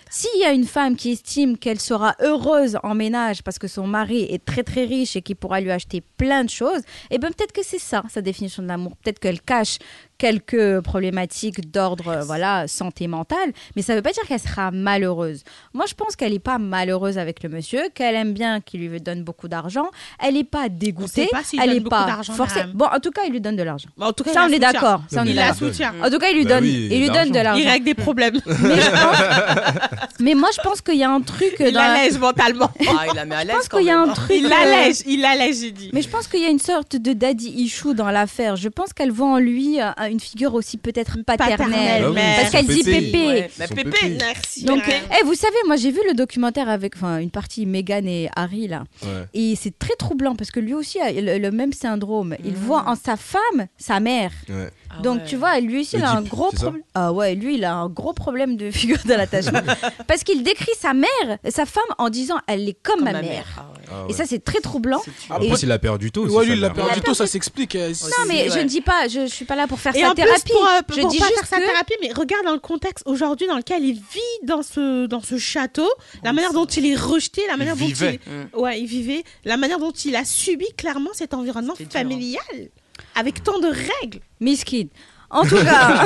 Speaker 5: S'il y a une femme qui estime qu'elle sera heureuse en ménage parce que son mari est très très eh riche et qui pourra lui acheter plein de choses, et ben peut-être que c'est ça sa définition de l'amour. Peut-être qu'elle cache quelques problématiques d'ordre euh, voilà santé mentale, mais ça ne veut pas dire qu'elle sera malheureuse. Moi, je pense qu'elle n'est pas malheureuse avec le monsieur, qu'elle aime bien qu'il lui donne beaucoup d'argent, elle n'est pas dégoûtée,
Speaker 12: pas s'il
Speaker 5: elle
Speaker 12: donne
Speaker 5: n'est
Speaker 12: beaucoup
Speaker 5: pas
Speaker 12: d'argent,
Speaker 5: forcée.
Speaker 12: madame.
Speaker 5: Bon, en tout cas, il lui donne de l'argent.
Speaker 12: Bah, en tout cas,
Speaker 5: ça,
Speaker 12: il
Speaker 5: on
Speaker 12: la
Speaker 5: est
Speaker 12: soutient.
Speaker 5: d'accord. ça,
Speaker 12: Non,
Speaker 5: on
Speaker 12: mais
Speaker 5: est
Speaker 12: il la
Speaker 5: d'accord.
Speaker 12: soutient.
Speaker 5: En tout cas, il lui
Speaker 12: Bah
Speaker 5: donne,
Speaker 12: oui,
Speaker 5: il lui donne de l'argent.
Speaker 12: Il règle des problèmes.
Speaker 5: Mais moi, je pense qu'il y a un truc.
Speaker 12: Il l'allège
Speaker 5: *laughs* mentalement.
Speaker 12: Ah, il la met à
Speaker 5: je
Speaker 12: l'aise
Speaker 5: pense
Speaker 12: quand
Speaker 5: qu'il y a
Speaker 12: même,
Speaker 5: un
Speaker 12: hein.
Speaker 5: truc. euh,
Speaker 12: Il l'allège, il l'allège, j'ai dit.
Speaker 5: Mais je pense qu'il y a une sorte de daddy issue dans l'affaire. Je pense qu'elle voit en lui euh, une figure aussi peut-être paternelle.
Speaker 12: Paternelle, Bah oui, mère.
Speaker 5: Ah Parce qu'elle
Speaker 12: son
Speaker 5: dit
Speaker 12: pépé.
Speaker 5: pépé.
Speaker 12: Ouais, bah, Son pépé, pépé. merci,
Speaker 5: Donc,
Speaker 12: Pépé.
Speaker 5: eh, vous savez, moi, j'ai vu le documentaire avec enfin, une partie Meghan et Harry, là.
Speaker 12: Ouais.
Speaker 5: Et c'est très troublant parce que lui aussi a le, le même syndrome.
Speaker 12: Mm.
Speaker 5: Il voit en sa femme sa mère.
Speaker 4: Ouais.
Speaker 6: Ah
Speaker 5: Donc
Speaker 2: Ah
Speaker 5: tu vois, lui aussi, il a un
Speaker 4: Oedipe,
Speaker 5: gros
Speaker 4: c'est ça
Speaker 5: problème. Ah ouais, lui, il a un gros problème de figure de
Speaker 6: *laughs*
Speaker 5: l'attachement. parce qu'il décrit sa mère, sa femme, en disant elle est comme, ma mère.
Speaker 4: Ah
Speaker 5: Et
Speaker 4: ouais.
Speaker 5: ça, c'est très troublant.
Speaker 3: Ah,
Speaker 4: En
Speaker 5: Et-
Speaker 4: plus, il a perdu tout.
Speaker 7: Ouais, lui, il l'a perdu
Speaker 5: tôt,
Speaker 7: ça s'explique. euh,
Speaker 5: Non, mais je ne dis pas, je, je suis pas là pour faire
Speaker 6: Et
Speaker 5: sa
Speaker 6: en plus,
Speaker 5: thérapie.
Speaker 6: pour, euh,
Speaker 5: je
Speaker 6: pour
Speaker 5: dis
Speaker 6: pas
Speaker 5: juste
Speaker 6: faire sa
Speaker 5: que-
Speaker 6: thérapie, mais regarde dans le contexte aujourd'hui dans lequel il vit dans ce, dans ce château, la manière dont il est rejeté, la manière dont
Speaker 12: vivait.
Speaker 6: il, ouais, il vivait, la manière dont il a subi clairement cet environnement familial avec tant de règles.
Speaker 5: Miskin. En
Speaker 6: *laughs*
Speaker 5: tout
Speaker 4: *laughs*
Speaker 5: cas,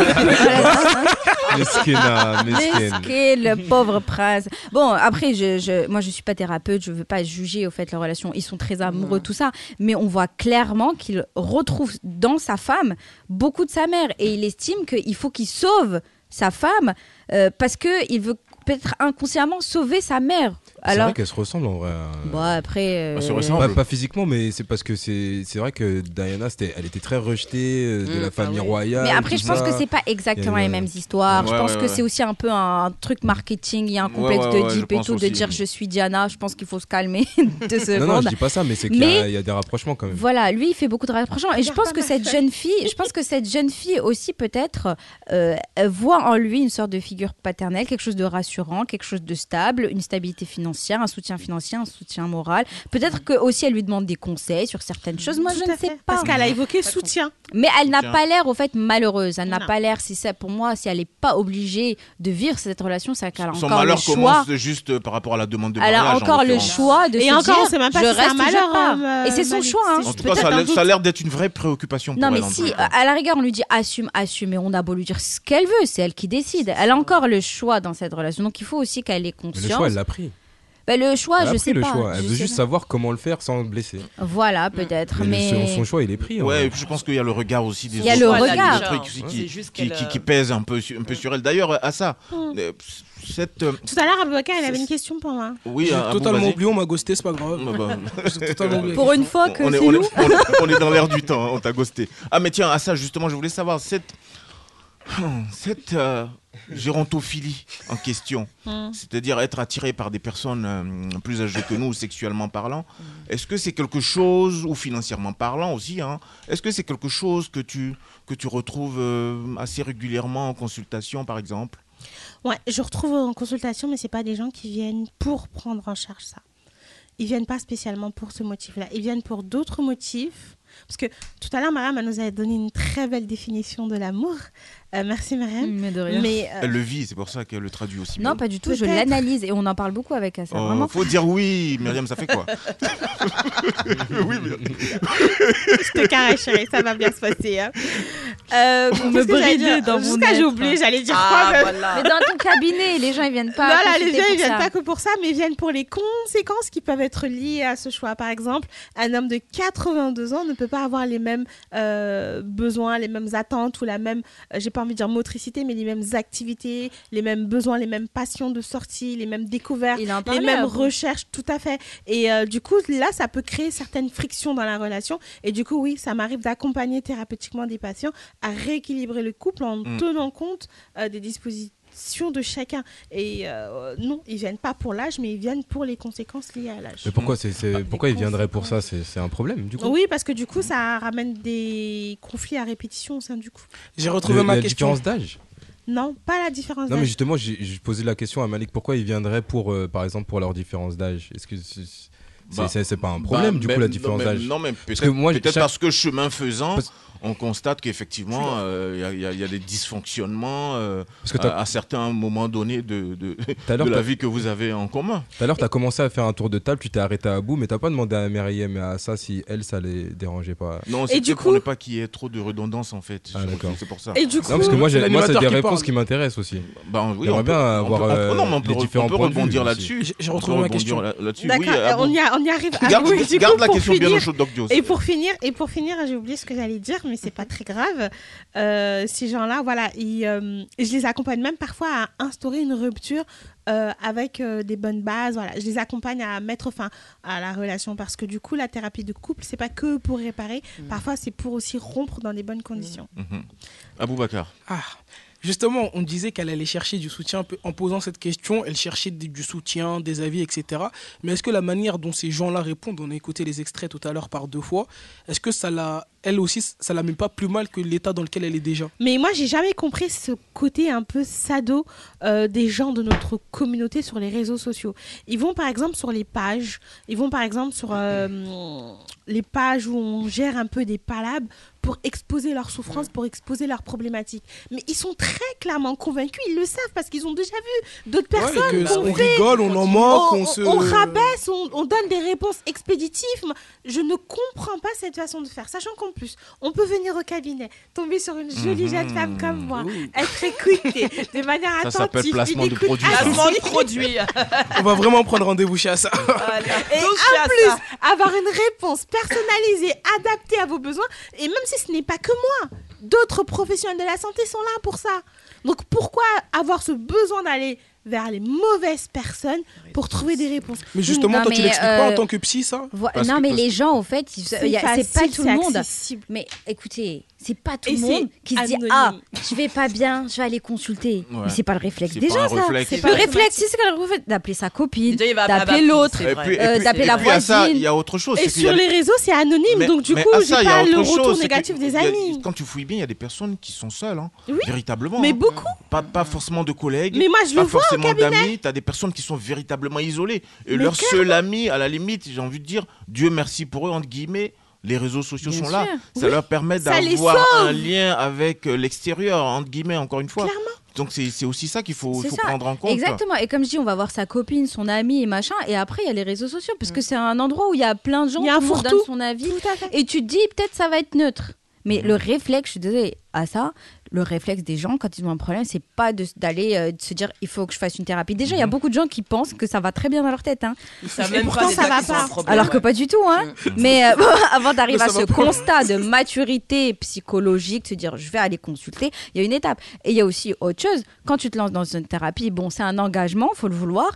Speaker 4: Meskina, meskine.
Speaker 5: Mesquin, le pauvre prince. Bon, après, je, je- moi, je suis pas thérapeute, je veux pas juger au fait leur relation. Ils sont très amoureux, tout ça, mais on voit clairement qu'il retrouve dans sa femme beaucoup de sa mère, et il estime qu'il faut qu'il sauve sa femme euh, parce que il veut peut-être inconsciemment sauver sa mère.
Speaker 4: C'est
Speaker 5: Alors,
Speaker 4: vrai qu'elle se ressemble en vrai. hein.
Speaker 5: bon, après,
Speaker 4: Bah,
Speaker 5: euh,
Speaker 4: Pas, pas physiquement, mais c'est parce que c'est c'est vrai que Diana, c'était- elle était très rejetée euh, de
Speaker 5: Mm,
Speaker 4: la
Speaker 5: ah
Speaker 4: famille
Speaker 5: oui.
Speaker 4: royale.
Speaker 5: Mais après,
Speaker 4: tout
Speaker 5: je pense
Speaker 4: ça.
Speaker 5: que c'est pas exactement
Speaker 4: Et,
Speaker 5: les
Speaker 4: euh,
Speaker 5: mêmes histoires. je
Speaker 4: Ouais,
Speaker 5: pense
Speaker 4: ouais,
Speaker 5: que
Speaker 4: ouais.
Speaker 5: c'est aussi un peu un truc marketing. Il y a un
Speaker 4: Ouais,
Speaker 5: complexe
Speaker 4: ouais,
Speaker 5: de
Speaker 4: ouais, je
Speaker 5: deep et
Speaker 4: pense
Speaker 5: tout, de
Speaker 4: aussi.
Speaker 5: dire je suis Diana. Je pense qu'il faut se calmer *laughs* deux secondes.
Speaker 4: Non, non, je dis pas ça, mais c'est qu'il y, a-
Speaker 5: Mais
Speaker 4: il y a des rapprochements quand même.
Speaker 5: Voilà, lui, il fait beaucoup de rapprochements. Et je
Speaker 12: Regarde
Speaker 5: pense
Speaker 12: pas
Speaker 5: que
Speaker 12: ma
Speaker 5: cette
Speaker 12: feuille.
Speaker 5: jeune fille, je pense que cette jeune fille aussi peut-être euh, elle voit en lui une sorte de figure paternelle, quelque chose de rassurant, quelque chose de stable, une stabilité financière, un soutien financier, un soutien moral. Peut-être que aussi elle lui demande des conseils sur certaines choses. Moi,
Speaker 6: Tout
Speaker 5: je ne
Speaker 6: à
Speaker 5: sais
Speaker 6: fait.
Speaker 5: pas.
Speaker 6: Parce qu'elle a évoqué soutien.
Speaker 5: Mais elle n'a
Speaker 6: Soutien.
Speaker 5: pas l'air, au fait, malheureuse. Elle n'a
Speaker 6: Non.
Speaker 5: pas l'air, si ça, pour moi, si elle n'est pas obligée de vivre cette relation, c'est qu'elle a
Speaker 3: Son
Speaker 5: encore le
Speaker 3: malheur
Speaker 5: choix.
Speaker 3: commence juste euh, par rapport à la demande de
Speaker 5: Elle
Speaker 3: mariage.
Speaker 5: a
Speaker 3: en
Speaker 5: encore le
Speaker 3: l'occurrence.
Speaker 5: choix de
Speaker 6: Et
Speaker 5: se
Speaker 6: encore,
Speaker 5: dire,
Speaker 6: on sait même pas
Speaker 5: je
Speaker 6: si c'est un
Speaker 5: reste ou je
Speaker 6: malheur,
Speaker 5: pars.
Speaker 6: euh,
Speaker 5: Et c'est son
Speaker 6: Malik,
Speaker 5: choix. hein.
Speaker 3: En tout cas, ça a l'air- ça a l'air d'être une vraie préoccupation pour
Speaker 5: Non, mais
Speaker 3: elle, en tout
Speaker 5: si,
Speaker 3: cas.
Speaker 5: à la rigueur, on lui dit assume, assume, et on a beau lui dire ce qu'elle veut, c'est elle qui décide. Elle a encore le choix dans cette relation, donc il faut aussi qu'elle ait
Speaker 4: Mais
Speaker 5: conscience.
Speaker 4: le choix, elle l'a pris.
Speaker 5: Bah, le choix,
Speaker 4: elle a
Speaker 5: je
Speaker 4: pris
Speaker 5: sais
Speaker 4: le
Speaker 5: pas.
Speaker 4: choix. Elle
Speaker 5: je
Speaker 4: veut
Speaker 5: sais
Speaker 4: juste
Speaker 5: pas.
Speaker 4: savoir comment le faire sans le blesser.
Speaker 5: Voilà, peut-être, mais.
Speaker 4: Son, son choix, il est pris. en
Speaker 3: Ouais,
Speaker 4: vrai.
Speaker 3: et puis je pense qu'il y a le regard aussi des
Speaker 5: euh, Il y a
Speaker 3: autres,
Speaker 5: le
Speaker 3: il
Speaker 5: regard.
Speaker 3: des trucs aussi
Speaker 5: Ouais.
Speaker 3: qui,
Speaker 5: C'est juste
Speaker 3: qui-
Speaker 5: qu'elle,
Speaker 3: qui- qui
Speaker 5: euh,
Speaker 3: pèsent un peu, su- un peu sur elle. D'ailleurs, à ça,
Speaker 5: Hum.
Speaker 3: euh, cette. euh,
Speaker 6: Tout à l'heure, Aboubacar, il avait une question pour moi.
Speaker 3: Oui, Ah
Speaker 7: J'ai
Speaker 3: un- un
Speaker 7: totalement
Speaker 3: bon,
Speaker 7: oublié, on m'a ghosté, c'est pas grave.
Speaker 3: bah,
Speaker 7: *laughs* J'ai totalement oublié.
Speaker 5: Pour une fois que
Speaker 3: on, est,
Speaker 5: c'est
Speaker 3: on, est,
Speaker 5: nous.
Speaker 3: on est- on est dans l'air du temps, hein, on t'a ghosté. Ah, mais tiens, à ça, justement, je voulais savoir, cette. Cette euh, gérontophilie en question,
Speaker 12: Hmm.
Speaker 3: c'est-à-dire être attiré par des personnes euh, plus âgées que nous, sexuellement parlant, est-ce que c'est quelque chose, ou financièrement parlant aussi, hein, est-ce que c'est quelque chose que tu, que tu retrouves euh, assez régulièrement en consultation, par exemple
Speaker 6: Ouais, je retrouve en consultation, mais c'est pas des gens qui viennent pour prendre en charge ça. Ils viennent pas spécialement pour ce motif-là. Ils viennent pour d'autres motifs. Parce que tout à l'heure, Mariam elle nous a donné une très belle définition de l'amour. Euh, merci Mariam.
Speaker 5: Mais de rien.
Speaker 6: euh,
Speaker 3: Elle le vit, c'est pour ça qu'elle le traduit aussi
Speaker 5: Non,
Speaker 3: bien.
Speaker 5: pas du tout, je
Speaker 6: Peut-être.
Speaker 5: l'analyse et on en parle beaucoup avec elle. ça,
Speaker 3: Oh,
Speaker 5: vraiment.
Speaker 3: faut dire oui, Myriam, ça fait quoi Oui, Myriam.
Speaker 6: je te carré, chérie, ça va bien se passer. hein. Euh,
Speaker 12: Vous me
Speaker 6: qu'est-ce que j'allais
Speaker 12: bridez
Speaker 6: dire
Speaker 12: dans mon
Speaker 6: Jusqu'à j'ai
Speaker 12: être.
Speaker 6: oublié, j'allais dire
Speaker 12: Ah,
Speaker 6: quoi mais-
Speaker 12: voilà.
Speaker 5: Mais dans ton cabinet, les gens ils viennent pas.
Speaker 6: Voilà, les
Speaker 5: consulter
Speaker 6: gens, ils
Speaker 5: pour
Speaker 6: viennent
Speaker 5: ça.
Speaker 6: pas que pour ça, mais ils viennent pour les conséquences qui peuvent être liées à ce choix. Par exemple, un homme de 82 ans ne peut pas avoir les mêmes euh, besoins, les mêmes attentes ou la même, euh, j'ai pas envie de dire motricité, mais les mêmes activités, les mêmes besoins, les mêmes passions de sortie, les mêmes découvertes,
Speaker 5: Il en
Speaker 6: les
Speaker 5: parlait
Speaker 6: mêmes
Speaker 5: avant.
Speaker 6: recherches, tout à fait. Et euh, du coup, là, ça peut créer certaines frictions dans la relation. Et du coup, oui, ça m'arrive d'accompagner thérapeutiquement des patients à rééquilibrer le couple en
Speaker 12: Mm.
Speaker 6: tenant compte euh, des dispositions de chacun. Et euh, non, ils viennent pas pour l'âge, mais ils viennent pour les conséquences liées à l'âge.
Speaker 4: Mais pourquoi, c'est c'est-
Speaker 3: Bah,
Speaker 4: pourquoi il viendrait pour ça C'est c'est un problème, du coup.
Speaker 6: Oui, parce que du coup, ça ramène des conflits à répétition au sein du couple.
Speaker 7: J'ai
Speaker 4: Le- la différence d'âge
Speaker 6: Non, pas la différence
Speaker 4: Non, mais
Speaker 6: d'âge.
Speaker 4: justement, j'ai j'ai posé la question à Malik pourquoi il viendrait pour, euh, par exemple, pour leur différence d'âge Est-ce que c'est- c'est
Speaker 3: Bah,
Speaker 4: c'est- c'est pas un
Speaker 3: bah,
Speaker 4: problème, du
Speaker 3: mais-
Speaker 4: coup, la
Speaker 3: non,
Speaker 4: différence
Speaker 3: mais-
Speaker 4: d'âge
Speaker 3: Non, mais
Speaker 4: Parce
Speaker 3: peut-être
Speaker 4: que
Speaker 3: peut
Speaker 4: moi,
Speaker 3: parce,
Speaker 4: chaque-
Speaker 3: que chemin faisant, on constate qu'effectivement, euh, il y a- il y, a- il y a des dysfonctionnements euh,
Speaker 4: Parce que t'as-
Speaker 3: à, à certains moments donnés de, de,
Speaker 4: à l'heure,
Speaker 3: de la
Speaker 4: t'as-
Speaker 3: vie que vous avez en commun.
Speaker 4: Tout à l'heure, tu as commencé à faire un tour de table, tu t'es arrêté à bout, mais t'as pas demandé à Myriam et à ça si elle, ça les dérangeait pas.
Speaker 3: Non, c'est peut-être pour ne pas qu'il y ait trop de redondance en fait.
Speaker 4: Ah,
Speaker 3: Je-
Speaker 4: d'accord.
Speaker 3: C'est pour ça.
Speaker 4: Et du Non, coup- parce que moi, j'ai- moi, c'est des réponses qui
Speaker 3: m'intéressent.
Speaker 4: m'intéressent aussi.
Speaker 3: Bah, oui,
Speaker 4: J'aimerais
Speaker 3: on peut-
Speaker 4: bien
Speaker 3: on
Speaker 4: avoir,
Speaker 3: peut- on peut-
Speaker 4: euh,
Speaker 3: non, mais on peut
Speaker 4: les
Speaker 3: re-
Speaker 4: différents
Speaker 3: on peut
Speaker 4: points de vue
Speaker 3: rebondir
Speaker 4: aussi.
Speaker 3: là-dessus.
Speaker 4: J'ai- j'ai
Speaker 3: On peut
Speaker 4: retrouvé ma
Speaker 3: rebondir
Speaker 4: question.
Speaker 3: là- là-dessus.
Speaker 6: D'accord, euh,
Speaker 3: Oui, ah
Speaker 6: on,
Speaker 3: bon.
Speaker 6: y a- on y arrive.
Speaker 3: *laughs* Garde-
Speaker 6: Ah *laughs* oui, du
Speaker 3: garde
Speaker 6: coup,
Speaker 3: la
Speaker 6: pour
Speaker 3: question bien
Speaker 6: finir-
Speaker 3: au chaud de Doc Dios.
Speaker 6: Et pour finir, et pour finir, j'ai oublié ce que j'allais dire, mais c'est pas très grave. Euh, ces gens-là, voilà, ils, euh, je les accompagne même parfois à instaurer une rupture euh, avec euh, des bonnes bases. Voilà, je les accompagne à mettre fin à la relation parce que du coup, la thérapie de couple, c'est pas que pour réparer. Parfois, c'est pour aussi rompre dans des bonnes conditions.
Speaker 3: Mhm. Aboubacar.
Speaker 7: Ah, justement, on disait qu'elle allait chercher du soutien. un peu- En posant cette question, elle cherchait du du soutien, des avis, etc. Mais est-ce que la manière dont ces gens-là répondent, on a écouté les extraits tout à l'heure par deux fois, est-ce que ça la, elle aussi, ça la met pas plus mal que l'état dans lequel elle est déjà
Speaker 6: Mais moi, j'ai jamais compris ce côté un peu sado euh, des gens de notre communauté sur les réseaux sociaux. Ils vont par exemple sur les pages, ils vont par exemple sur euh, les pages où on gère un peu des palabres pour exposer leurs souffrances, pour exposer leurs problématiques. Mais ils sont très clairement convaincus, ils le savent parce qu'ils ont déjà vu d'autres
Speaker 7: Ouais,
Speaker 6: personnes.
Speaker 7: que
Speaker 6: qu'on
Speaker 7: on
Speaker 6: fait-
Speaker 7: rigole, on en moque, on se-
Speaker 6: on rabaisse, on, on donne des réponses expéditives. Moi, Je ne comprends pas cette façon de faire, sachant qu'en plus, on peut venir au cabinet, tomber sur une jolie
Speaker 7: Mhm.
Speaker 6: jeune femme comme moi, être écoutée de manière
Speaker 7: Ça
Speaker 6: attentive.
Speaker 7: s'appelle
Speaker 6: une
Speaker 7: placement de
Speaker 6: écoute
Speaker 7: produit, ça.
Speaker 6: active.
Speaker 7: Placement de
Speaker 2: produit.
Speaker 7: On va vraiment prendre rendez-vous chez ça.
Speaker 6: *laughs* Et en plus, avoir une réponse personnalisée, adaptée à vos besoins, et même si ce n'est pas que moi, d'autres professionnels de la santé sont là pour ça. Donc pourquoi avoir ce besoin d'aller vers les mauvaises personnes pour trouver des réponses
Speaker 7: *laughs* Mais justement,
Speaker 5: Non,
Speaker 7: toi, tu
Speaker 5: mais,
Speaker 7: l'expliques pas en
Speaker 5: euh,
Speaker 7: tant que psy, ça
Speaker 5: Voi- non, mais les gens, au fait, ils-
Speaker 6: C'est
Speaker 5: il y a- c'est pas
Speaker 6: facile,
Speaker 5: tout
Speaker 6: c'est
Speaker 5: le monde.
Speaker 6: accessible.
Speaker 5: Mais écoutez, c'est pas tout
Speaker 6: Et
Speaker 5: le monde
Speaker 6: c'est
Speaker 5: qui se dit
Speaker 6: anonyme.
Speaker 5: Ah, je vais pas bien, je vais aller consulter.
Speaker 6: Ouais.
Speaker 5: Mais c'est pas le réflexe
Speaker 6: C'est
Speaker 5: des
Speaker 6: pas
Speaker 5: gens,
Speaker 6: un
Speaker 5: ça.
Speaker 6: réflexe. C'est
Speaker 5: Le
Speaker 6: pas
Speaker 5: réflexe, c'est quoi le réflexe D'appeler sa copine, d'appeler
Speaker 6: appeler
Speaker 5: l'autre,
Speaker 3: Et puis- et
Speaker 5: euh,
Speaker 3: puis-
Speaker 5: d'appeler
Speaker 3: et
Speaker 5: la
Speaker 3: puis à ça, il y a
Speaker 5: voisine.
Speaker 3: autre chose.
Speaker 6: Et
Speaker 3: c'est qu'il y
Speaker 6: sur
Speaker 3: a-
Speaker 6: les réseaux, c'est anonyme,
Speaker 3: Mais-
Speaker 6: donc du
Speaker 3: mais
Speaker 6: coup,
Speaker 3: à
Speaker 6: j'ai
Speaker 3: ça, il y a
Speaker 6: pas le
Speaker 3: autre
Speaker 6: retour
Speaker 3: chose, c'est
Speaker 6: négatif
Speaker 3: que
Speaker 6: des
Speaker 3: il y a-
Speaker 6: amis.
Speaker 3: Quand tu fouilles bien, il y a des personnes qui sont seules, hein,
Speaker 6: Oui.
Speaker 3: véritablement.
Speaker 6: Mais
Speaker 3: hein.
Speaker 6: beaucoup.
Speaker 3: Pas, pas forcément de collègues.
Speaker 6: Mais moi, je
Speaker 3: pas
Speaker 6: le vois au
Speaker 3: forcément
Speaker 6: cabinet.
Speaker 3: d'amis. T'as des personnes qui sont véritablement isolées. Et
Speaker 6: Mais
Speaker 3: leur
Speaker 6: clairement.
Speaker 3: seul ami, à la limite, j'ai envie de dire, Dieu merci pour eux, entre guillemets. Les réseaux sociaux
Speaker 6: Bien
Speaker 3: sont là.
Speaker 6: sûr.
Speaker 3: Ça
Speaker 6: Oui.
Speaker 3: leur permet
Speaker 6: Ça les
Speaker 3: d'avoir
Speaker 6: sauve.
Speaker 3: un lien avec euh, l'extérieur, entre guillemets, encore une fois. Donc c'est c'est aussi ça qu'il faut,
Speaker 5: C'est
Speaker 3: faut
Speaker 5: ça.
Speaker 3: prendre en compte.
Speaker 5: Exactement. Et comme je dis, on va voir sa copine, son ami et machin. Et après, il y a les réseaux sociaux parce que c'est un endroit où il y a plein de gens
Speaker 6: Mm. Il y a un
Speaker 5: qui
Speaker 6: fourre-tout.
Speaker 5: donnent son avis. Et tu te dis, peut-être ça va être neutre.
Speaker 3: Mm.
Speaker 5: Mais le réflexe, je suis désolée à ça, le réflexe des gens quand ils ont un problème, c'est pas de- d'aller euh, de se dire il faut que je fasse une thérapie. Déjà, il
Speaker 3: Mm.
Speaker 5: y a beaucoup de gens qui pensent que ça va très bien dans leur tête. Hein.
Speaker 2: savent
Speaker 5: Et
Speaker 2: même
Speaker 5: pourtant,
Speaker 2: pas
Speaker 5: ça
Speaker 2: déjà
Speaker 5: va
Speaker 2: qu'ils ont
Speaker 5: pas.
Speaker 2: un problème,
Speaker 5: Alors que
Speaker 2: ouais. Mm.
Speaker 5: pas du tout. Hein. Mais
Speaker 2: *laughs*
Speaker 5: euh, *laughs* avant d'arriver
Speaker 2: Mais
Speaker 5: à
Speaker 2: ça va
Speaker 5: ce
Speaker 2: pas.
Speaker 5: constat de maturité psychologique, se dire je vais aller consulter, il y a une étape. Et il y a aussi autre chose, quand tu te lances dans une thérapie, bon, c'est un engagement, faut le vouloir.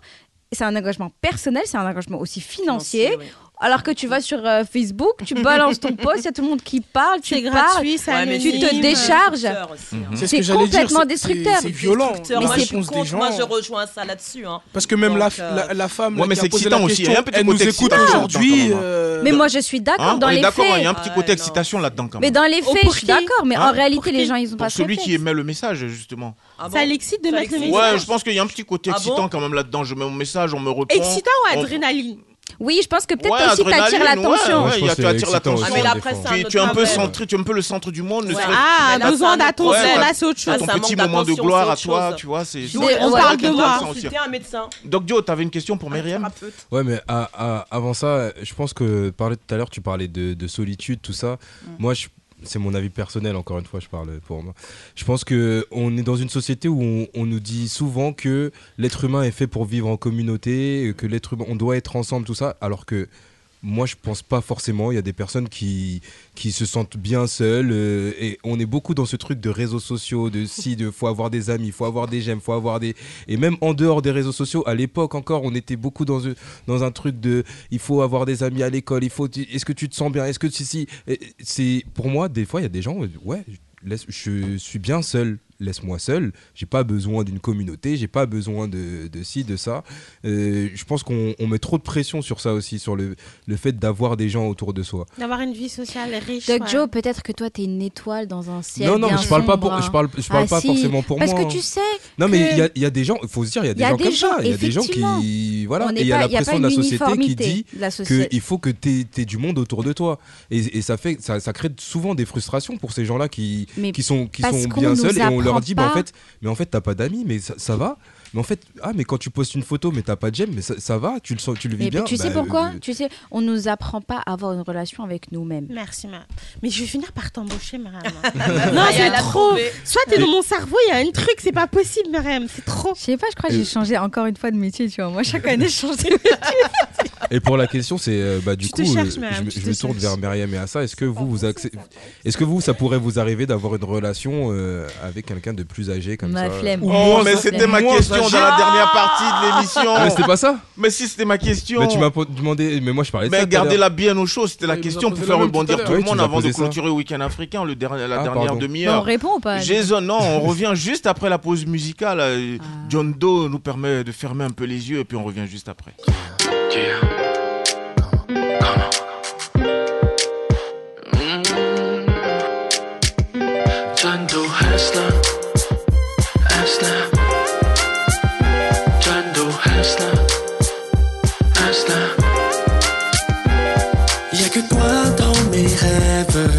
Speaker 5: C'est un engagement personnel, c'est un engagement aussi financier. Alors que tu vas sur euh, Facebook, tu balances ton post, il y a tout le monde qui parle, tu
Speaker 6: C'est
Speaker 5: parles,
Speaker 6: gratuit, c'est
Speaker 5: tu te
Speaker 6: anonyme.
Speaker 5: décharges.
Speaker 7: Mhm.
Speaker 3: Ah,
Speaker 7: C'est ce
Speaker 5: C'est
Speaker 7: que j'allais dire,
Speaker 5: complètement
Speaker 7: c'est-
Speaker 5: destructeur.
Speaker 7: c'est- c'est violent.
Speaker 2: Destructeur.
Speaker 7: Mais
Speaker 2: Moi,
Speaker 7: c'est-
Speaker 2: je suis
Speaker 7: réponse des
Speaker 2: contre. Moi,
Speaker 7: gens.
Speaker 2: je rejoins ça là-dessus. hein.
Speaker 7: Parce que même la,
Speaker 2: Donc, euh,
Speaker 7: la, la femme
Speaker 3: Ouais,
Speaker 7: là,
Speaker 3: mais
Speaker 7: qui a
Speaker 3: c'est
Speaker 7: posé
Speaker 3: excitant
Speaker 7: la
Speaker 3: aussi,
Speaker 7: question,
Speaker 3: il y a un petit
Speaker 7: elle nous
Speaker 3: côté
Speaker 7: écoute
Speaker 3: excitant
Speaker 7: aujourd'hui.
Speaker 3: là-dedans, quand même.
Speaker 7: euh,
Speaker 5: Mais moi, je suis d'accord
Speaker 3: Hein,
Speaker 5: dans
Speaker 3: on est
Speaker 5: les
Speaker 3: d'accord,
Speaker 5: faits.
Speaker 3: hein, il y a un petit côté excitation là-dedans quand même.
Speaker 5: Mais dans les faits, je suis d'accord, mais
Speaker 3: Hein
Speaker 5: en réalité, les gens, ils ont
Speaker 3: Pour
Speaker 5: pas ce
Speaker 3: celui qui Ah
Speaker 5: réflexe.
Speaker 3: émet le message, justement.
Speaker 6: Ça l'excite de
Speaker 2: Ça
Speaker 6: mettre le
Speaker 2: l'excite.
Speaker 3: Ouais,
Speaker 6: message.
Speaker 3: je pense qu'il y a un petit côté
Speaker 6: Ah bon
Speaker 3: excitant quand même là-dedans. Je mets mon message, on me répond.
Speaker 6: Excitant ou
Speaker 3: on-
Speaker 6: adrénaline
Speaker 5: Oui, je pense que
Speaker 3: Ouais,
Speaker 5: peut-être aussi
Speaker 3: adrénaline,
Speaker 5: t'attires
Speaker 3: ouais,
Speaker 5: l'attention.
Speaker 3: ouais, il y a- tu
Speaker 4: pense que c'est
Speaker 3: attires
Speaker 4: excitant
Speaker 3: l'attention.
Speaker 4: aussi, Ah, mais là, des
Speaker 2: après, fois. c'est un
Speaker 3: tu,
Speaker 2: autre
Speaker 3: tu es un peu
Speaker 2: problème.
Speaker 3: centré, tu es un peu le centre du monde. ne
Speaker 2: Ouais.
Speaker 3: serait-ce-
Speaker 2: Ah,
Speaker 3: Ouais,
Speaker 2: nous, on a
Speaker 3: t'as-
Speaker 2: ton-
Speaker 3: ouais,
Speaker 2: là,
Speaker 3: t'as-
Speaker 2: c'est autre chose.
Speaker 3: Ton
Speaker 2: Ça
Speaker 3: petit
Speaker 2: manque
Speaker 3: moment de
Speaker 2: d'attention,
Speaker 3: gloire à
Speaker 2: c'est autre
Speaker 4: Ah,
Speaker 3: toi,
Speaker 2: chose.
Speaker 3: tu vois. c'est-
Speaker 2: Nous,
Speaker 3: c'est-
Speaker 2: on
Speaker 3: c'est
Speaker 2: parle
Speaker 3: très
Speaker 2: de
Speaker 3: intéressant
Speaker 2: moi.
Speaker 3: aussi.
Speaker 2: Consulter un médecin.
Speaker 3: Donc, Dio, t'avais une question pour Myriam
Speaker 4: Ouais, mais à- à- avant ça, je pense que parler tout à l'heure, tu parlais de, de solitude, tout ça. Moi, je- c'est mon avis personnel, encore une fois, je parle pour moi. Je pense que on est dans une société où on, on nous dit souvent que l'être humain est fait pour vivre en communauté, que l'être humain, on doit être ensemble, tout ça, alors que moi, je pense pas forcément. Il y a des personnes qui, qui se sentent bien seules. euh, et on est beaucoup dans ce truc de réseaux sociaux, de si, de faut avoir des amis, faut avoir des j'aime, faut avoir des. Et même en dehors des réseaux sociaux, à l'époque encore, on était beaucoup dans, un- dans un truc de il faut avoir des amis à l'école, il faut. Est-ce que tu te sens bien Est-ce que si, si. Et- et C'est, pour moi, des fois, il y a des gens, ouais, laisse- je suis bien seul. laisse-moi seul. J'ai pas besoin d'une communauté, j'ai pas besoin de, de ci, de ça. Euh, je pense qu'on on met trop de pression sur ça aussi, sur le, le fait d'avoir des gens autour de soi.
Speaker 6: D'avoir une vie sociale riche.
Speaker 5: Doc
Speaker 6: ouais.
Speaker 5: Joe, peut-être que toi, t'es une étoile dans un ciel.
Speaker 4: non, non,
Speaker 5: bien
Speaker 4: mais je parle pas
Speaker 5: sombre,
Speaker 4: pour, je
Speaker 5: hein.
Speaker 4: parle, je parle
Speaker 5: Ah,
Speaker 4: pas
Speaker 5: si,
Speaker 4: forcément pour
Speaker 5: parce
Speaker 4: moi.
Speaker 5: que
Speaker 4: hein.
Speaker 5: tu sais.
Speaker 4: Non, mais il
Speaker 5: que-
Speaker 4: y a- il y, a des gens, il faut se dire, il y a des
Speaker 5: il y a
Speaker 4: gens
Speaker 5: des
Speaker 4: comme
Speaker 5: gens,
Speaker 4: ça. Il y a des gens qui.
Speaker 5: effectivement.
Speaker 4: Voilà,
Speaker 5: On
Speaker 4: et
Speaker 5: n'est
Speaker 4: il y a
Speaker 5: pas-
Speaker 4: la
Speaker 5: il y a pas
Speaker 4: pression
Speaker 5: une
Speaker 4: de la société qui
Speaker 5: uniformité
Speaker 4: dit
Speaker 5: de la société.
Speaker 4: qu'il faut que tu aies du monde autour de toi. Et, et ça, fait, ça, ça crée souvent des frustrations pour ces gens-là qui,
Speaker 5: Mais
Speaker 4: qui sont, qui
Speaker 5: parce
Speaker 4: sont
Speaker 5: qu'on
Speaker 4: bien
Speaker 5: nous
Speaker 4: seuls et on leur
Speaker 5: apprend
Speaker 4: dit, bah, en
Speaker 5: pas-
Speaker 4: fait, mais en fait, t'as pas d'amis, mais ça, ça va. Mais en fait, ah, mais quand tu postes une photo, mais t'as pas de j'aime, mais ça, ça va, tu le, sens, tu le vis
Speaker 5: Mais,
Speaker 4: bien.
Speaker 5: tu sais
Speaker 4: bah,
Speaker 5: pourquoi
Speaker 4: euh,
Speaker 5: Tu sais, on nous apprend pas à avoir une relation avec nous-mêmes.
Speaker 6: Merci, ma. Mais je
Speaker 3: *laughs*
Speaker 6: vais finir par t'embaucher, Myriam.
Speaker 5: *laughs* Ah,
Speaker 6: non,
Speaker 5: elle
Speaker 6: c'est
Speaker 5: a
Speaker 6: trop.
Speaker 5: trouvé.
Speaker 6: Soit t'es
Speaker 5: Et-
Speaker 6: dans mon cerveau, il y a un truc, c'est pas possible, Myriam. C'est trop. Je
Speaker 5: sais pas, je crois que j'ai changé encore une fois de métier, tu vois. Moi, *laughs* chaque année, je change de
Speaker 4: Et pour la question, c'est euh, bah, du
Speaker 5: te
Speaker 4: coup, euh,
Speaker 5: cherches,
Speaker 4: je,
Speaker 5: Myriam,
Speaker 4: me-
Speaker 5: tu
Speaker 4: je
Speaker 5: te
Speaker 4: me tourne
Speaker 5: cherches.
Speaker 4: vers Myriam et Assa. Est-ce que vous, vous accep- est-ce que vous, ça pourrait vous arriver d'avoir une relation euh, avec quelqu'un de plus âgé comme
Speaker 3: Ma
Speaker 4: ça
Speaker 3: flemme. Oh, mais c'était ma
Speaker 4: moins
Speaker 3: question
Speaker 4: âgé.
Speaker 3: dans la dernière partie de l'émission.
Speaker 4: Ah, mais c'était pas ça
Speaker 3: Mais si, c'était ma question.
Speaker 4: Mais tu m'as po- demandé, mais moi je parlais de ça.
Speaker 3: Mais
Speaker 4: tout à l'heure.
Speaker 3: gardez-la bien au chaud, c'était la
Speaker 4: Oui, vous
Speaker 3: question
Speaker 4: en
Speaker 3: pour
Speaker 4: posez
Speaker 3: faire
Speaker 4: la même
Speaker 3: rebondir
Speaker 4: tout à
Speaker 3: tout le
Speaker 4: l'heure. Oui,
Speaker 3: monde
Speaker 4: tu l'as
Speaker 3: avant de
Speaker 4: posé ça.
Speaker 3: clôturer le week-end africain, le dernier- la
Speaker 4: Ah,
Speaker 3: dernière
Speaker 4: pardon.
Speaker 3: demi-heure.
Speaker 5: Mais on répond ou pas
Speaker 3: Jason, non, on revient juste après la pause musicale. Euh, John Doe nous permet de fermer un peu les yeux et puis on revient juste après.
Speaker 13: John Doe Hustler, Hustler. John Doe Hustler, Hustler. Y'a que toi dans mes rêves.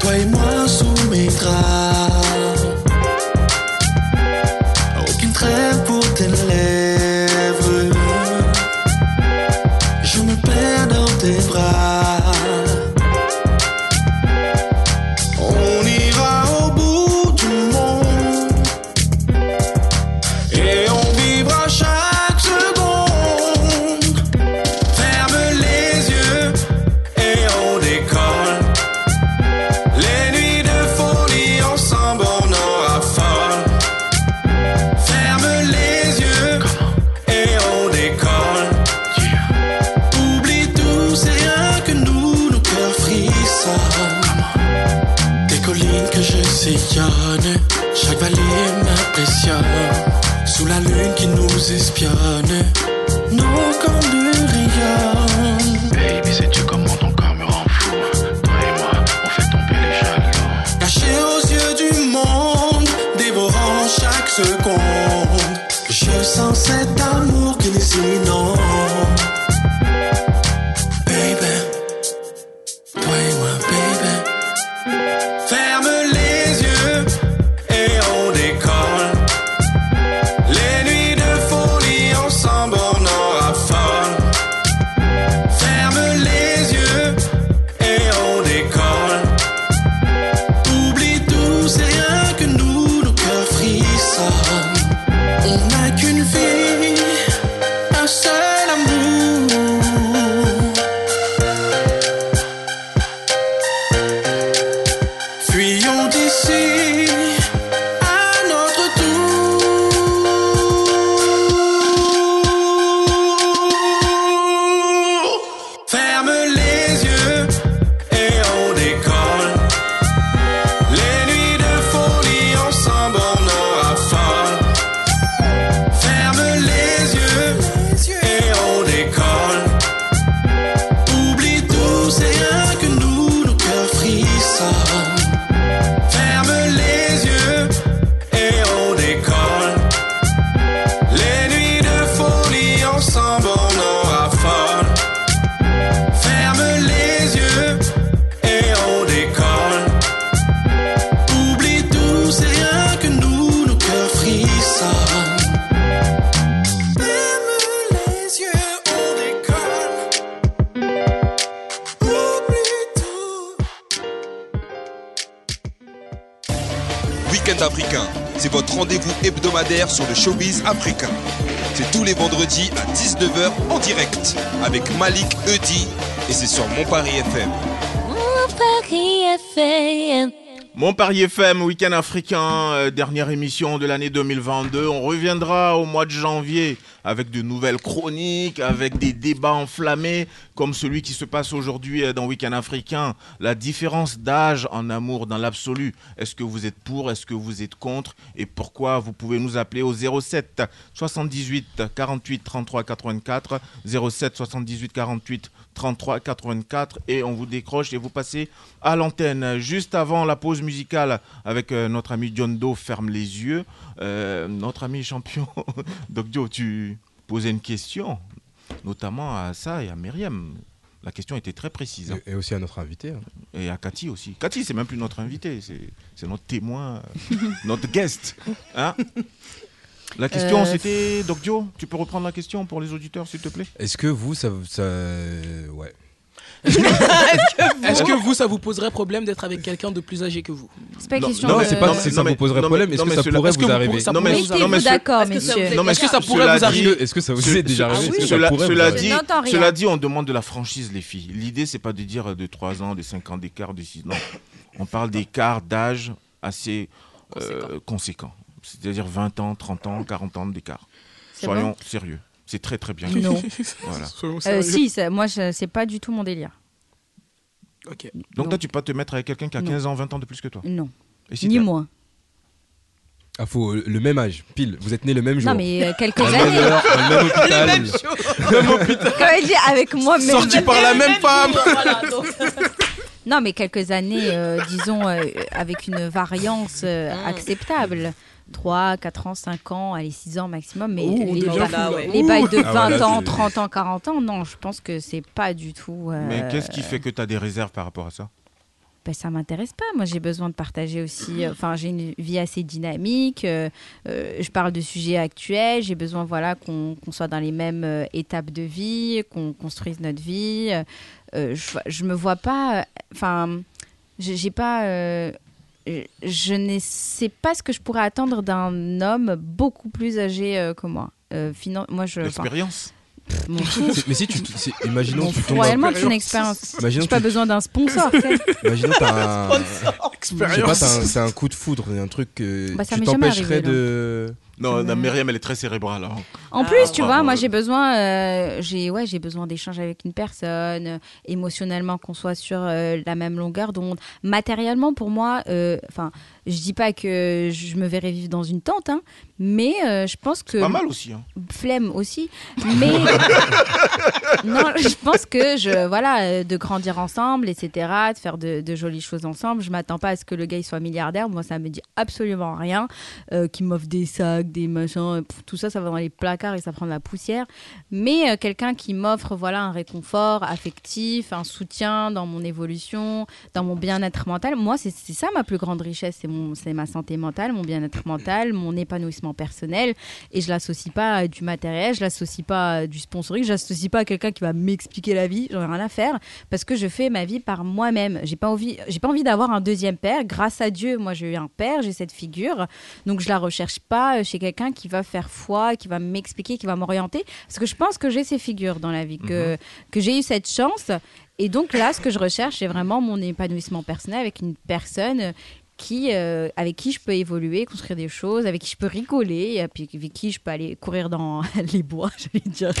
Speaker 13: Toi et moi sous mes draps. Aucune trêve pour tes lèvres. Je me perds dans tes bras. On ira au bout du monde et on vivra chaque seconde. Ferme les yeux et on décolle. Les nuits de folie ensemble on en raffole. Ferme les yeux et on décolle. Oublie tout, c'est rien que nous, nos cœurs frissonnent. Des collines que je sillonne, chaque vallée m'impressionne. Sous la lune qui nous espionne, nos cornes rayonnent. Baby, sais-tu comment ton corps me rend fou? Toi et moi, on fait tomber les jaloux. Cachés aux yeux du monde, dévorant chaque seconde. Je sens cet amour qui nous inonde. Baby, toi et moi, baby. Ferme les yeux et on décolle. Les nuits de folie ensemble on en raffole. Ferme les yeux et on décolle. Oublie tout, c'est rien que nous, nos cœurs frissonnent. On n'a qu'une vie, un seul amour. Fuyons d'ici à notre tour. Ferme les yeux et on décolle. Les nuits de folie ensemble on en raffole. Ferme les yeux et on décolle. Oublie tout, c'est rien que nous, nos cœurs frissonnent. Ferme les yeux et on décolle. Les nuits de folie ensemble, on en raffole. Ferme les yeux et on décolle. Oublie tout, c'est rien que nous, nos cœurs frissonnent. Ferme les yeux, on décolle.
Speaker 10: Week-end africain, c'est votre rendez-vous hebdomadaire sur le showbiz africain. C'est tous les vendredis à 19h en direct avec Malik Eudi et c'est sur Mon Paris FM.
Speaker 3: Mon Paris FM, week-end africain, euh, dernière émission de l'année 2022. On reviendra au mois de janvier avec de nouvelles chroniques, avec des débats enflammés, comme celui qui se passe aujourd'hui euh, dans Week-end africain. La différence d'âge en amour dans l'absolu. Est-ce que vous êtes pour Est-ce que vous êtes contre Et pourquoi Vous pouvez nous appeler au 07 78 48 33 84. 07 78 48 33 84 et on vous décroche et vous passez à l'antenne. Juste avant la pause musicale avec euh, notre ami John Doe ferme les yeux. Euh, notre ami champion, *laughs* Doc Joe, tu posais une question, notamment à ça et à Myriam. La question était très précise. hein.
Speaker 4: Et aussi à notre invité. hein.
Speaker 3: Et à Cathy aussi. Cathy, c'est même plus notre invité, c'est c'est notre témoin, euh, *laughs* notre guest. hein. la question,
Speaker 4: Euh,
Speaker 3: c'était Doc Joe, tu peux reprendre la question pour les auditeurs, s'il te plaît
Speaker 4: Est-ce que vous, ça. ça... Ouais.
Speaker 7: *laughs* Est-ce que vous, ça vous poserait problème d'être avec quelqu'un de plus âgé que vous
Speaker 5: C'est pas une
Speaker 4: Non, question non, de- c'est pas si ça vous poserait problème, est-ce que ça pourrait vous arriver
Speaker 3: Non, mais-
Speaker 5: Mettez-vous
Speaker 3: non, mais ce-
Speaker 5: d'accord, messieurs.
Speaker 3: Non, mais est-ce que ça
Speaker 4: Cela
Speaker 3: pourrait vous
Speaker 4: dit-
Speaker 3: arriver
Speaker 4: Est-ce que ça vous
Speaker 3: Ce-
Speaker 4: est déjà
Speaker 3: ce-
Speaker 4: arrivé
Speaker 3: ah
Speaker 4: Est-ce que
Speaker 3: oui.
Speaker 4: ça
Speaker 3: Cela,
Speaker 4: pourrait vous
Speaker 3: cela
Speaker 4: arriver
Speaker 3: dit,
Speaker 5: Je n'entends rien.
Speaker 3: cela dit, on demande de la franchise, les filles. L'idée, c'est pas de dire euh, de 3 ans, de 5 ans d'écart, de 6 ans. On parle d'écart d'âge assez euh, conséquent. C'est-à-dire 20 ans, 30 ans, 40 ans d'écart.
Speaker 5: C'est
Speaker 3: Soyons
Speaker 5: bon
Speaker 3: sérieux. C'est très très bien.
Speaker 5: Non.
Speaker 3: *laughs*
Speaker 4: *laughs*
Speaker 3: Voilà.
Speaker 5: Euh, si, ça- moi, je- c'est pas du tout mon délire.
Speaker 7: Ok.
Speaker 3: Donc
Speaker 5: Non.
Speaker 3: toi, tu peux pas te mettre avec quelqu'un qui a
Speaker 5: Non.
Speaker 3: 15 ans, 20 ans de plus que toi
Speaker 5: Non.
Speaker 3: Et si
Speaker 5: Ni
Speaker 3: t'as-
Speaker 5: moi.
Speaker 4: Ah, faut euh, le même âge, pile. Vous êtes né le même jour.
Speaker 5: Non, mais euh, quelques
Speaker 4: Dans le même
Speaker 5: années.
Speaker 4: heure, dans
Speaker 5: *laughs*
Speaker 4: *laughs* le même hôpital.
Speaker 5: Comme elle dit, avec moi-même.
Speaker 4: Sorti par la même femme.
Speaker 5: Non, mais quelques années, euh, disons, euh, avec une variance euh, acceptable. 3, 4 ans, 5 ans, allez, 6 ans maximum. Mais
Speaker 7: Ouh, on
Speaker 5: les,
Speaker 7: devient
Speaker 5: ba-
Speaker 7: fou, là, ouais.
Speaker 5: les bails de
Speaker 3: Ouh.
Speaker 5: 20
Speaker 3: Ah ouais, là,
Speaker 5: ans,
Speaker 3: c'est-
Speaker 5: 30 ans, 40 ans, non, je pense que c'est pas du tout. euh,
Speaker 3: Mais qu'est-ce qui fait que tu as des réserves par rapport à ça
Speaker 5: ben, ça m'intéresse pas. Moi, j'ai besoin de partager aussi. euh, Enfin, j'ai une vie assez dynamique. euh, euh, je parle de sujets actuels. J'ai besoin, voilà, qu'on qu'on soit dans les mêmes euh, étapes de vie, qu'on construise notre vie. Euh, je, je me vois pas. euh, Enfin, j'ai j'ai pas. euh, je- je ne sais pas ce que je pourrais attendre d'un homme beaucoup plus âgé euh, que moi. Euh, finan- moi, je. enfin,
Speaker 3: L'expérience
Speaker 5: pff, mon-
Speaker 4: C'est- Mais si tu. te- c'est- Imaginons
Speaker 5: mon
Speaker 4: que tu
Speaker 5: fou,
Speaker 4: tombes.
Speaker 5: réellement, c'est une expérience.
Speaker 4: Imaginons
Speaker 5: J'ai pas
Speaker 4: que tu-
Speaker 5: besoin d'un *laughs* sponsor. tu sais.
Speaker 4: Imaginons t'as
Speaker 3: *laughs*
Speaker 4: un. Je sais pas,
Speaker 7: Expérience.
Speaker 4: t'as un- c'est un coup de foudre, un truc que
Speaker 5: Bah, ça
Speaker 4: tu
Speaker 5: m'est jamais
Speaker 4: t'empêcherais
Speaker 5: arrivé, donc.
Speaker 4: de.
Speaker 3: Non, la Myriam, elle est très cérébrale. hein.
Speaker 5: En plus, tu
Speaker 3: Ah,
Speaker 5: vois,
Speaker 3: bon,
Speaker 5: moi
Speaker 3: euh,
Speaker 5: j'ai besoin, euh, j'ai ouais, j'ai besoin d'échanger avec une personne, euh, émotionnellement qu'on soit sur euh, la même longueur d'onde, matériellement pour moi, euh, enfin, je dis pas que je me verrais vivre dans une tente, hein, mais euh, je pense que
Speaker 3: Pas mal aussi. hein.
Speaker 5: flemme aussi, mais non, je pense que je voilà, euh, de grandir ensemble, etc., de faire de, de jolies choses ensemble. Je m'attends pas à ce que le gars il soit milliardaire. Moi, ça me dit absolument rien. Euh, qu'il m'offre des sacs, des machins, euh, pff, tout ça, ça va dans les placards et ça prend de la poussière. Mais euh, quelqu'un qui m'offre voilà un réconfort affectif, un soutien dans mon évolution, dans mon bien-être mental. Moi, c'est c'est ça ma plus grande richesse, c'est mon, c'est ma santé mentale, mon bien-être mental, mon épanouissement personnel. Et je l'associe pas à du matériel, je l'associe pas à du sponsoring, je l'associe pas à quelqu'un qui va m'expliquer la vie. J'en ai rien à faire parce que je fais ma vie par moi-même. J'ai pas envie, j'ai pas envie d'avoir un deuxième père. Grâce à Dieu, moi j'ai eu un père, j'ai cette figure, donc je la recherche pas euh, chez quelqu'un qui va faire foi, qui va m'expliquer, qui va m'orienter, parce que je pense que j'ai ces figures dans la vie, que que j'ai eu cette chance. Et donc là, ce que je recherche, c'est vraiment mon épanouissement personnel avec une personne qui, euh, avec qui je peux évoluer, construire des choses, avec qui je peux rigoler, et puis avec qui je peux aller courir dans *laughs* les bois, j'allais dire.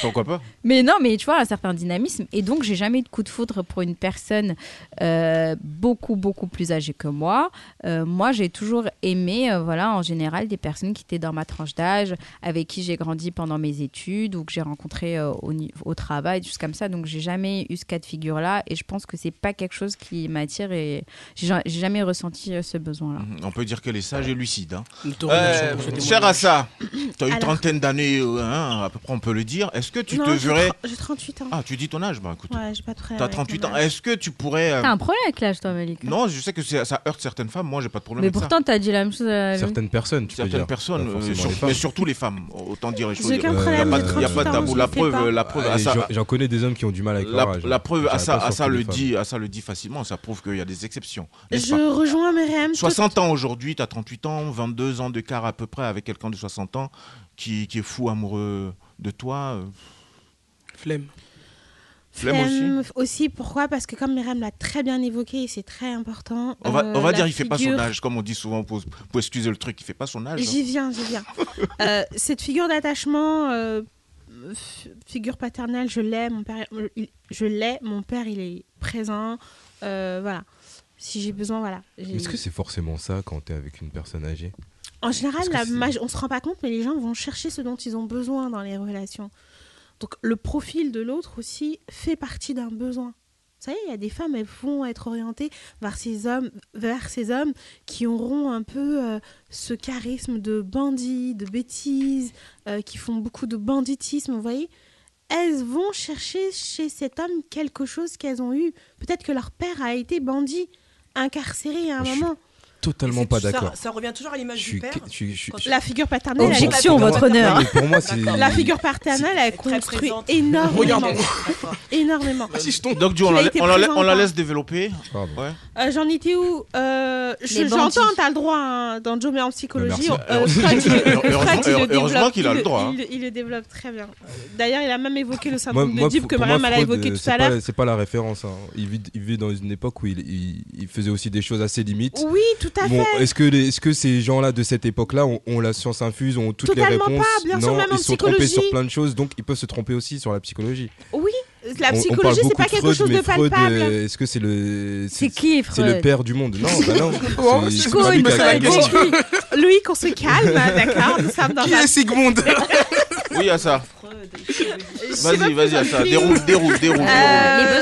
Speaker 3: Pourquoi pas
Speaker 5: Mais non, mais tu vois, un certain dynamisme. Et donc, j'ai jamais eu de coup de foudre pour une personne euh, beaucoup, beaucoup plus âgée que moi. Euh, moi, j'ai toujours aimé, euh, voilà, en général, des personnes qui étaient dans ma tranche d'âge, avec qui j'ai grandi pendant mes études ou que j'ai rencontré euh, au, ni- au travail, des choses comme ça. Donc, j'ai jamais eu ce cas de figure-là. Et je pense que c'est pas quelque chose qui m'attire et j'ai ja- j'ai jamais ressenti euh, ce besoin-là.
Speaker 3: On peut dire qu'elle est sage et lucide. hein.
Speaker 7: Nous te
Speaker 3: Euh,
Speaker 7: remercions pour ce témoignage.
Speaker 3: cher Assa, tu as une
Speaker 6: Alors.
Speaker 3: trentaine d'années, euh, hein, à peu près on peut le dire. Est-ce que tu
Speaker 6: Non,
Speaker 3: te
Speaker 6: j'ai
Speaker 3: verrais...
Speaker 6: tr- J'ai 38 ans.
Speaker 3: Ah, tu dis ton âge, bah écoute.
Speaker 6: Ouais, j'ai pas de frère.
Speaker 3: T'as
Speaker 6: avec
Speaker 3: 38
Speaker 6: mon
Speaker 3: ans.
Speaker 6: âge.
Speaker 3: Est-ce que tu pourrais... euh,
Speaker 5: T'as un problème avec l'âge, toi, Malik
Speaker 3: Non, je sais que c'est- ça heurte certaines femmes. Moi, j'ai pas de problème
Speaker 5: Mais
Speaker 3: avec ça.
Speaker 5: pourtant, t'as dit la même chose à Lou.
Speaker 4: Certaines personnes, tu peux
Speaker 3: Certaines
Speaker 4: dire.
Speaker 3: personnes,
Speaker 4: Pas
Speaker 3: euh,
Speaker 4: forcément
Speaker 3: sur-
Speaker 4: les femmes.
Speaker 3: mais surtout les femmes, autant dire les
Speaker 6: J'ai
Speaker 3: choses. Euh,
Speaker 6: aucun problème,
Speaker 3: y a pas
Speaker 6: j'ai
Speaker 3: de- y a pas de
Speaker 6: 38 ans,
Speaker 3: tabou.
Speaker 6: je
Speaker 3: La
Speaker 6: le fais
Speaker 3: preuve,
Speaker 6: pas.
Speaker 3: la preuve,
Speaker 4: Ah,
Speaker 3: Assa-
Speaker 4: j'en- J'en connais des hommes qui ont du mal avec
Speaker 3: la,
Speaker 4: leur âge.
Speaker 3: la
Speaker 4: hein.
Speaker 3: preuve,
Speaker 4: J'arrive
Speaker 3: Assa,
Speaker 4: pas à
Speaker 3: Assa
Speaker 4: sortir
Speaker 3: le
Speaker 4: des femmes.
Speaker 3: dit, Assa le dit facilement. Ça prouve qu'il y a des exceptions. n'est-ce
Speaker 6: Je
Speaker 3: pas
Speaker 6: rejoins Myriam.
Speaker 3: 60 ans aujourd'hui, tu as 38 ans, 22 ans d'écart à peu près avec quelqu'un de 60 ans qui, qui est fou amoureux de toi. euh,
Speaker 7: Flemme.
Speaker 3: Flemme aussi.
Speaker 6: Flemme pourquoi Parce que comme Myriam l'a très bien évoqué, et c'est très important.
Speaker 3: On va,
Speaker 6: euh,
Speaker 3: on va
Speaker 6: la
Speaker 3: dire il fait pas son
Speaker 6: figure-
Speaker 3: âge, comme on dit souvent, pour, pour excuser le truc, il fait pas son âge.
Speaker 6: J'y viens, j'y viens. Euh, cette figure d'attachement, euh, f- figure paternelle, je l'ai, mon père, il- je l'ai, mon père, il est présent, euh, voilà. Si j'ai besoin, voilà. J'ai-
Speaker 4: Est-ce que c'est forcément ça quand t'es avec une personne âgée
Speaker 6: En général, la maj- on se rend pas compte, mais les gens vont chercher ce dont ils ont besoin dans les relations. Donc le profil de l'autre aussi fait partie d'un besoin. Vous savez, il y a des femmes, elles vont être orientées vers ces hommes, vers ces hommes qui auront un peu euh, ce charisme de bandit, de bêtise, euh, qui font beaucoup de banditisme, vous voyez elles vont chercher chez cet homme quelque chose qu'elles ont eu. Peut-être que leur père a été bandit, incarcéré à un moment.
Speaker 4: Totalement pas d'accord.
Speaker 2: Ça revient toujours à l'image
Speaker 4: Je
Speaker 2: du
Speaker 4: suis-
Speaker 2: père.
Speaker 4: je suis- je suis-
Speaker 6: La figure paternelle. elle est-
Speaker 4: Objection, votre honneur. Non, mais pour moi, c'est-
Speaker 6: La figure paternelle, elle construit énormément.
Speaker 3: Regarde.
Speaker 6: énormément.
Speaker 3: Ah, Donc, du, on,
Speaker 6: Qu'il
Speaker 3: la,
Speaker 6: a été
Speaker 3: on la-
Speaker 6: présent
Speaker 3: on la
Speaker 6: ou pas
Speaker 3: laisse développer. Ouais.
Speaker 6: Euh, J'en étais où Euh, je-
Speaker 3: Les bandits.
Speaker 6: J'entends, t'as le droit hein, dans Joe, mais en psychologie.
Speaker 3: *laughs* Merci.
Speaker 6: euh, Freud, il-
Speaker 3: Heureusement-
Speaker 6: Freud, il le
Speaker 3: heureusement
Speaker 6: développe,
Speaker 3: qu'il a
Speaker 6: il
Speaker 3: le droit, hein.
Speaker 6: Il, il le développe très bien. D'ailleurs, il a même évoqué le
Speaker 4: Moi-
Speaker 6: syndrome
Speaker 4: moi,
Speaker 6: de Dib
Speaker 4: pour-
Speaker 6: que
Speaker 4: pour
Speaker 6: Mariam
Speaker 4: moi,
Speaker 6: a
Speaker 4: Freud,
Speaker 6: évoqué
Speaker 4: euh,
Speaker 6: tout
Speaker 4: c'est
Speaker 6: à
Speaker 4: pas-
Speaker 6: l'heure.
Speaker 4: C'est pas la référence. hein. Il, vit, il vit dans une époque où il, il- il faisait aussi des choses assez limites.
Speaker 6: Oui, tout à
Speaker 4: Bon,
Speaker 6: fait.
Speaker 4: est-ce que, les- est-ce que ces gens-là de cette époque-là ont, ont la science infuse, ont toutes
Speaker 6: Totalement
Speaker 4: les réponses
Speaker 6: pas, bien
Speaker 4: Non,
Speaker 6: sûr, même en
Speaker 4: ils sont trompés
Speaker 6: psychologie.
Speaker 4: sur plein de choses, donc ils peuvent se tromper aussi sur la psychologie.
Speaker 6: Oui, Euh, la
Speaker 4: On- on parle
Speaker 6: psychologie, c'est
Speaker 4: beaucoup
Speaker 6: pas
Speaker 4: de
Speaker 6: quelque
Speaker 4: Freud,
Speaker 6: chose de
Speaker 4: mais Freud,
Speaker 6: palpable.
Speaker 4: euh, Est-ce que c'est le
Speaker 6: C'est qui,
Speaker 4: C'est le
Speaker 6: Freud
Speaker 4: père du monde. Non, bah
Speaker 6: *laughs*
Speaker 4: non.
Speaker 6: Oh,
Speaker 4: c'est- c'est
Speaker 6: Chico,
Speaker 4: pas lui
Speaker 6: il me
Speaker 4: qui a
Speaker 6: fait la
Speaker 4: créé le monde.
Speaker 6: gueule. *laughs* Louis, qu'on se
Speaker 4: *laughs*
Speaker 6: calme, hein, d'accord Nous sommes dans
Speaker 3: Qui
Speaker 6: un-
Speaker 3: est Sigmund
Speaker 6: *laughs*
Speaker 3: Oui, il y a ça. Vas-y, vas-y, à ça. Déroule, déroule, déroule. déroule.
Speaker 6: Euh,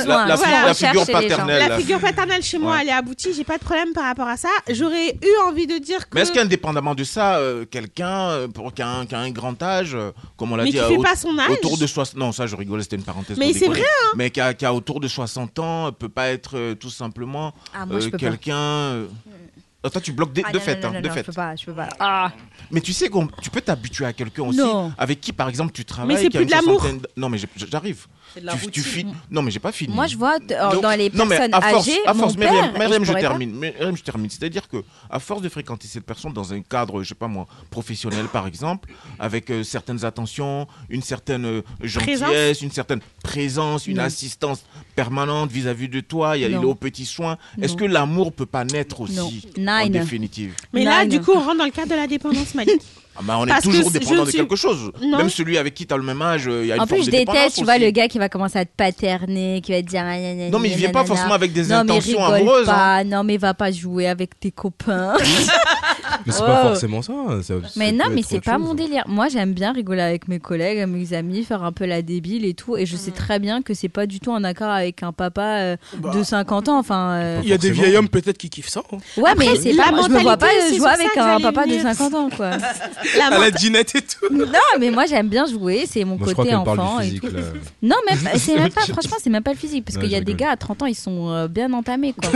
Speaker 3: La, la-
Speaker 6: voilà.
Speaker 3: la figure paternelle.
Speaker 6: La figure paternelle chez moi,
Speaker 3: Ouais.
Speaker 6: elle est aboutie. J'ai pas de problème par rapport à ça. J'aurais eu envie de dire que.
Speaker 3: Mais est-ce qu'indépendamment de ça, euh, quelqu'un euh, pour- qui a, un, qui a un grand âge, euh, comme on l'a
Speaker 6: Mais
Speaker 3: dit,
Speaker 6: qui
Speaker 3: à
Speaker 6: fait
Speaker 3: haut-
Speaker 6: pas son âge.
Speaker 3: autour de 60 non ça je rigole, c'était une parenthèse.
Speaker 6: Mais
Speaker 3: pour
Speaker 6: c'est
Speaker 3: déconner.
Speaker 6: vrai, hein.
Speaker 3: Mais qui a, qui a autour de 60 ans euh, peut pas être euh, tout simplement
Speaker 5: Ah, moi,
Speaker 3: euh,
Speaker 5: je peux pas.
Speaker 3: quelqu'un. euh, ah, toi tu bloques des-
Speaker 5: Ah,
Speaker 3: de
Speaker 5: non,
Speaker 3: fait,
Speaker 5: non,
Speaker 3: hein,
Speaker 5: non,
Speaker 3: de
Speaker 5: non,
Speaker 3: fait.
Speaker 5: Je peux pas, je peux pas. Ah.
Speaker 3: Mais tu sais qu'on tu peux t'habituer à quelqu'un aussi
Speaker 5: Non.
Speaker 3: avec qui par exemple tu travailles.
Speaker 5: c'est
Speaker 3: qui a
Speaker 5: plus de
Speaker 3: une
Speaker 5: l'amour.
Speaker 3: soixantaine d- Non mais j'ai- j'arrive.
Speaker 5: C'est de la
Speaker 3: Tu- tu
Speaker 5: routine.
Speaker 3: finis- Non mais j'ai pas fini.
Speaker 5: Moi, je vois t- alors,
Speaker 3: Donc-
Speaker 5: euh, dans les
Speaker 3: non, mais
Speaker 5: personnes
Speaker 3: à force,
Speaker 5: âgées,
Speaker 3: à force,
Speaker 5: mon
Speaker 3: Myriam,
Speaker 5: père,
Speaker 3: Myriam,
Speaker 5: et
Speaker 3: je,
Speaker 5: pourrais pas.
Speaker 3: termine, Myriam, je termine. C'est-à-dire que à force de fréquenter cette personne dans un cadre, je sais pas moi, professionnel par exemple, avec euh, certaines attentions, une certaine euh, gentillesse,
Speaker 14: Présence.
Speaker 3: une certaine présence, une
Speaker 14: Non.
Speaker 3: assistance permanente vis-à-vis de toi, il y a, il
Speaker 5: Non.
Speaker 3: est aux petits soins. Est-ce
Speaker 5: Non.
Speaker 3: que l'amour peut pas naître aussi
Speaker 5: Non.
Speaker 3: en
Speaker 5: Nine.
Speaker 3: définitive
Speaker 6: Mais là, du coup, on rentre dans le cadre de la dépendance,
Speaker 2: *laughs*
Speaker 6: Malik.
Speaker 3: Ah bah, on est
Speaker 6: Parce que
Speaker 3: toujours
Speaker 6: je
Speaker 3: dépendant de
Speaker 6: suis-
Speaker 3: quelque chose.
Speaker 6: Non.
Speaker 3: Même celui avec qui tu as le même âge, euh, il y a une
Speaker 5: En
Speaker 3: forme
Speaker 5: plus, je
Speaker 3: de dépendance
Speaker 5: déteste, tu vois,
Speaker 3: aussi.
Speaker 5: le gars qui va commencer à te paterner, qui va te dire. ah, gna, gna,
Speaker 3: Non, mais il
Speaker 5: gna,
Speaker 3: vient
Speaker 5: gna,
Speaker 3: pas
Speaker 5: gna, gna.
Speaker 3: forcément avec des
Speaker 5: Non, mais
Speaker 3: intentions
Speaker 5: rigole
Speaker 3: amoureuses, hein.
Speaker 5: Pas. Non, mais va pas jouer avec tes copains.
Speaker 4: Mais c'est pas
Speaker 5: Oh.
Speaker 4: forcément ça. ça-
Speaker 5: *laughs* Mais
Speaker 4: ça
Speaker 5: non,
Speaker 4: peut
Speaker 5: mais
Speaker 4: être
Speaker 5: c'est
Speaker 4: autre
Speaker 5: pas
Speaker 4: chose.
Speaker 5: mon délire. Moi, j'aime bien rigoler avec mes collègues, mes amis, faire un peu la débile et tout. Et je
Speaker 3: Mm.
Speaker 5: sais très bien que c'est pas du tout en accord avec un papa euh,
Speaker 3: Bah.
Speaker 5: de 50 ans. Enfin, euh,
Speaker 7: Il y a des vieils hommes peut-être qui kiffent ça. hein.
Speaker 5: Ouais, mais
Speaker 7: Après,
Speaker 5: c'est
Speaker 7: la
Speaker 5: pas. Je me vois
Speaker 7: mentalité,
Speaker 5: pas
Speaker 7: c'est
Speaker 5: jouer
Speaker 7: sur
Speaker 5: avec
Speaker 7: ça que
Speaker 5: un
Speaker 7: j'allais
Speaker 5: papa de
Speaker 7: venir.
Speaker 5: 50 ans, *laughs* quoi.
Speaker 7: à la dinette et tout.
Speaker 5: Non, mais moi j'aime bien jouer, c'est mon
Speaker 4: Moi, je crois
Speaker 5: côté
Speaker 4: qu'elle parle du
Speaker 5: enfant
Speaker 4: physique,
Speaker 5: et tout.
Speaker 4: là.
Speaker 5: Non, même c'est même pas, franchement, c'est même pas le physique, parce
Speaker 4: Non,
Speaker 5: qu'il y a
Speaker 4: je
Speaker 5: des
Speaker 4: rigole.
Speaker 5: gars à 30 ans, ils sont euh, bien entamés,
Speaker 4: *laughs*
Speaker 5: quoi.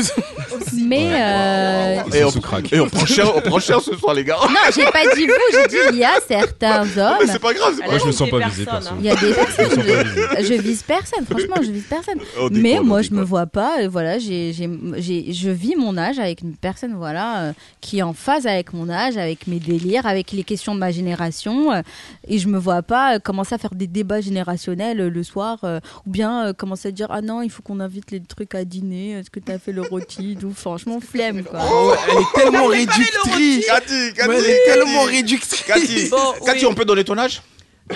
Speaker 5: mais. euh,
Speaker 3: Et on, et on prend cher, on prend cher ce soir, les gars. *laughs*
Speaker 5: Non, j'ai pas dit vous, j'ai dit il y a certains hommes.
Speaker 3: Mais c'est pas grave, c'est pas
Speaker 4: Moi, je me sens
Speaker 3: grave.
Speaker 4: pas visé,
Speaker 2: hein.
Speaker 4: perso.
Speaker 5: Il y a des personnes.
Speaker 4: Je me sens pas visé.
Speaker 5: euh, je, je vise personne, franchement, je vise personne.
Speaker 4: On déconne,
Speaker 5: Mais
Speaker 4: on
Speaker 5: moi, je me vois pas. euh, Voilà, j'ai, j'ai, j'ai- je vis mon âge avec une personne, voilà, euh, qui est en phase avec mon âge, avec mes délires, avec les questions de ma génération. euh, et je me vois pas euh, commencer à faire des débats générationnels euh, le soir, euh, ou bien euh, commencer à dire ah non, il faut qu'on invite les trucs à dîner. Est-ce que t'as fait le rôti *laughs* D'où franchement flemme quoi.
Speaker 7: Oh, elle est tellement réductrice.
Speaker 3: Cathy, Cathy,
Speaker 7: Mais elle est tellement
Speaker 3: Cathy.
Speaker 7: réductrice.
Speaker 3: Cathy,
Speaker 2: *laughs* Bon,
Speaker 3: Cathy,
Speaker 2: oui.
Speaker 3: on peut donner ton âge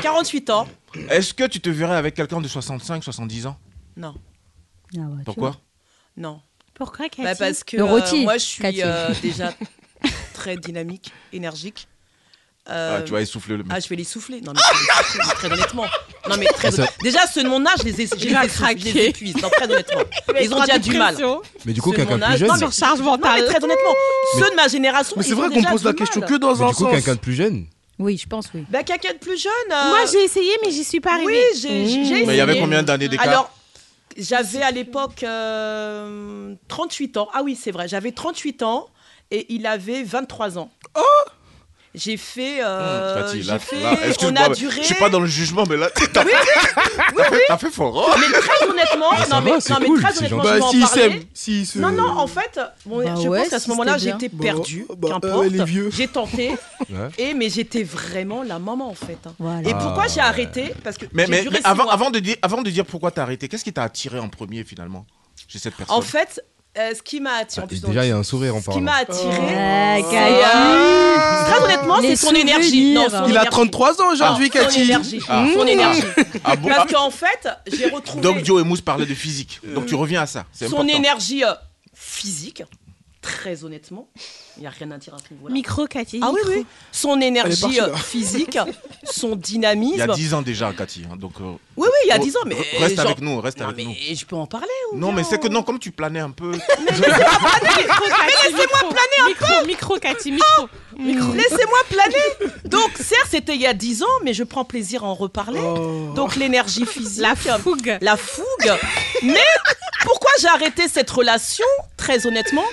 Speaker 2: 48 ans.
Speaker 3: Est-ce que tu te verrais avec quelqu'un de 65, 70 ans
Speaker 2: Non.
Speaker 3: Pourquoi
Speaker 2: Non.
Speaker 6: Pourquoi, Cathy
Speaker 2: Bah, Parce que
Speaker 6: Le
Speaker 2: euh,
Speaker 6: rôti,
Speaker 2: moi, je suis
Speaker 6: Cathy. *laughs*
Speaker 2: euh, déjà très dynamique, énergique. Euh,
Speaker 3: Ah, tu vas essouffler le mec.
Speaker 2: Ah, je vais les souffler. Non, mais je vais les souffler, très honnêtement. Non, mais très
Speaker 3: Ah, ça-
Speaker 2: Déjà, ceux de mon âge, je les, ai- je les, essouffle, je les épuise. Non,
Speaker 6: *laughs*
Speaker 2: très honnêtement.
Speaker 6: Mais
Speaker 2: Ils ont déjà
Speaker 6: grande
Speaker 2: du mal.
Speaker 6: dépression.
Speaker 4: Mais du coup,
Speaker 2: Ceux de
Speaker 4: quelqu'un
Speaker 2: mon
Speaker 4: de plus
Speaker 2: âge-
Speaker 4: jeune.
Speaker 2: Non, mais-
Speaker 6: Surcharge
Speaker 2: non, mais très honnêtement, ceux de ma génération.
Speaker 4: Mais c'est
Speaker 2: ils
Speaker 4: vrai
Speaker 2: ont
Speaker 4: qu'on
Speaker 2: déjà
Speaker 4: pose
Speaker 2: du
Speaker 4: la question
Speaker 2: mal.
Speaker 4: que dans Mais un du coup, sens. quelqu'un de plus jeune
Speaker 5: Oui, je pense, oui.
Speaker 2: Bah, quelqu'un de plus jeune.
Speaker 6: Moi, j'ai essayé, mais j'y suis pas Mmh.
Speaker 2: arrivée. Oui, j'ai j'ai essayé.
Speaker 3: Mais il y avait combien d'années d'écart
Speaker 2: Alors, j'avais à l'époque euh, 38 ans. Ah oui, c'est vrai, j'avais 38 ans et il avait 23 ans. Oh J'ai
Speaker 3: Mmh,
Speaker 2: fait. euh,
Speaker 3: Cathy,
Speaker 2: j'ai
Speaker 3: là,
Speaker 2: fait-
Speaker 3: là,
Speaker 2: on
Speaker 3: excuse-moi,
Speaker 2: a
Speaker 3: mais
Speaker 2: duré.
Speaker 3: Je suis pas dans le jugement, mais là, t'as
Speaker 2: Oui, oui, oui.
Speaker 3: t'as fait fort. hein.
Speaker 2: Mais très honnêtement,
Speaker 3: Bah, ça
Speaker 2: non, mais,
Speaker 3: va, c'est
Speaker 2: non, mais
Speaker 3: cool,
Speaker 2: très
Speaker 3: c'est
Speaker 2: honnêtement,
Speaker 3: gentil.
Speaker 2: je
Speaker 3: Bah,
Speaker 2: vais
Speaker 3: s'il
Speaker 2: en parler.
Speaker 3: s'aime, s'il se-
Speaker 2: Non, non, en fait, bon,
Speaker 3: Bah
Speaker 2: je
Speaker 3: ouais,
Speaker 2: pense qu'à
Speaker 3: si
Speaker 2: ce moment-là,
Speaker 3: c'était bien.
Speaker 2: j'étais
Speaker 3: Bah,
Speaker 2: perdue,
Speaker 3: bah,
Speaker 2: qu'importe.
Speaker 3: euh, les vieux.
Speaker 2: J'ai tenté,
Speaker 3: *laughs* Ouais.
Speaker 2: et mais j'étais vraiment la maman en fait. hein.
Speaker 3: Voilà.
Speaker 2: Et pourquoi
Speaker 3: Ah,
Speaker 2: j'ai arrêté Parce que
Speaker 3: *laughs* Mais,
Speaker 2: j'ai
Speaker 3: mais,
Speaker 2: duré
Speaker 3: mais
Speaker 2: six
Speaker 3: avant,
Speaker 2: mois.
Speaker 3: avant, de dire, avant de dire pourquoi t'as arrêté, qu'est-ce qui t'a attiré en premier finalement chez cette personne
Speaker 2: En fait, euh, ce qui m'a attiré. en plus,
Speaker 3: Ah, déjà, il y a
Speaker 4: un sourire en
Speaker 2: Ce qui
Speaker 4: parlant.
Speaker 2: m'a attiré.
Speaker 4: Ah,
Speaker 2: c'est,
Speaker 4: Cathy.
Speaker 3: Ah.
Speaker 2: euh, Très honnêtement,
Speaker 4: Les
Speaker 2: c'est son énergie.
Speaker 4: souvenirs.
Speaker 2: Non, son
Speaker 4: Il a
Speaker 2: énergie.
Speaker 4: 33 ans aujourd'hui,
Speaker 2: Ah,
Speaker 4: Cathy.
Speaker 2: Son énergie.
Speaker 3: Ah.
Speaker 2: Son
Speaker 3: Mmh.
Speaker 2: énergie.
Speaker 3: Ah bon Ah.
Speaker 2: Parce qu'en fait, j'ai retrouvé
Speaker 3: Donc Joe et Mousse parlaient de physique. Donc tu reviens à ça.
Speaker 2: son
Speaker 3: C'est important.
Speaker 2: énergie euh, physique. Très honnêtement, il n'y a rien à dire à ce niveau-là.
Speaker 6: Micro, Cathy.
Speaker 2: Ah oui, oui. Son énergie
Speaker 3: partie, là. *laughs*
Speaker 2: euh, physique, son
Speaker 3: Il y
Speaker 2: dynamisme.
Speaker 3: a 10 ans déjà, Cathy. hein, donc, euh,
Speaker 2: Oui, oui, il y a
Speaker 3: re-
Speaker 2: 10 ans, mais. euh,
Speaker 3: Reste
Speaker 2: genre-
Speaker 3: avec nous, reste
Speaker 2: Non,
Speaker 3: avec
Speaker 2: mais
Speaker 3: nous.
Speaker 2: je peux en parler ou
Speaker 3: Non, mais
Speaker 2: bien-
Speaker 3: c'est que non, comme tu planais un
Speaker 2: *laughs*
Speaker 3: peu.
Speaker 2: Allez, mais laissez-moi planer un peu
Speaker 12: Micro, Cathy, micro.
Speaker 2: Mm. Laissez-moi planer. Donc, certes, c'était il y a 10 ans, mais je prends plaisir à en reparler.
Speaker 3: Oh.
Speaker 2: Donc, l'énergie physique, la fougue. La fougue. Mais pourquoi j'ai arrêté cette relation, très honnêtement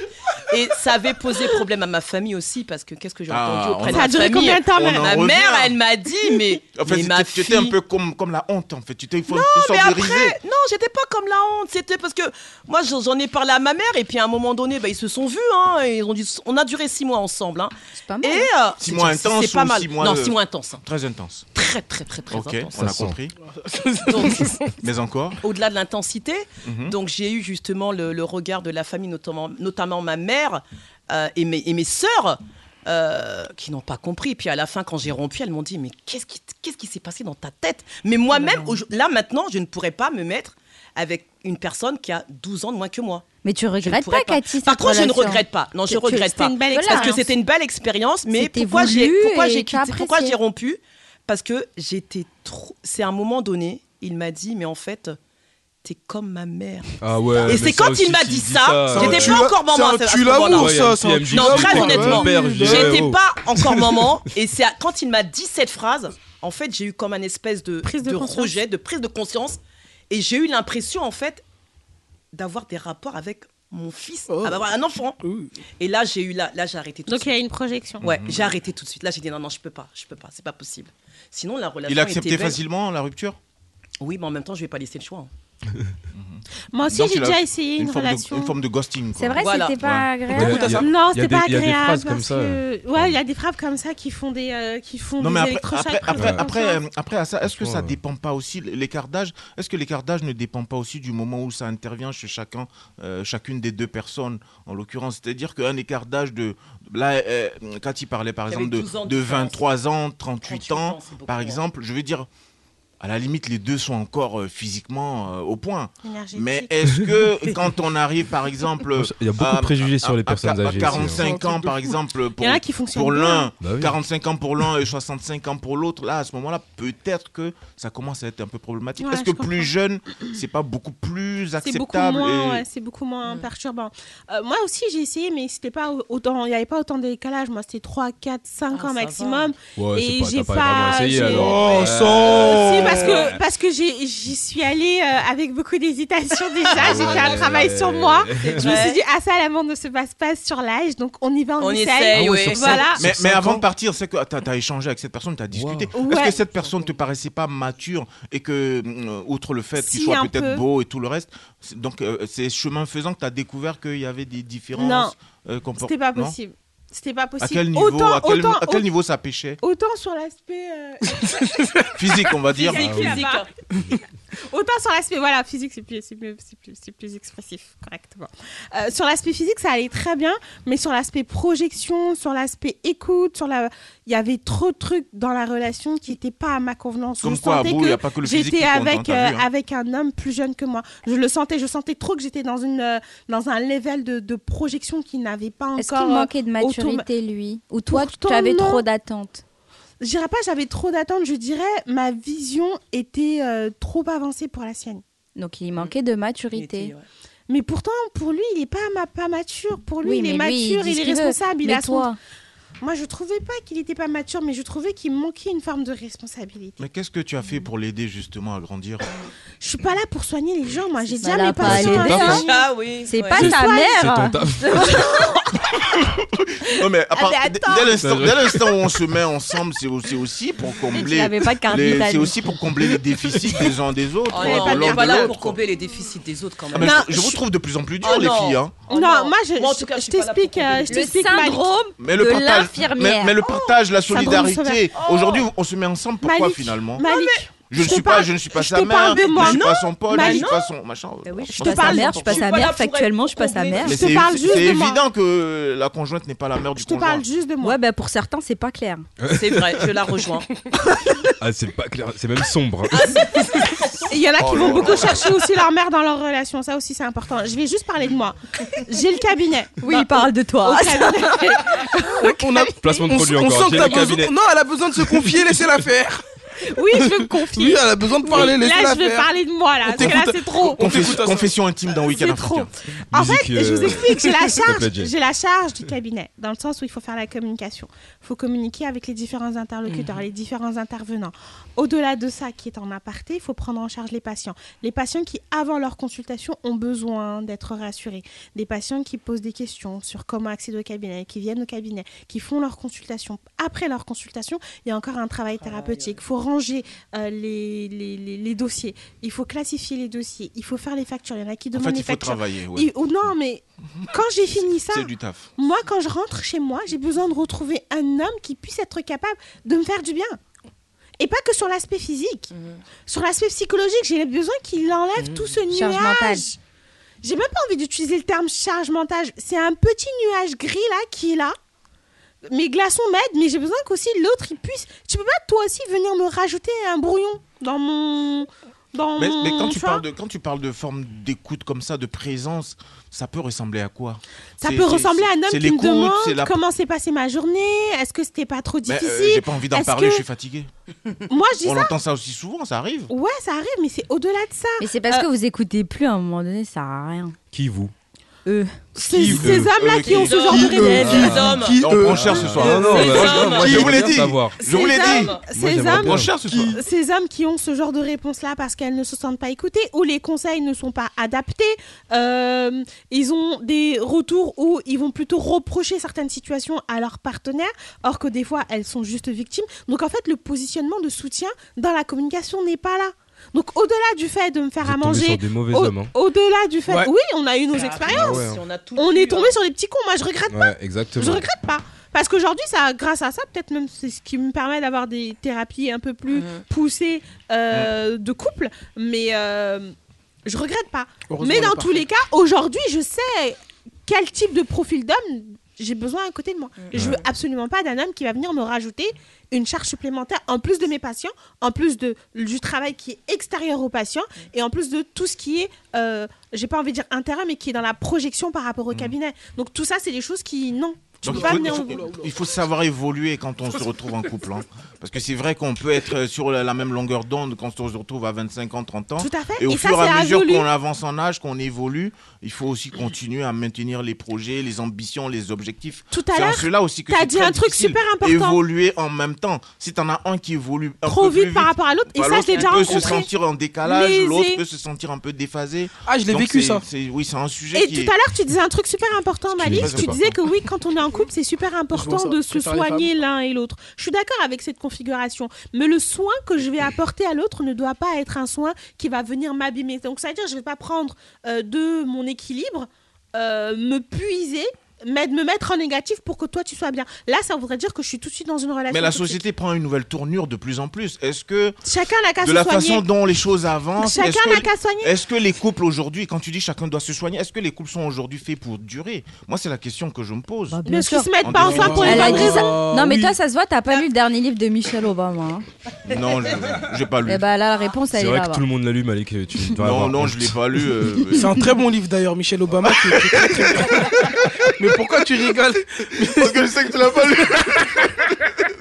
Speaker 2: Et ça avait posé problème à ma famille aussi, parce que qu'est-ce que j'ai
Speaker 3: Ah,
Speaker 2: entendu auprès
Speaker 3: on en-
Speaker 2: de ma
Speaker 3: Ça a duré
Speaker 2: famille
Speaker 3: combien de temps,
Speaker 2: Ma
Speaker 3: On en revient.
Speaker 2: mère, elle m'a dit, mais.
Speaker 3: En fait,
Speaker 2: mais ma
Speaker 3: tu- tu étais un
Speaker 2: fille-
Speaker 3: peu comme, comme la honte en fait. Tu étais une
Speaker 2: non, mais
Speaker 3: sorte de risée.
Speaker 2: après, non, j'étais pas comme la honte. C'était parce que moi, j'en j'en ai parlé à ma mère, et puis à un moment donné, bah, ils se sont vus. Hein, et ils ont dit, on a duré six mois ensemble. Hein. C'est pas
Speaker 5: mal,
Speaker 2: Et,
Speaker 5: hein.
Speaker 2: euh,
Speaker 3: Six
Speaker 2: c'est-
Speaker 3: mois
Speaker 2: c'est-
Speaker 3: intenses
Speaker 2: C'est pas
Speaker 3: ou
Speaker 2: mal.
Speaker 3: six mois,
Speaker 2: non,
Speaker 3: euh,
Speaker 2: six mois intenses. hein.
Speaker 3: Très intense.
Speaker 2: Très, très, très, très
Speaker 3: Ok,
Speaker 2: intense.
Speaker 3: on a compris.
Speaker 2: *laughs* Donc,
Speaker 3: Mais encore
Speaker 2: au-delà de l'intensité,
Speaker 3: Mhm.
Speaker 2: donc j'ai eu justement le, le regard de la famille, notamment, notamment ma mère euh, et, mes, et mes sœurs, euh, qui n'ont pas compris. Et puis à la fin, quand j'ai rompu, elles m'ont dit Mais qu'est-ce qui, qu'est-ce qui s'est passé dans ta tête Mais moi-même, aujourd- là maintenant, je ne pourrais pas me mettre avec une personne qui a 12 ans de moins que moi.
Speaker 5: Mais tu
Speaker 2: Je ne
Speaker 5: regrettes
Speaker 2: pourrais
Speaker 5: pas, Cathy
Speaker 2: Par
Speaker 5: cette
Speaker 2: contre, je ne
Speaker 5: relation
Speaker 2: regrette pas. Non,
Speaker 5: Tu-
Speaker 2: je
Speaker 5: tu-
Speaker 2: regrette
Speaker 5: c'était
Speaker 2: pas.
Speaker 5: une belle
Speaker 2: parce que
Speaker 5: expérience.
Speaker 2: c'était une belle expérience, mais
Speaker 5: C'était
Speaker 2: pourquoi j'ai
Speaker 5: voulu
Speaker 2: pourquoi
Speaker 5: et
Speaker 2: j'ai
Speaker 5: t'as
Speaker 2: quitté- pourquoi
Speaker 5: apprécié.
Speaker 2: j'ai rompu Parce que j'étais trop. C'est à un moment donné, il m'a dit, mais en fait, t'es comme ma mère.
Speaker 4: Ah ouais,
Speaker 2: et
Speaker 4: mais
Speaker 2: c'est
Speaker 4: ça
Speaker 2: quand
Speaker 4: aussi,
Speaker 2: il m'a
Speaker 4: s'il
Speaker 2: dit
Speaker 4: dit
Speaker 2: ça,
Speaker 4: ça,
Speaker 2: j'étais
Speaker 4: c'est
Speaker 2: pas
Speaker 4: un
Speaker 2: encore
Speaker 4: tue-
Speaker 2: maman.
Speaker 4: c'est un
Speaker 2: à ce- à
Speaker 4: tue
Speaker 2: ce moment-là.
Speaker 4: l'amour, ça, Ouais, c'est un il aime tue
Speaker 2: Non,
Speaker 4: l'amour,
Speaker 2: très
Speaker 4: t'es
Speaker 2: honnêtement,
Speaker 4: comme un père, je dirais,
Speaker 2: j'étais
Speaker 4: oh.
Speaker 2: pas encore
Speaker 4: *laughs*
Speaker 2: maman. Et c'est à- quand il m'a dit cette phrase, en fait, j'ai eu comme un espèce de,
Speaker 6: de
Speaker 2: de
Speaker 6: conscience.
Speaker 2: rejet, de prise de conscience. Et j'ai eu l'impression, en fait, d'avoir des rapports avec mon fils,
Speaker 3: Oh.
Speaker 2: d'avoir un enfant. Et là, j'ai eu là, là j'ai arrêté tout
Speaker 12: Donc
Speaker 2: de
Speaker 12: il y a
Speaker 2: suite.
Speaker 12: une projection.
Speaker 2: Ouais,
Speaker 3: Mhm.
Speaker 2: j'ai arrêté tout de suite. Là, j'ai dit non, non, je peux pas, je peux pas, c'est pas possible. Sinon, la relation.
Speaker 3: Il a accepté
Speaker 2: était belle.
Speaker 3: facilement la rupture
Speaker 2: Oui, mais en même temps, je vais pas laisser le choix. hein.
Speaker 6: Moi
Speaker 2: aussi, j'ai
Speaker 3: il a
Speaker 2: déjà essayé une
Speaker 3: forme de-
Speaker 2: relation.
Speaker 3: une forme de ghosting. quoi.
Speaker 6: C'est vrai,
Speaker 2: Voilà.
Speaker 6: c'était pas
Speaker 3: Ouais.
Speaker 6: agréable.
Speaker 3: Il y a- il y a-
Speaker 6: non,
Speaker 3: il y a
Speaker 6: c'était
Speaker 3: des-
Speaker 6: pas
Speaker 3: il y a des
Speaker 6: agréable.
Speaker 3: phrases comme
Speaker 6: parce
Speaker 3: ça.
Speaker 6: que- Ouais, il y a des phrases comme ça qui font des, euh, qui font
Speaker 3: Non, mais
Speaker 6: des
Speaker 3: après,
Speaker 6: électrochocs.
Speaker 3: après, après,
Speaker 6: Ouais.
Speaker 3: après, euh, après, à ça, est-ce que
Speaker 4: Franchement,
Speaker 3: ça
Speaker 4: ouais.
Speaker 3: dépend pas aussi l'écart d'âge Est-ce que l'écart d'âge ne dépend pas aussi du moment où ça intervient chez chacun, euh, chacune des deux personnes en l'occurrence C'est-à-dire qu'un écart d'âge de. Là, euh, Cathy parlait par
Speaker 4: Avec
Speaker 3: exemple de,
Speaker 4: 12 ans de
Speaker 3: de
Speaker 4: différence.
Speaker 3: 23 ans, 38, ans,
Speaker 4: ans, c'est beaucoup,
Speaker 3: par
Speaker 4: ouais.
Speaker 3: exemple, je veux dire. À la limite, les deux sont encore euh, physiquement euh, au point.
Speaker 4: Énergétique.
Speaker 3: Mais est-ce
Speaker 6: *laughs*
Speaker 3: que quand on arrive, par exemple,
Speaker 4: Il y a beaucoup de
Speaker 3: à-
Speaker 4: préjugés sur les
Speaker 3: à- à-
Speaker 4: personnes
Speaker 3: à
Speaker 4: âgées,
Speaker 3: 45
Speaker 4: c'est un
Speaker 3: ans,
Speaker 4: truc de
Speaker 3: par
Speaker 4: fou.
Speaker 3: exemple, pour,
Speaker 6: Il y en a qui fonctionnent
Speaker 3: pour l'un,
Speaker 6: bien. Bah oui.
Speaker 3: 45 ans pour l'un et 65 ans pour l'autre, là, à ce moment-là, peut-être que ça commence à être un peu problématique.
Speaker 6: Ouais,
Speaker 3: Est-ce que
Speaker 6: je
Speaker 3: plus
Speaker 6: comprends.
Speaker 3: jeune, c'est pas beaucoup plus
Speaker 6: C'est beaucoup
Speaker 3: acceptable
Speaker 6: moins,
Speaker 3: et-
Speaker 6: ouais, c'est beaucoup moins perturbant. Euh, moi aussi, j'ai essayé, mais c'était pas au- autant, il n'y avait pas autant de décalage. Moi, c'était 3, 4, 5 ans maximum.
Speaker 4: Ouais, c'est
Speaker 6: et
Speaker 4: pas- t'as
Speaker 6: j'ai
Speaker 4: pas
Speaker 6: pas.
Speaker 4: vraiment essayé,
Speaker 6: j'ai-
Speaker 4: alors. Oh,
Speaker 6: Ouais.
Speaker 4: ça
Speaker 6: Euh, Si, parce
Speaker 3: Euh.
Speaker 6: que, parce que j'ai- j'y suis allée euh, avec beaucoup
Speaker 3: *laughs*
Speaker 6: d'hésitation déjà. J'ai fait un
Speaker 4: Ouais.
Speaker 6: travail sur moi. Je
Speaker 4: C'est
Speaker 6: me
Speaker 4: vrai.
Speaker 6: suis dit, ah, ça, l'amour ne se passe pas sur l'âge, donc on y va, on,
Speaker 2: On
Speaker 6: essaye.
Speaker 2: essaye, Ah ouais, sur cinq-
Speaker 6: Voilà.
Speaker 3: Mais, mais avant de partir, c'est que tu as échangé avec cette personne, tu as discuté. Est-ce
Speaker 6: Ouais.
Speaker 3: que cette personne te paraissait pas mature et que, mm, outre le fait qu'il
Speaker 6: Si,
Speaker 3: soit
Speaker 6: un
Speaker 3: peut-être
Speaker 6: peu.
Speaker 3: beau et tout le reste, c'est- donc euh, c'est chemin faisant que tu as découvert qu'il y avait des différences
Speaker 6: Non.
Speaker 3: euh, compor-
Speaker 6: C'était pas
Speaker 3: non
Speaker 6: possible. C'était pas possible.
Speaker 3: À quel niveau,
Speaker 6: Autant-
Speaker 3: à quel,
Speaker 6: autant-
Speaker 3: à quel niveau ça pêchait
Speaker 6: Autant sur l'aspect euh,
Speaker 3: *laughs* Physique, on va dire. Ah
Speaker 6: physique, là-bas. Autant sur l'aspect voilà physique, c'est plus, c'est mieux- c'est plus, c'est plus expressif, correctement. Euh, sur l'aspect physique, ça allait très bien, mais sur l'aspect projection, sur l'aspect écoute, sur la, il y avait trop de trucs dans la relation qui n'étaient pas à ma convenance.
Speaker 3: Comme
Speaker 6: je
Speaker 3: quoi, à
Speaker 6: sentais
Speaker 3: bout, il y a pas que le physique qui
Speaker 6: j'étais
Speaker 3: compte, hein,
Speaker 6: avec
Speaker 3: t'as vu,
Speaker 6: euh,
Speaker 3: hein.
Speaker 6: avec un homme plus jeune que moi. Je le sentais, je sentais trop que j'étais dans une euh, dans un level de, de projection qui n'avait pas encore.
Speaker 5: Est-ce qu'il manquait de
Speaker 6: euh, autour-
Speaker 5: maturité, lui Ou toi, tu
Speaker 6: Pourtant,
Speaker 5: avais
Speaker 6: non.
Speaker 5: trop d'attentes
Speaker 6: Je dirais pas j'avais trop d'attentes, je dirais ma vision était euh, trop avancée pour la sienne.
Speaker 5: Donc, il manquait de maturité.
Speaker 6: Mais pourtant, pour lui, il n'est pas, ma- pas mature. Pour lui,
Speaker 5: Oui,
Speaker 6: il est
Speaker 5: mais lui, il
Speaker 6: mature,
Speaker 5: dit
Speaker 6: il,
Speaker 5: ce
Speaker 6: est
Speaker 5: qu'il veut.
Speaker 6: responsable, il
Speaker 5: Mais
Speaker 6: a son-
Speaker 5: toi
Speaker 6: Moi, je trouvais pas qu'il n'était pas mature, mais je trouvais qu'il manquait une forme de responsabilité.
Speaker 3: Mais qu'est-ce que tu as fait pour l'aider justement à grandir
Speaker 6: Je suis pas là pour soigner les gens, moi. J'ai
Speaker 5: Ça
Speaker 6: déjà
Speaker 5: l'a
Speaker 6: mes
Speaker 5: pas
Speaker 2: Ah
Speaker 6: patients.
Speaker 5: aidé,
Speaker 6: à
Speaker 5: hein.
Speaker 6: soigner.
Speaker 5: Ah
Speaker 2: oui,
Speaker 5: C'est ouais. pas
Speaker 6: Je
Speaker 5: ta
Speaker 6: soigne-
Speaker 5: mère.
Speaker 3: *laughs* Non, mais à part-
Speaker 12: Ah, mais
Speaker 3: dès-
Speaker 12: attends.
Speaker 3: dès l'instant- dès l'instant où on se met ensemble, c'est aussi, c'est aussi pour combler.
Speaker 2: n'avais pas de carte
Speaker 3: les-
Speaker 2: vitale.
Speaker 3: C'est aussi pour combler les déficits des uns des autres.
Speaker 2: On
Speaker 3: quoi,
Speaker 2: n'est
Speaker 3: l'un
Speaker 2: Oh, pas,
Speaker 3: de
Speaker 2: pas là
Speaker 3: l'autre.
Speaker 2: pour combler les déficits des autres quand
Speaker 3: Ah,
Speaker 2: même.
Speaker 3: mais je, je vous trouve de plus en plus dur,
Speaker 2: Oh
Speaker 3: les
Speaker 2: non.
Speaker 3: filles. hein.
Speaker 2: Oh
Speaker 6: non, moi, je,
Speaker 2: Moi, en tout cas, je suis pas là pour
Speaker 6: t'explique,
Speaker 2: combler
Speaker 6: euh,
Speaker 2: les
Speaker 6: je
Speaker 2: déficits.
Speaker 6: t'explique, Malik.
Speaker 3: Mais le partage, mais, mais le
Speaker 6: Oh,
Speaker 5: Oh.
Speaker 3: partage, la
Speaker 6: Syndrome
Speaker 3: solidarité.
Speaker 6: sauveur.
Speaker 3: Aujourd'hui, on se met ensemble. Pourquoi
Speaker 6: Malik,
Speaker 3: finalement
Speaker 6: Malik,
Speaker 3: Je ne
Speaker 6: je te
Speaker 3: suis pas,
Speaker 6: parle-
Speaker 3: je ne suis pas
Speaker 6: je
Speaker 3: sa
Speaker 6: te
Speaker 3: mère,
Speaker 6: parle de moi.
Speaker 3: je ne suis pas
Speaker 6: Non,
Speaker 3: son pote, je ne
Speaker 6: Malik.
Speaker 3: suis pas son machin.
Speaker 5: oui, je suis pas sa mère, je suis pas sa mère, factuellement, je suis pas sa mère.
Speaker 3: Mais c'est c'est évident que la conjointe n'est pas la mère du conjoint.
Speaker 5: juste de moi. Ouais, bah pour certains, c'est pas clair.
Speaker 2: C'est vrai, je la rejoins.
Speaker 4: *laughs* Ah, c'est pas clair, c'est même sombre.
Speaker 6: Il y en a qui
Speaker 4: Oh
Speaker 6: vont
Speaker 4: là
Speaker 6: beaucoup
Speaker 4: là.
Speaker 6: chercher aussi leur mère dans leur relation. Ça aussi, c'est important. Je vais juste parler de moi. J'ai le cabinet.
Speaker 5: Oui, il parle de toi. *laughs*
Speaker 4: on a placement de
Speaker 7: On-
Speaker 4: produit
Speaker 7: on
Speaker 4: encore.
Speaker 7: sent que
Speaker 4: J'ai
Speaker 7: t'as
Speaker 4: le cabinet.
Speaker 7: besoin- Non, elle a besoin de se confier, laissez-la faire.
Speaker 6: Oui, je veux me confier.
Speaker 7: Oui, elle a besoin de parler,
Speaker 6: Là,
Speaker 7: laissez-la
Speaker 6: je veux
Speaker 7: faire.
Speaker 6: parler de moi, là. Parce que là, c'est trop.
Speaker 3: Confession, confession intime dans Week-end Africain.
Speaker 6: Euh,
Speaker 3: euh,
Speaker 6: En fait, je vous explique,
Speaker 3: *laughs*
Speaker 6: j'ai la
Speaker 3: S'il te
Speaker 6: charge,
Speaker 3: plaît, Jay.
Speaker 6: j'ai la charge du cabinet, dans le sens où il faut faire la communication. Il faut communiquer avec les différents interlocuteurs,
Speaker 12: Mhm.
Speaker 6: les différents intervenants. Au-delà de ça, qui est en aparté, il faut prendre en charge les patients. Les patients qui, avant leur consultation, ont besoin d'être rassurés. Des patients qui posent des questions sur comment accéder au cabinet, qui viennent au cabinet, qui font leur consultation. Après leur consultation, il y a encore un travail thérapeutique. Il faut ranger euh, les, les- les- les dossiers. Il faut classifier les dossiers. Il faut faire les factures. Il y en a qui
Speaker 3: En
Speaker 6: demandent
Speaker 3: fait,
Speaker 6: les
Speaker 3: il faut
Speaker 6: factures.
Speaker 3: travailler, ouais.
Speaker 6: Il- ou non, mais quand j'ai fini ça,
Speaker 3: *laughs* C'est du taf.
Speaker 6: moi, quand je rentre chez moi, j'ai besoin de retrouver un homme qui puisse être capable de me faire du bien. Et pas que sur l'aspect physique.
Speaker 5: Mhm.
Speaker 6: Sur l'aspect psychologique, j'ai besoin qu'il enlève tout ce nuage.
Speaker 5: Charge mentale.
Speaker 6: J'ai même pas envie d'utiliser le terme charge mentale. C'est un petit nuage gris là qui est là. Mes glaçons m'aident, mais j'ai besoin qu'aussi l'autre il puisse. Tu peux pas toi aussi venir me rajouter un brouillon dans mon. Dans
Speaker 3: Mais, mais
Speaker 6: mon-
Speaker 3: quand, tu
Speaker 6: vois
Speaker 3: parles de, quand tu parles de forme d'écoute comme ça, de présence, ça peut ressembler à quoi
Speaker 6: Ça
Speaker 3: C'est-
Speaker 6: peut
Speaker 3: c'est-
Speaker 6: ressembler à un
Speaker 3: c'est
Speaker 6: homme qui me
Speaker 3: l'écoute,
Speaker 6: demande
Speaker 3: c'est la-
Speaker 6: comment s'est passée ma journée, est-ce que c'était pas trop
Speaker 3: Mais, euh,
Speaker 6: difficile
Speaker 3: J'ai pas envie d'en
Speaker 6: Est-ce
Speaker 3: parler,
Speaker 6: que-
Speaker 3: je suis fatigué.
Speaker 6: *laughs* Moi, je dis
Speaker 3: On
Speaker 6: ça.
Speaker 3: entend ça aussi souvent, ça arrive.
Speaker 6: Ouais, ça arrive, mais c'est au-delà de ça.
Speaker 5: Mais c'est parce que vous écoutez plus à un moment donné, ça sert à rien.
Speaker 4: Qui vous euh,
Speaker 5: Eux.
Speaker 6: Ces- Qui,
Speaker 3: euh,
Speaker 6: ces eux hommes-là qui ont ce genre de réveil. Ces hommes.
Speaker 3: Non, on prend cher ce soir.
Speaker 4: Non, non,
Speaker 3: Ces
Speaker 4: bah,
Speaker 3: hommes.
Speaker 4: moi,
Speaker 3: Qui
Speaker 4: j'aimerais
Speaker 3: vous l'ai
Speaker 4: bien
Speaker 3: dit
Speaker 4: savoir.
Speaker 3: Je vous l'ai dit.
Speaker 6: Ces
Speaker 3: j'aimerais bien.
Speaker 6: hommes,
Speaker 3: Mon cher, ce soir.
Speaker 6: ces hommes qui ont ce genre de réponse-là parce qu'elles ne se sentent pas écoutées, ou les conseils ne sont pas adaptés, euh, ils ont des retours où ils vont plutôt reprocher certaines situations à leur partenaire, or que des fois elles sont juste victimes. Donc en fait, le positionnement de soutien dans la communication n'est pas là. Donc au-delà du fait de me faire
Speaker 4: Vous êtes
Speaker 6: à
Speaker 4: tombés
Speaker 6: manger,
Speaker 4: sur des mauvais
Speaker 6: au-
Speaker 4: hommes, hein.
Speaker 6: au-delà du fait,
Speaker 4: Ouais.
Speaker 6: oui, on a eu nos
Speaker 4: Ah,
Speaker 6: expériences.
Speaker 4: ouais, hein.
Speaker 6: on, est tombé sur des petits cons. Moi, je regrette
Speaker 4: Ouais,
Speaker 6: pas.
Speaker 4: exactement.
Speaker 6: Je regrette pas. Parce qu'aujourd'hui, ça, grâce à ça, peut-être même c'est ce qui me permet d'avoir des thérapies un peu plus poussées euh, de couple. Mais euh, je regrette pas.
Speaker 12: Heureusement,
Speaker 6: Mais
Speaker 12: elle est
Speaker 6: dans tous les cas, aujourd'hui, je sais quel type de profil d'homme j'ai besoin à côté de moi. Je veux absolument pas d'un homme qui va venir me rajouter une charge supplémentaire en plus de mes patients, en plus de, du travail qui est extérieur aux patients et en plus de tout ce qui est, euh, j'ai pas envie de dire interne, mais qui est dans la projection par rapport au
Speaker 12: Mm.
Speaker 6: cabinet. Donc tout ça, c'est des choses qui, non. Tu
Speaker 3: Donc,
Speaker 6: peux
Speaker 3: il,
Speaker 6: pas
Speaker 3: faut,
Speaker 6: venir en-
Speaker 3: il faut- il faut savoir évoluer quand on se retrouve en couple. hein. Parce que c'est vrai qu'on peut être sur la, la même longueur d'onde quand on se retrouve à 25 ans, 30 ans.
Speaker 6: Tout à fait.
Speaker 3: Et au
Speaker 6: Et ça,
Speaker 3: fur et
Speaker 6: c'est
Speaker 3: à mesure
Speaker 6: évolué.
Speaker 3: qu'on avance en âge, qu'on évolue, il faut aussi continuer à maintenir les projets, les ambitions, les objectifs.
Speaker 6: Tout à
Speaker 3: C'est en
Speaker 6: l'heure,
Speaker 3: cela aussi que
Speaker 6: t'as
Speaker 3: c'est
Speaker 6: dit
Speaker 3: très
Speaker 6: un truc
Speaker 3: difficile.
Speaker 6: super important.
Speaker 3: Évoluer en même temps. Si t'en as un qui évolue un
Speaker 6: Trop
Speaker 3: peu plus
Speaker 6: vite par rapport à l'autre, et
Speaker 3: bah,
Speaker 6: ça, je l'ai déjà
Speaker 3: peut se
Speaker 6: rencontré.
Speaker 3: sentir en décalage,
Speaker 6: Lésé.
Speaker 3: l'autre peut se sentir un peu déphasé.
Speaker 7: Ah, je l'ai
Speaker 3: Donc,
Speaker 7: vécu,
Speaker 3: c'est-
Speaker 7: ça.
Speaker 3: c'est- Oui, c'est un sujet
Speaker 6: Et
Speaker 3: qui
Speaker 6: tout à
Speaker 3: est-
Speaker 6: l'heure, tu disais un truc super important,
Speaker 3: qui est
Speaker 6: Malik.
Speaker 3: très
Speaker 6: Tu disais que
Speaker 3: important.
Speaker 6: oui, quand on est en couple, c'est super important
Speaker 12: ça,
Speaker 6: de se
Speaker 12: préfère les
Speaker 6: soigner l'un et l'autre. Je suis d'accord avec cette configuration, mais le soin que je vais apporter à l'autre ne doit pas être un soin qui va venir m'abîmer. Donc, ça veut dire que je vais pas prendre euh, de mon équilibre, euh, me puiser, mais de me mettre en négatif pour que toi tu sois bien. Là, ça voudrait dire que je suis tout de suite dans une relation.
Speaker 3: Mais la
Speaker 6: toxique.
Speaker 3: société prend une nouvelle tournure de plus en plus. Est-ce que
Speaker 6: Chacun n'a qu'à
Speaker 3: de
Speaker 6: se
Speaker 3: la
Speaker 6: soigner.
Speaker 3: façon dont les choses avancent,
Speaker 6: Chacun
Speaker 3: est-ce que-
Speaker 6: n'a qu'à soigner.
Speaker 3: Est-ce que les couples aujourd'hui, quand tu dis chacun doit se soigner, est-ce que les couples sont aujourd'hui faits pour durer Moi, c'est la question que je me pose.
Speaker 6: Bah, bien Parce sûr. qu'ils se mettent pas ensemble pour les
Speaker 5: Elle a
Speaker 3: oh,
Speaker 6: bonnes
Speaker 5: dit ça-
Speaker 3: raisons.
Speaker 5: Non, mais toi, ça se voit, t'as pas lu le dernier livre de Michelle Obama.
Speaker 3: Non, je n'ai pas lu.
Speaker 5: Et bah là, la réponse,
Speaker 4: C'est
Speaker 5: elle est
Speaker 4: vrai
Speaker 5: là.
Speaker 4: que tout le monde l'a lu, Malik. Tu dois
Speaker 3: Non,
Speaker 4: avoir
Speaker 3: non,
Speaker 4: honte.
Speaker 3: je l'ai pas lu.
Speaker 4: *laughs*
Speaker 3: euh, mais-
Speaker 7: C'est un très bon livre d'ailleurs, Michel Obama. qui est- qui est très, très
Speaker 6: *laughs*
Speaker 7: bien. Mais pourquoi tu rigoles
Speaker 3: Parce que je sais que tu l'as pas lu.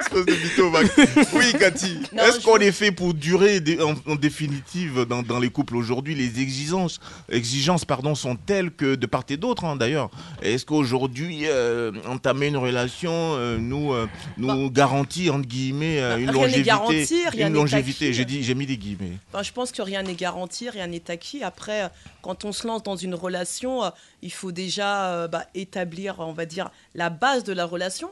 Speaker 3: espèce de mytho,
Speaker 2: *laughs*
Speaker 3: Max. Oui, Cathy. Est-ce qu'on est fait pour durer dé- en, en définitive dans, dans les couples aujourd'hui Les exigences, exigences pardon, sont telles que de part et d'autre, hein, d'ailleurs. Est-ce qu'aujourd'hui, euh, entamer une relation euh, nous, euh, nous garantit, entre guillemets, euh, une
Speaker 2: Bah. rien n'est
Speaker 3: longévité
Speaker 2: garanti, rien
Speaker 3: Une
Speaker 2: n'est
Speaker 3: longévité,
Speaker 2: acquis.
Speaker 3: j'ai dit- j'ai mis des guillemets.
Speaker 2: Enfin, je pense que rien n'est garanti, rien n'est acquis. Après, euh, quand on se lance dans une relation, euh, il faut déjà euh, bah, établir, on va dire, la base de la relation,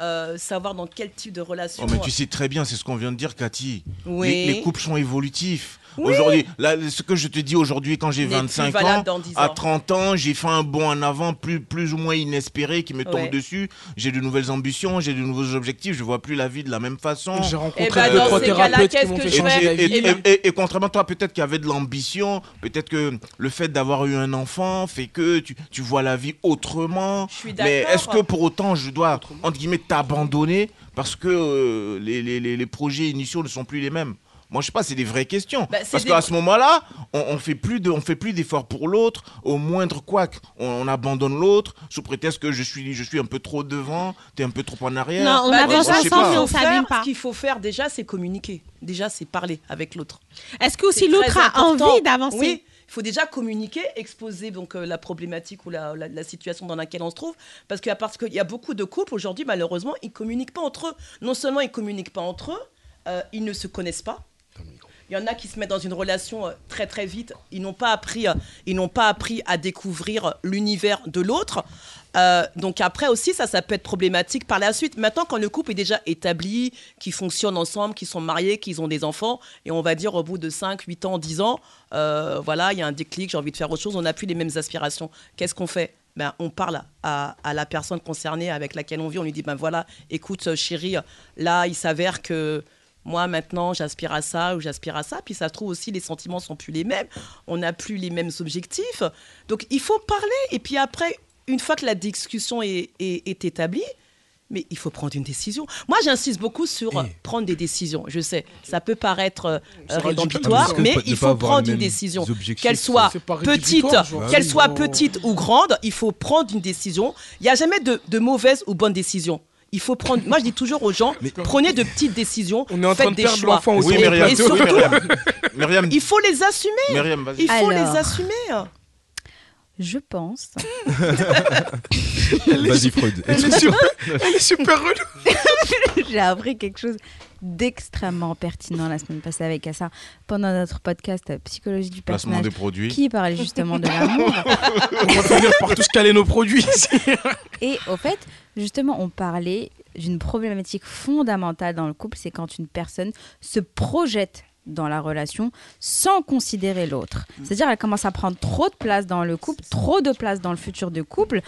Speaker 2: euh, savoir dans quel type de relation.
Speaker 3: Oh, mais tu sais très bien, c'est ce qu'on vient de dire, Cathy.
Speaker 2: Oui.
Speaker 3: Les, les couples sont évolutifs.
Speaker 2: Oui.
Speaker 3: Aujourd'hui, là, ce que je te dis aujourd'hui, quand j'ai
Speaker 2: N'est plus
Speaker 3: 25
Speaker 2: valable
Speaker 3: ans,
Speaker 2: dans 10
Speaker 3: à
Speaker 2: ans.
Speaker 3: 30 ans, j'ai fait un bond en avant plus, plus ou moins inespéré qui me tombe
Speaker 2: Ouais.
Speaker 3: dessus. J'ai de nouvelles ambitions, j'ai de nouveaux objectifs, je vois plus la vie de la même façon.
Speaker 7: J'ai rencontré
Speaker 2: Eh ben, deux, dans trois ces cas-là, thérapeutes qui qu'est-ce m'ont que fait je changer fais la
Speaker 3: Et-
Speaker 2: vie.
Speaker 3: et- et- et, et contrairement à toi, peut-être qu'il y avait de l'ambition, peut-être que le fait d'avoir eu un enfant fait que tu, tu vois la vie autrement. Mais
Speaker 2: d'accord.
Speaker 3: est-ce que pour autant je dois, entre guillemets, t'abandonner parce que euh, les, les- les- les projets initiaux ne sont plus les mêmes moi, je sais pas, c'est des vraies questions.
Speaker 2: Bah, c'est
Speaker 3: Parce
Speaker 2: des-
Speaker 3: qu'à ce moment-là, on, on fait plus de, on fait plus d'efforts pour l'autre. Au moindre couac, on, on abandonne l'autre sous prétexte que je suis, je suis un peu trop devant, t'es un peu trop en arrière.
Speaker 2: Bah,
Speaker 3: Moi,
Speaker 2: déjà,
Speaker 3: je sais pas.
Speaker 2: ce qu'il faut faire, Ce qu'il faut faire déjà, c'est communiquer. Déjà, c'est parler avec l'autre.
Speaker 6: Est-ce que aussi
Speaker 2: C'est
Speaker 6: l'autre
Speaker 2: très
Speaker 6: a
Speaker 2: important.
Speaker 6: envie d'avancer
Speaker 2: Oui, il faut déjà communiquer, exposer donc euh, la problématique ou la, la- la situation dans laquelle on se trouve, parce qu'il y a parce qu'il y a beaucoup de couples aujourd'hui, malheureusement, ils communiquent pas entre eux. Non seulement ils communiquent pas entre eux, euh, ils ne se connaissent pas. Il y en a qui se mettent dans une relation euh, très très vite. Ils n'ont pas appris, euh, ils n'ont pas appris à découvrir euh, l'univers de l'autre. Euh, donc après aussi, ça, ça peut être problématique par la suite. Maintenant, quand le couple est déjà établi, qu'ils fonctionnent ensemble, qu'ils sont mariés, qu'ils ont des enfants, et on va dire au bout de 5, 8 ans, 10 ans, euh, voilà, il y a un déclic, j'ai envie de faire autre chose, on n'a plus les mêmes aspirations. Qu'est-ce qu'on fait ben, on parle à, à la personne concernée avec laquelle on vit, on lui dit, ben voilà, écoute euh, chérie, là il s'avère que moi maintenant j'aspire à ça ou j'aspire à ça puis ça se trouve aussi les sentiments sont plus les mêmes on n'a plus les mêmes objectifs donc il faut parler et puis après une fois que la discussion est, est- est établie mais il faut prendre une décision moi j'insiste beaucoup sur euh, prendre des décisions je sais ça peut paraître euh,
Speaker 7: C'est
Speaker 2: rédhibitoire
Speaker 7: ridicule,
Speaker 2: mais
Speaker 7: de
Speaker 2: il
Speaker 7: pas
Speaker 2: faut
Speaker 7: avoir
Speaker 2: prendre
Speaker 7: les
Speaker 2: une
Speaker 7: mêmes
Speaker 2: décision
Speaker 7: objectifs,
Speaker 2: qu'elle soit
Speaker 7: c'est pas
Speaker 2: petite
Speaker 7: rédhibitoire, genre.
Speaker 2: qu'elle
Speaker 7: Bah
Speaker 2: soit
Speaker 7: oui,
Speaker 2: petite ou grande il faut prendre une décision il n'y a jamais de, de mauvaise ou bonne décision il faut prendre. Moi, je dis toujours aux gens, prenez de petites décisions. On est
Speaker 7: en train de perdre l'enfant aussi
Speaker 3: Oui,
Speaker 7: sur le
Speaker 3: Myriam,
Speaker 7: plateau.
Speaker 2: et surtout,
Speaker 3: oui, Myriam. Myriam,
Speaker 2: il faut les assumer.
Speaker 3: Myriam, vas-y.
Speaker 2: il faut
Speaker 5: Alors.
Speaker 2: les assumer.
Speaker 5: Je pense.
Speaker 4: Vas-y, Freud.
Speaker 5: Elle est
Speaker 4: super-
Speaker 5: elle est super relou. *laughs* J'ai appris quelque chose d'extrêmement pertinent la semaine passée avec Assa pendant notre podcast euh, Psychologie du
Speaker 3: *laughs* Placement
Speaker 5: personnage
Speaker 3: des produits.
Speaker 5: qui parlait justement de *laughs* l'amour.
Speaker 7: On va finir par tous caler nos produits.
Speaker 5: Et au fait, justement, on parlait d'une problématique fondamentale dans le couple, c'est quand une personne se projette dans la relation sans considérer l'autre. C'est-à-dire elle commence à prendre trop de place dans le couple, trop de place dans le futur de couple,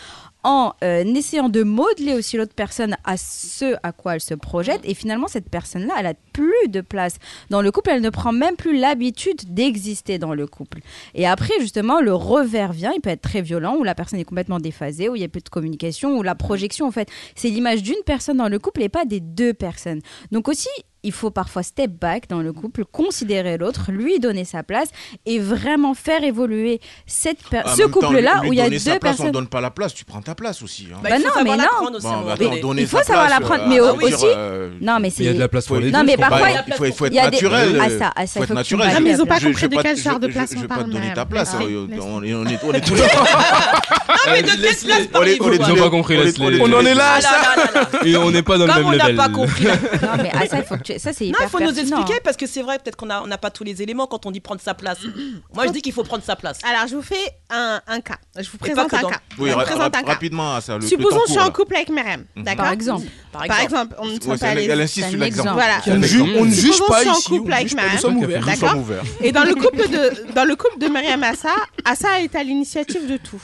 Speaker 5: en euh, essayant de modeler aussi l'autre personne à ce à quoi elle se projette. Et finalement, cette personne-là, elle a plus de place dans le couple, elle ne prend même plus l'habitude d'exister dans le couple. Et après, justement, le revers vient, il peut être très violent, où la personne est complètement déphasée, où il n'y a plus de communication, où la projection, en fait, c'est l'image d'une personne dans le couple et pas des deux personnes. Donc aussi, il faut parfois step back dans le couple, considérer l'autre, lui donner sa place et vraiment faire évoluer cette per-
Speaker 3: En
Speaker 5: Ah, ce
Speaker 3: même temps,
Speaker 5: couple-là
Speaker 3: lui- lui
Speaker 5: où il y a
Speaker 3: donner sa
Speaker 5: deux
Speaker 3: place, On
Speaker 5: personnes.
Speaker 3: donne pas la place, tu prends ta place aussi. hein.
Speaker 5: Bah, il Bah faut non, savoir mais la non. prendre aussi,
Speaker 3: Bon,
Speaker 5: à un
Speaker 3: bah,
Speaker 5: moment
Speaker 3: attends,
Speaker 5: donné.
Speaker 3: donner
Speaker 5: Il faut
Speaker 3: sa
Speaker 5: savoir la
Speaker 3: place,
Speaker 5: prendre,
Speaker 3: euh,
Speaker 5: mais
Speaker 3: ah
Speaker 5: au-
Speaker 3: oui,
Speaker 5: aussi-
Speaker 3: euh,
Speaker 5: Non, mais
Speaker 4: Il y a de la place pour les
Speaker 5: Non,
Speaker 4: deux,
Speaker 5: mais
Speaker 4: faut
Speaker 5: parfois,
Speaker 4: pas-
Speaker 5: il y a-
Speaker 3: il faut, il faut être
Speaker 5: il y a des-
Speaker 3: naturel.
Speaker 5: Ah,
Speaker 3: euh,
Speaker 5: ça, ah, ça,
Speaker 3: faut
Speaker 5: il
Speaker 3: être
Speaker 5: faut que tu me
Speaker 3: naturel.
Speaker 5: parles. Ah, mais ils ont pas
Speaker 3: Je- je
Speaker 5: compris
Speaker 3: vais
Speaker 5: de
Speaker 3: pas
Speaker 5: quel
Speaker 3: te-
Speaker 5: genre de
Speaker 3: je-
Speaker 5: place
Speaker 3: je-
Speaker 5: on
Speaker 3: Je vais pas
Speaker 5: parle,
Speaker 3: te donner ta
Speaker 5: Myriam.
Speaker 3: place.
Speaker 5: Ah,
Speaker 3: On
Speaker 5: laisse-les.
Speaker 3: est on est- on est-
Speaker 4: *laughs*
Speaker 3: on est tous les deux. Euh, On est- on est
Speaker 4: Ils
Speaker 3: tous
Speaker 4: ont
Speaker 3: les-
Speaker 4: pas compris,
Speaker 3: on est-
Speaker 4: laisse-les.
Speaker 3: on est-
Speaker 4: à Et on n'est pas dans le même
Speaker 3: *laughs*
Speaker 4: level.
Speaker 5: Non, mais à ça, il faut que tu... ça c'est
Speaker 2: Non,
Speaker 5: hyper
Speaker 2: il faut nous
Speaker 5: pertinent.
Speaker 2: expliquer parce que c'est vrai, peut-être qu'on a- on n'a pas tous les éléments quand on dit prendre sa place. Moi, je dis qu'il faut prendre sa place.
Speaker 6: Alors, je vous fais un, un cas. Je vous
Speaker 2: Et pas
Speaker 6: présente
Speaker 2: que
Speaker 6: un
Speaker 2: dans-
Speaker 6: cas.
Speaker 3: Oui,
Speaker 6: je vous
Speaker 3: ra-
Speaker 6: présente
Speaker 3: ra-
Speaker 6: un cas.
Speaker 3: rapidement, ça, le- le
Speaker 6: Supposons
Speaker 3: temps
Speaker 6: que je suis
Speaker 3: court, hein.
Speaker 6: en
Speaker 3: là.
Speaker 6: couple avec Myriam.
Speaker 3: Mhm.
Speaker 6: D'accord
Speaker 3: Par
Speaker 5: exemple.
Speaker 6: Par exemple, on ne
Speaker 3: Ouais,
Speaker 6: sent
Speaker 3: c'est
Speaker 6: pas à
Speaker 3: un-
Speaker 6: l'aise.
Speaker 3: elle insiste sur l'exemple.
Speaker 6: Voilà.
Speaker 3: C'est un On ne juge- exemple. on ne juge
Speaker 6: Supposons
Speaker 3: pas
Speaker 6: que je suis
Speaker 3: ici,
Speaker 6: en
Speaker 3: on
Speaker 6: couple
Speaker 3: ne
Speaker 6: avec
Speaker 3: juge pas, nous
Speaker 6: Myriam.
Speaker 3: sommes ouverts. Nous sommes
Speaker 6: D'accord
Speaker 3: ouverts.
Speaker 6: Et dans le couple de, dans le couple de Myriam Assa, Assa est à l'initiative de tout.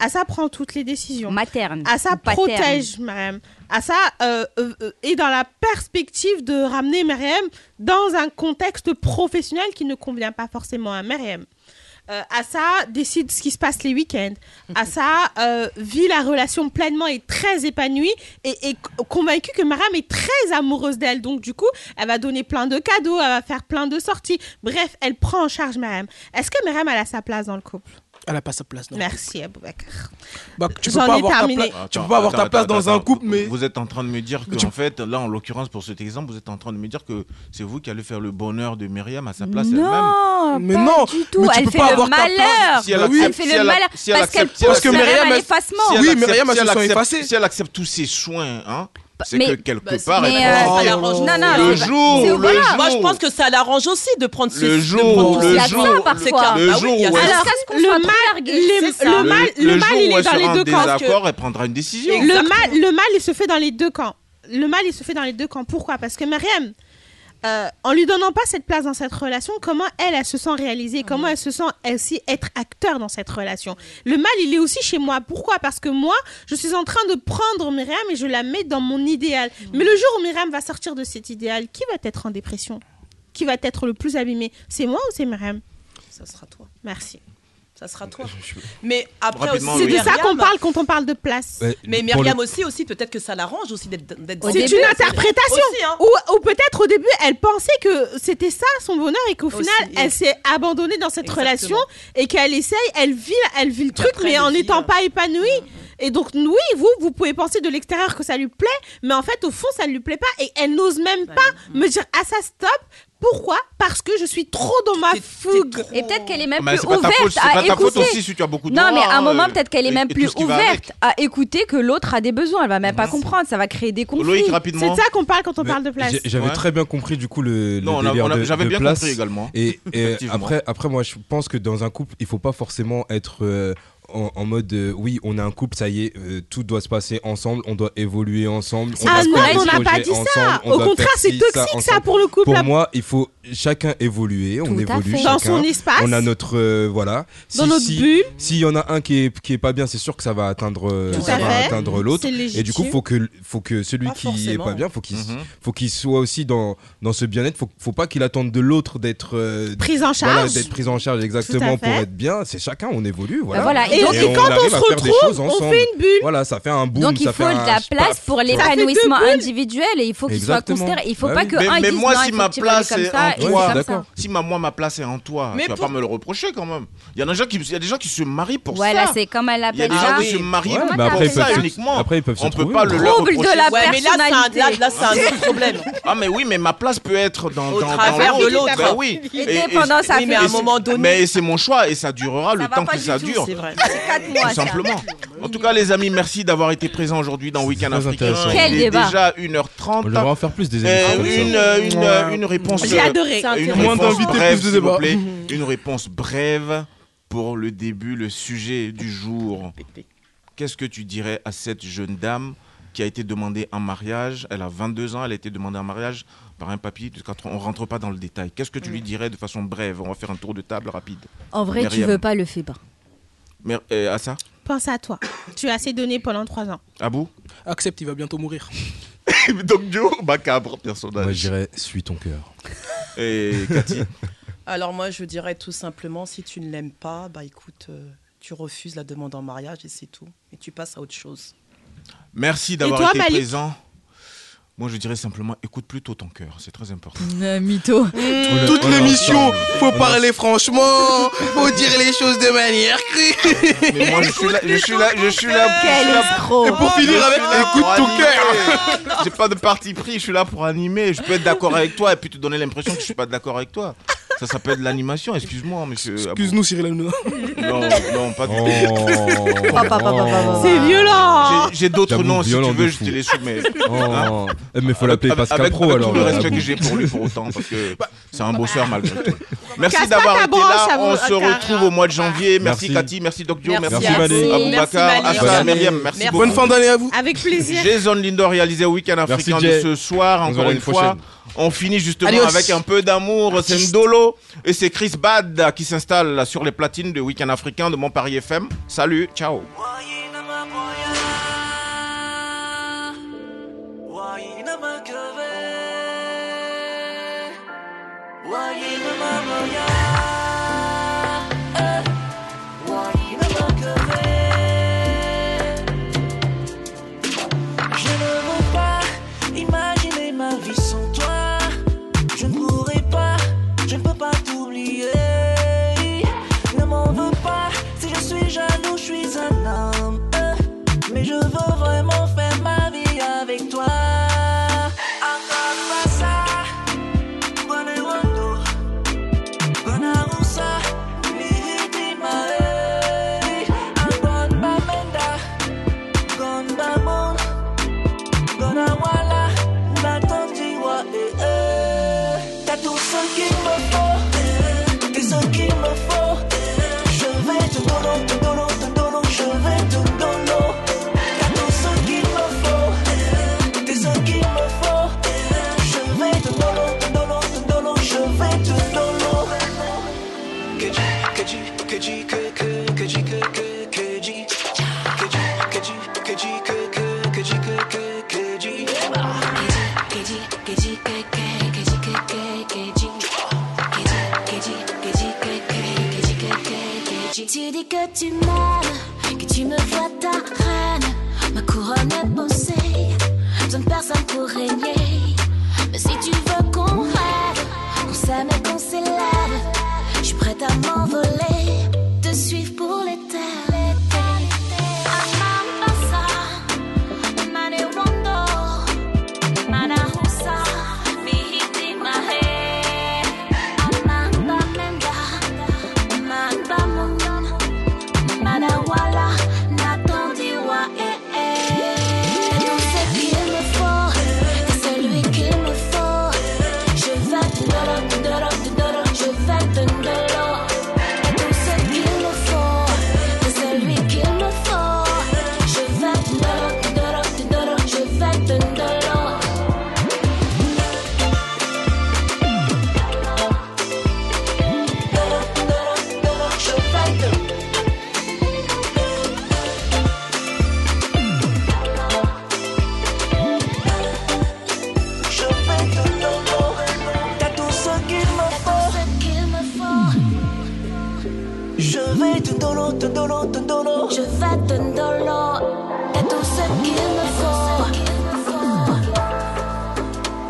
Speaker 6: Assa prend toutes les décisions.
Speaker 5: Materne.
Speaker 6: Assa
Speaker 5: ou paterne.
Speaker 6: protège Myriam. Assa euh, euh, euh, est dans la perspective de ramener Myriam dans un contexte professionnel qui ne convient pas forcément à Myriam. Euh, Assa décide ce qui se passe les week-ends. Assa euh, vit la relation pleinement et très épanouie et est co- convaincue que Maram est très amoureuse d'elle. Donc du coup, elle va donner plein de cadeaux, elle va faire plein de sorties. Bref, elle prend en charge Maram. Est-ce que Maram elle a sa place dans le couple
Speaker 7: *laughs* Elle a pas sa place. non.
Speaker 12: Merci, Aboubacar.
Speaker 7: Bah, tu peux
Speaker 12: J'en
Speaker 7: pas
Speaker 12: ai
Speaker 7: avoir ta
Speaker 12: terminé.
Speaker 7: pla- tu peux pas avoir ta place dans un couple, mais.
Speaker 3: Vous êtes en train de me dire que,
Speaker 7: Tu-
Speaker 3: en fait, là, en l'occurrence, pour cet exemple, vous êtes en train de me dire que c'est vous qui allez faire le bonheur de Myriam à sa place
Speaker 5: Non,
Speaker 3: elle-même.
Speaker 5: Mais pas non, du tout. mais tu Elle peux fait pas le avoir ta place. malheur.
Speaker 7: Bah
Speaker 5: Elle fait le malheur parce qu'elle pense que Myriam, elle est effacement. Oui, Myriam, elle se
Speaker 3: elle
Speaker 5: sent
Speaker 3: accepte-
Speaker 5: effacée.
Speaker 3: Si elle accepte tous ses soins, hein, c'est
Speaker 5: mais-
Speaker 3: que
Speaker 5: bah,
Speaker 3: quelque
Speaker 5: c'est-
Speaker 3: part,
Speaker 5: mais,
Speaker 3: elle
Speaker 5: euh,
Speaker 3: prend-
Speaker 5: ça l'arrange- Non, non,
Speaker 3: le
Speaker 5: c'est-
Speaker 3: jour,
Speaker 5: c'est-
Speaker 3: le
Speaker 5: voilà.
Speaker 3: jour.
Speaker 2: Moi, je pense que ça l'arrange aussi de prendre ce
Speaker 3: Le
Speaker 2: de
Speaker 3: jour,
Speaker 2: prendre
Speaker 3: le
Speaker 2: tous ces
Speaker 3: jour,
Speaker 2: cas
Speaker 3: le-
Speaker 2: parfois.
Speaker 3: le
Speaker 2: Bah oui,
Speaker 3: jour *laughs*
Speaker 2: il y a
Speaker 3: où elle-
Speaker 2: ça.
Speaker 3: Alors,
Speaker 12: Le mal, le, le mal, le, mal,
Speaker 3: jour
Speaker 12: il
Speaker 3: où
Speaker 12: est
Speaker 3: elle
Speaker 12: dans
Speaker 3: sera
Speaker 12: les
Speaker 3: en
Speaker 12: deux camps.
Speaker 3: désaccord, elle prendra une décision.
Speaker 12: Exactement.
Speaker 3: Le
Speaker 12: Exact.
Speaker 3: mal-
Speaker 6: mal- le mal, il se fait dans les deux camps. Le mal, il se fait dans les deux camps. Pourquoi Parce que Mariam, euh, en lui donnant pas cette place dans cette relation, comment elle, elle se sent réalisée Comment elle se sent elle aussi être acteur dans cette relation Le mal, il est aussi chez moi. Pourquoi Parce que moi, je suis en train de prendre Myriam et je la mets dans mon idéal. Mais le jour où Myriam va sortir de cet idéal, qui va être en dépression Qui va être le plus abîmé C'est moi ou c'est Myriam
Speaker 2: Ça sera toi.
Speaker 6: Merci.
Speaker 2: Ça sera toi. Mais après aussi,
Speaker 6: Rapidement, C'est de ça
Speaker 2: Myriam-
Speaker 6: qu'on parle quand on parle de place.
Speaker 4: Ouais,
Speaker 2: Mais
Speaker 4: pour
Speaker 2: Myriam
Speaker 4: le-
Speaker 2: aussi, aussi peut-être que ça l'arrange aussi d'être. d'être-
Speaker 6: C'est une interprétation.
Speaker 2: Aussi, hein.
Speaker 6: Ou, ou peut-être au début, elle pensait que c'était ça son bonheur et qu'au final, elle s'est abandonnée dans cette relation et qu'elle essaye, elle vit, elle vit le truc, mais en
Speaker 2: hein.
Speaker 6: n'étant pas épanouie. Et donc, oui, vous, vous pouvez penser de l'extérieur que ça lui plaît, mais en fait, au fond, ça ne lui plaît pas et elle n'ose même
Speaker 2: Bah
Speaker 6: pas me dire ah ça stop. Pourquoi Parce que je suis trop dans ma fougue.
Speaker 5: Et peut-être qu'elle est même
Speaker 3: Mais
Speaker 5: plus
Speaker 3: c'est pas ta
Speaker 5: ouverte
Speaker 3: faute, c'est
Speaker 5: à
Speaker 3: pas ta
Speaker 5: écouter.
Speaker 3: faute aussi si tu as beaucoup de
Speaker 5: non, mais
Speaker 3: droits,
Speaker 5: à un moment,
Speaker 3: euh,
Speaker 5: peut-être qu'elle est
Speaker 3: et-
Speaker 5: même
Speaker 3: et tout
Speaker 5: plus
Speaker 3: ce qui va avec.
Speaker 5: ouverte à écouter que l'autre a des besoins. Elle va même pas comprendre. Ça va créer des conflits.
Speaker 3: Loïc, rapidement. C'est de ça
Speaker 6: qu'on parle quand
Speaker 5: on
Speaker 6: parle de
Speaker 4: J'ai- J'avais très bien compris du coup le, le
Speaker 3: Non, on a-
Speaker 4: délire
Speaker 3: on a-
Speaker 4: de-
Speaker 3: j'avais
Speaker 4: de
Speaker 3: bien
Speaker 4: place.
Speaker 3: compris également.
Speaker 4: Et, et
Speaker 3: Effectivement.
Speaker 4: après, après, moi, je pense que dans un couple, il faut pas forcément être euh, en, en mode euh, oui, on est un couple, ça y est, euh, tout doit se passer ensemble, on doit évoluer ensemble. on
Speaker 6: Ah
Speaker 4: doit
Speaker 6: non,
Speaker 4: faire des
Speaker 6: on n'a pas
Speaker 4: projets
Speaker 6: dit ça.
Speaker 4: ensemble, on
Speaker 6: Au
Speaker 4: doit
Speaker 6: contraire,
Speaker 4: faire
Speaker 6: c'est
Speaker 4: ci,
Speaker 6: toxique, ça,
Speaker 4: ensemble.
Speaker 6: pour le couple.
Speaker 4: Pour moi, il faut chacun évoluer, on
Speaker 6: à
Speaker 4: évolue
Speaker 6: fait. Dans
Speaker 4: chacun.
Speaker 6: son espace.
Speaker 4: On a notre euh, voilà.
Speaker 6: Dans notre
Speaker 4: si,
Speaker 6: bulle.
Speaker 4: S'il y en a un qui est qui est pas bien, c'est sûr que ça va atteindre euh,
Speaker 6: Tout
Speaker 4: ça
Speaker 6: à
Speaker 4: va
Speaker 6: fait.
Speaker 4: atteindre l'autre.
Speaker 6: C'est
Speaker 4: Et du coup,
Speaker 6: légitime.
Speaker 4: faut que faut que celui qui est pas
Speaker 6: forcément.
Speaker 4: bien, faut qu'il
Speaker 3: Mhm.
Speaker 4: faut qu'il soit aussi dans, dans ce bien-être. Faut, faut pas qu'il attende de l'autre d'être euh,
Speaker 6: Prise en
Speaker 4: voilà,
Speaker 6: charge.
Speaker 4: d'être prise en charge exactement pour
Speaker 6: fait.
Speaker 4: être bien. C'est chacun, on évolue. Voilà.
Speaker 5: voilà, et donc- et
Speaker 6: quand on
Speaker 4: arrive
Speaker 6: se
Speaker 4: à faire des
Speaker 6: retrouve,
Speaker 4: choses
Speaker 6: on
Speaker 4: ensemble.
Speaker 6: fait une bulle.
Speaker 4: Voilà, ça fait un boom.
Speaker 5: Donc il
Speaker 4: ça
Speaker 5: faut
Speaker 4: fait un
Speaker 5: de la place
Speaker 4: paf,
Speaker 5: pour
Speaker 4: tu vois.
Speaker 5: l'épanouissement individuel et il faut qu'il soit
Speaker 4: Exactement.
Speaker 5: considéré. Il faut
Speaker 4: Bah
Speaker 5: pas
Speaker 4: oui.
Speaker 5: que
Speaker 3: mais,
Speaker 5: un
Speaker 3: mais
Speaker 5: dise
Speaker 3: moi,
Speaker 5: non,
Speaker 3: si
Speaker 5: il faut
Speaker 3: ma
Speaker 5: que tu veuilles
Speaker 3: place
Speaker 5: comme
Speaker 3: est
Speaker 5: ça,
Speaker 3: en
Speaker 5: et c'est
Speaker 3: toi,
Speaker 5: comme ça.
Speaker 3: si ma, moi ma place est en toi,
Speaker 5: Mais
Speaker 3: tu vas
Speaker 5: pour-
Speaker 3: pas me le reprocher quand même. Il y en a des gens qui, il y a des gens qui se marient pour
Speaker 5: Ouais,
Speaker 3: ça.
Speaker 5: là, c'est comme elle
Speaker 3: Il y a
Speaker 5: appelle
Speaker 3: des
Speaker 5: ça.
Speaker 3: gens qui se marient
Speaker 4: Ouais,
Speaker 3: pour
Speaker 4: mais après, ils
Speaker 3: ça
Speaker 4: peuvent se-
Speaker 3: uniquement.
Speaker 4: après, ils peuvent se
Speaker 3: On peut
Speaker 4: trouver,
Speaker 3: pas
Speaker 4: non
Speaker 3: le leur
Speaker 5: Trouble de
Speaker 3: reprocher.
Speaker 5: la
Speaker 2: hein. Ouais, mais là, c'est un-
Speaker 5: personnalité.
Speaker 2: là- là, c'est un autre problème.
Speaker 3: *laughs* Ah mais oui, mais ma place peut être dans
Speaker 2: Au
Speaker 3: dans- dans
Speaker 2: travers de l'autre.
Speaker 3: Bah oui.
Speaker 2: Et dépendant, ça Oui, mais à un
Speaker 3: c'est-
Speaker 2: moment donné-
Speaker 3: Mais c'est mon choix et ça durera le
Speaker 2: va
Speaker 3: temps
Speaker 2: pas
Speaker 3: que
Speaker 2: du
Speaker 3: ça
Speaker 2: tout,
Speaker 3: dure.
Speaker 2: c'est vrai.
Speaker 5: C'est quatre mois,
Speaker 3: Tout
Speaker 5: ça.
Speaker 3: simplement. En tout cas, les amis, merci d'avoir été présents aujourd'hui dans Week-end
Speaker 4: très
Speaker 3: Africain.
Speaker 4: intéressant.
Speaker 3: Il
Speaker 4: Quel
Speaker 3: est
Speaker 4: débat.
Speaker 3: déjà 1h30.
Speaker 4: On devrait en faire plus des
Speaker 3: Euh,
Speaker 4: émissions comme ça.
Speaker 3: une, euh, une, euh, une réponse.
Speaker 4: J'ai
Speaker 3: euh,
Speaker 4: adoré. C'est
Speaker 3: Une
Speaker 4: intéressant.
Speaker 3: réponse
Speaker 4: Moins d'invités,
Speaker 3: brève,
Speaker 4: plus de
Speaker 3: s'il vous
Speaker 4: débats.
Speaker 3: plaît. Une réponse brève pour le début, le sujet du jour. Qu'est-ce que tu dirais à cette jeune dame qui a été demandée en mariage Elle a 22 ans, elle a été demandée en mariage par un papy de 4 ans. On rentre pas dans le détail. Qu'est-ce que tu lui dirais de façon brève On va faire un tour de table rapide.
Speaker 5: En vrai, tu
Speaker 3: Myriam.
Speaker 5: veux pas le bah. fébar.
Speaker 3: Mer- euh, à ça
Speaker 6: Pense à toi. Tu as assez donné pendant trois ans.
Speaker 3: À bout
Speaker 7: Accepte, il va bientôt mourir.
Speaker 3: *laughs* Donc, Joe, macabre personnage.
Speaker 4: Moi, je dirais suis ton cœur.
Speaker 3: Et
Speaker 4: *laughs*
Speaker 3: Cathy
Speaker 2: Alors moi, je dirais tout simplement, si tu ne l'aimes pas, bah écoute, euh, tu refuses la demande en mariage et c'est tout. Et tu passes à autre chose.
Speaker 3: Merci
Speaker 2: Et
Speaker 3: d'avoir
Speaker 2: toi,
Speaker 3: été
Speaker 2: Malik
Speaker 3: présent. Moi, je dirais simplement, écoute plutôt ton cœur, c'est très important.
Speaker 5: Mytho.
Speaker 7: Mmh. Toute
Speaker 3: on l'a-
Speaker 7: l'émission,
Speaker 3: on
Speaker 7: faut
Speaker 3: l'a-
Speaker 7: parler franchement, faut dire les choses de manière crue.
Speaker 3: *laughs* Mais moi, je suis là, je suis là, je suis là. je
Speaker 7: Quel
Speaker 3: suis là-
Speaker 7: escroc. Et pour
Speaker 3: Je
Speaker 7: finir
Speaker 3: suis
Speaker 7: avec,
Speaker 3: là
Speaker 7: écoute
Speaker 3: pour
Speaker 7: ton
Speaker 3: animer. *laughs* J'ai pas de parti pris, je suis là pour animer. Je peux être d'accord avec toi et puis te donner l'impression que je suis pas d'accord avec toi. Ça s'appelle de l'animation, excuse-moi, monsieur.
Speaker 7: Excuse-nous, Cyril Hanouna.
Speaker 3: Non, non, pas du tout.
Speaker 6: C'est violent.
Speaker 4: Oh.
Speaker 3: J'ai- J'ai d'autres
Speaker 4: J'avoue,
Speaker 3: noms, si tu
Speaker 4: violent de
Speaker 3: veux, je
Speaker 4: fou.
Speaker 3: te les soumets.
Speaker 4: *laughs* Oh. Eh, mais faut
Speaker 3: Avec-
Speaker 4: l'appeler
Speaker 3: avec-
Speaker 4: Pascal
Speaker 3: avec-
Speaker 4: Pro,
Speaker 3: avec
Speaker 4: alors,
Speaker 3: Tout le
Speaker 4: là,
Speaker 3: respect
Speaker 4: Abou.
Speaker 3: que j'ai pour lui pour autant, parce que
Speaker 4: Bah,
Speaker 3: c'est un bosseur malgré tout.
Speaker 6: Casse
Speaker 3: Merci
Speaker 6: pas
Speaker 3: d'avoir
Speaker 6: ta
Speaker 3: été
Speaker 6: branche,
Speaker 3: là.
Speaker 6: Abou-
Speaker 3: On se
Speaker 6: Abou-
Speaker 3: retrouve au mois de janvier. Merci,
Speaker 4: Merci.
Speaker 3: Cathy, merci Doc Dio,
Speaker 4: Merci,
Speaker 3: merci,
Speaker 4: Malik.
Speaker 3: Abou Bakar,
Speaker 4: Merci, Malik.
Speaker 3: Asma
Speaker 4: Bonne
Speaker 3: Myriam, merci
Speaker 4: année. Merci.
Speaker 3: beaucoup.
Speaker 4: Bonne fin d'année
Speaker 7: à vous.
Speaker 6: Avec plaisir.
Speaker 3: Jason Lindor réalisé Week-end
Speaker 4: Merci,
Speaker 3: africain
Speaker 4: Jay.
Speaker 3: de ce soir,
Speaker 4: On se voit
Speaker 3: encore
Speaker 4: l'année
Speaker 3: une fois.
Speaker 4: prochaine.
Speaker 3: On finit justement
Speaker 4: Adios.
Speaker 3: avec un peu d'amour. C'est Ndolo et c'est Chris Bad qui s'installe là sur les platines de Week-end africain de Montpellier FM. Salut, ciao.
Speaker 13: Je ne veux pas imaginer ma vie sans toi. Je ne pourrai pas, je ne peux pas t'oublier. Ne m'en veux pas si je
Speaker 1: dis que, que, que dis que, que, que dis. Que dis, que dis, que dis que, que, que dis que, que, que dis.
Speaker 9: Tu dis que tu m'aimes, que tu me vois ta reine. Ma couronne est posée, besoin de personne pour régner. Mais si tu veux qu'on rêve, qu'on s'aime et qu'on s'élève, je suis prête à m'envoler, te suivre pour l'été. Amambasa, Manerondo, Manahusa, Mihiti Mahe. Amambamenda, Mambamunam, Manawala, Natandiwa, eh, eh. Je sais qu'il me faut, t'es celui qu'il me faut. Je vais te donner, te donner, te donner, je vais te donner. Tout ce qu'il me faut, c'est celui qu'il me faut. Je vais te donner, te donner, te donner, je vais te donner.
Speaker 1: T'as tout ce qu'il me faut. Je vais te donner, te donner, te donner.
Speaker 9: Je vais te donner. T'as tout ce qu'il me faut.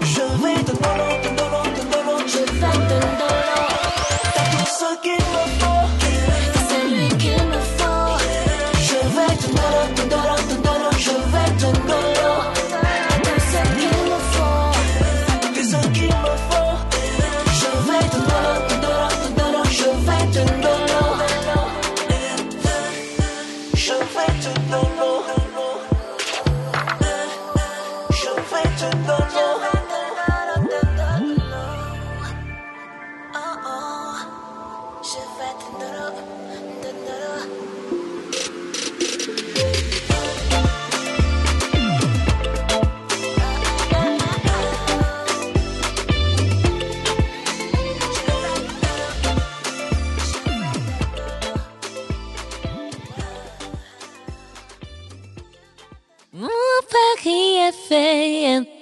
Speaker 1: Je vais te donner, te donner, te donner.
Speaker 9: Je vais te donner.
Speaker 1: T'as tout ce qu'il me faut.
Speaker 9: C'est celui qu'il me faut.
Speaker 1: Je vais te donner, te donner, te donner. Je vais te donner.
Speaker 9: T'as tout ce qu'il me faut.
Speaker 1: T'es ce qu'il me faut. Je vais te donner, te donner, te donner. Je vais te donner. Je vais te donner. Je vais te donner.
Speaker 9: Oh oh. Je vais te donner. te donner. Mon Paris est fait.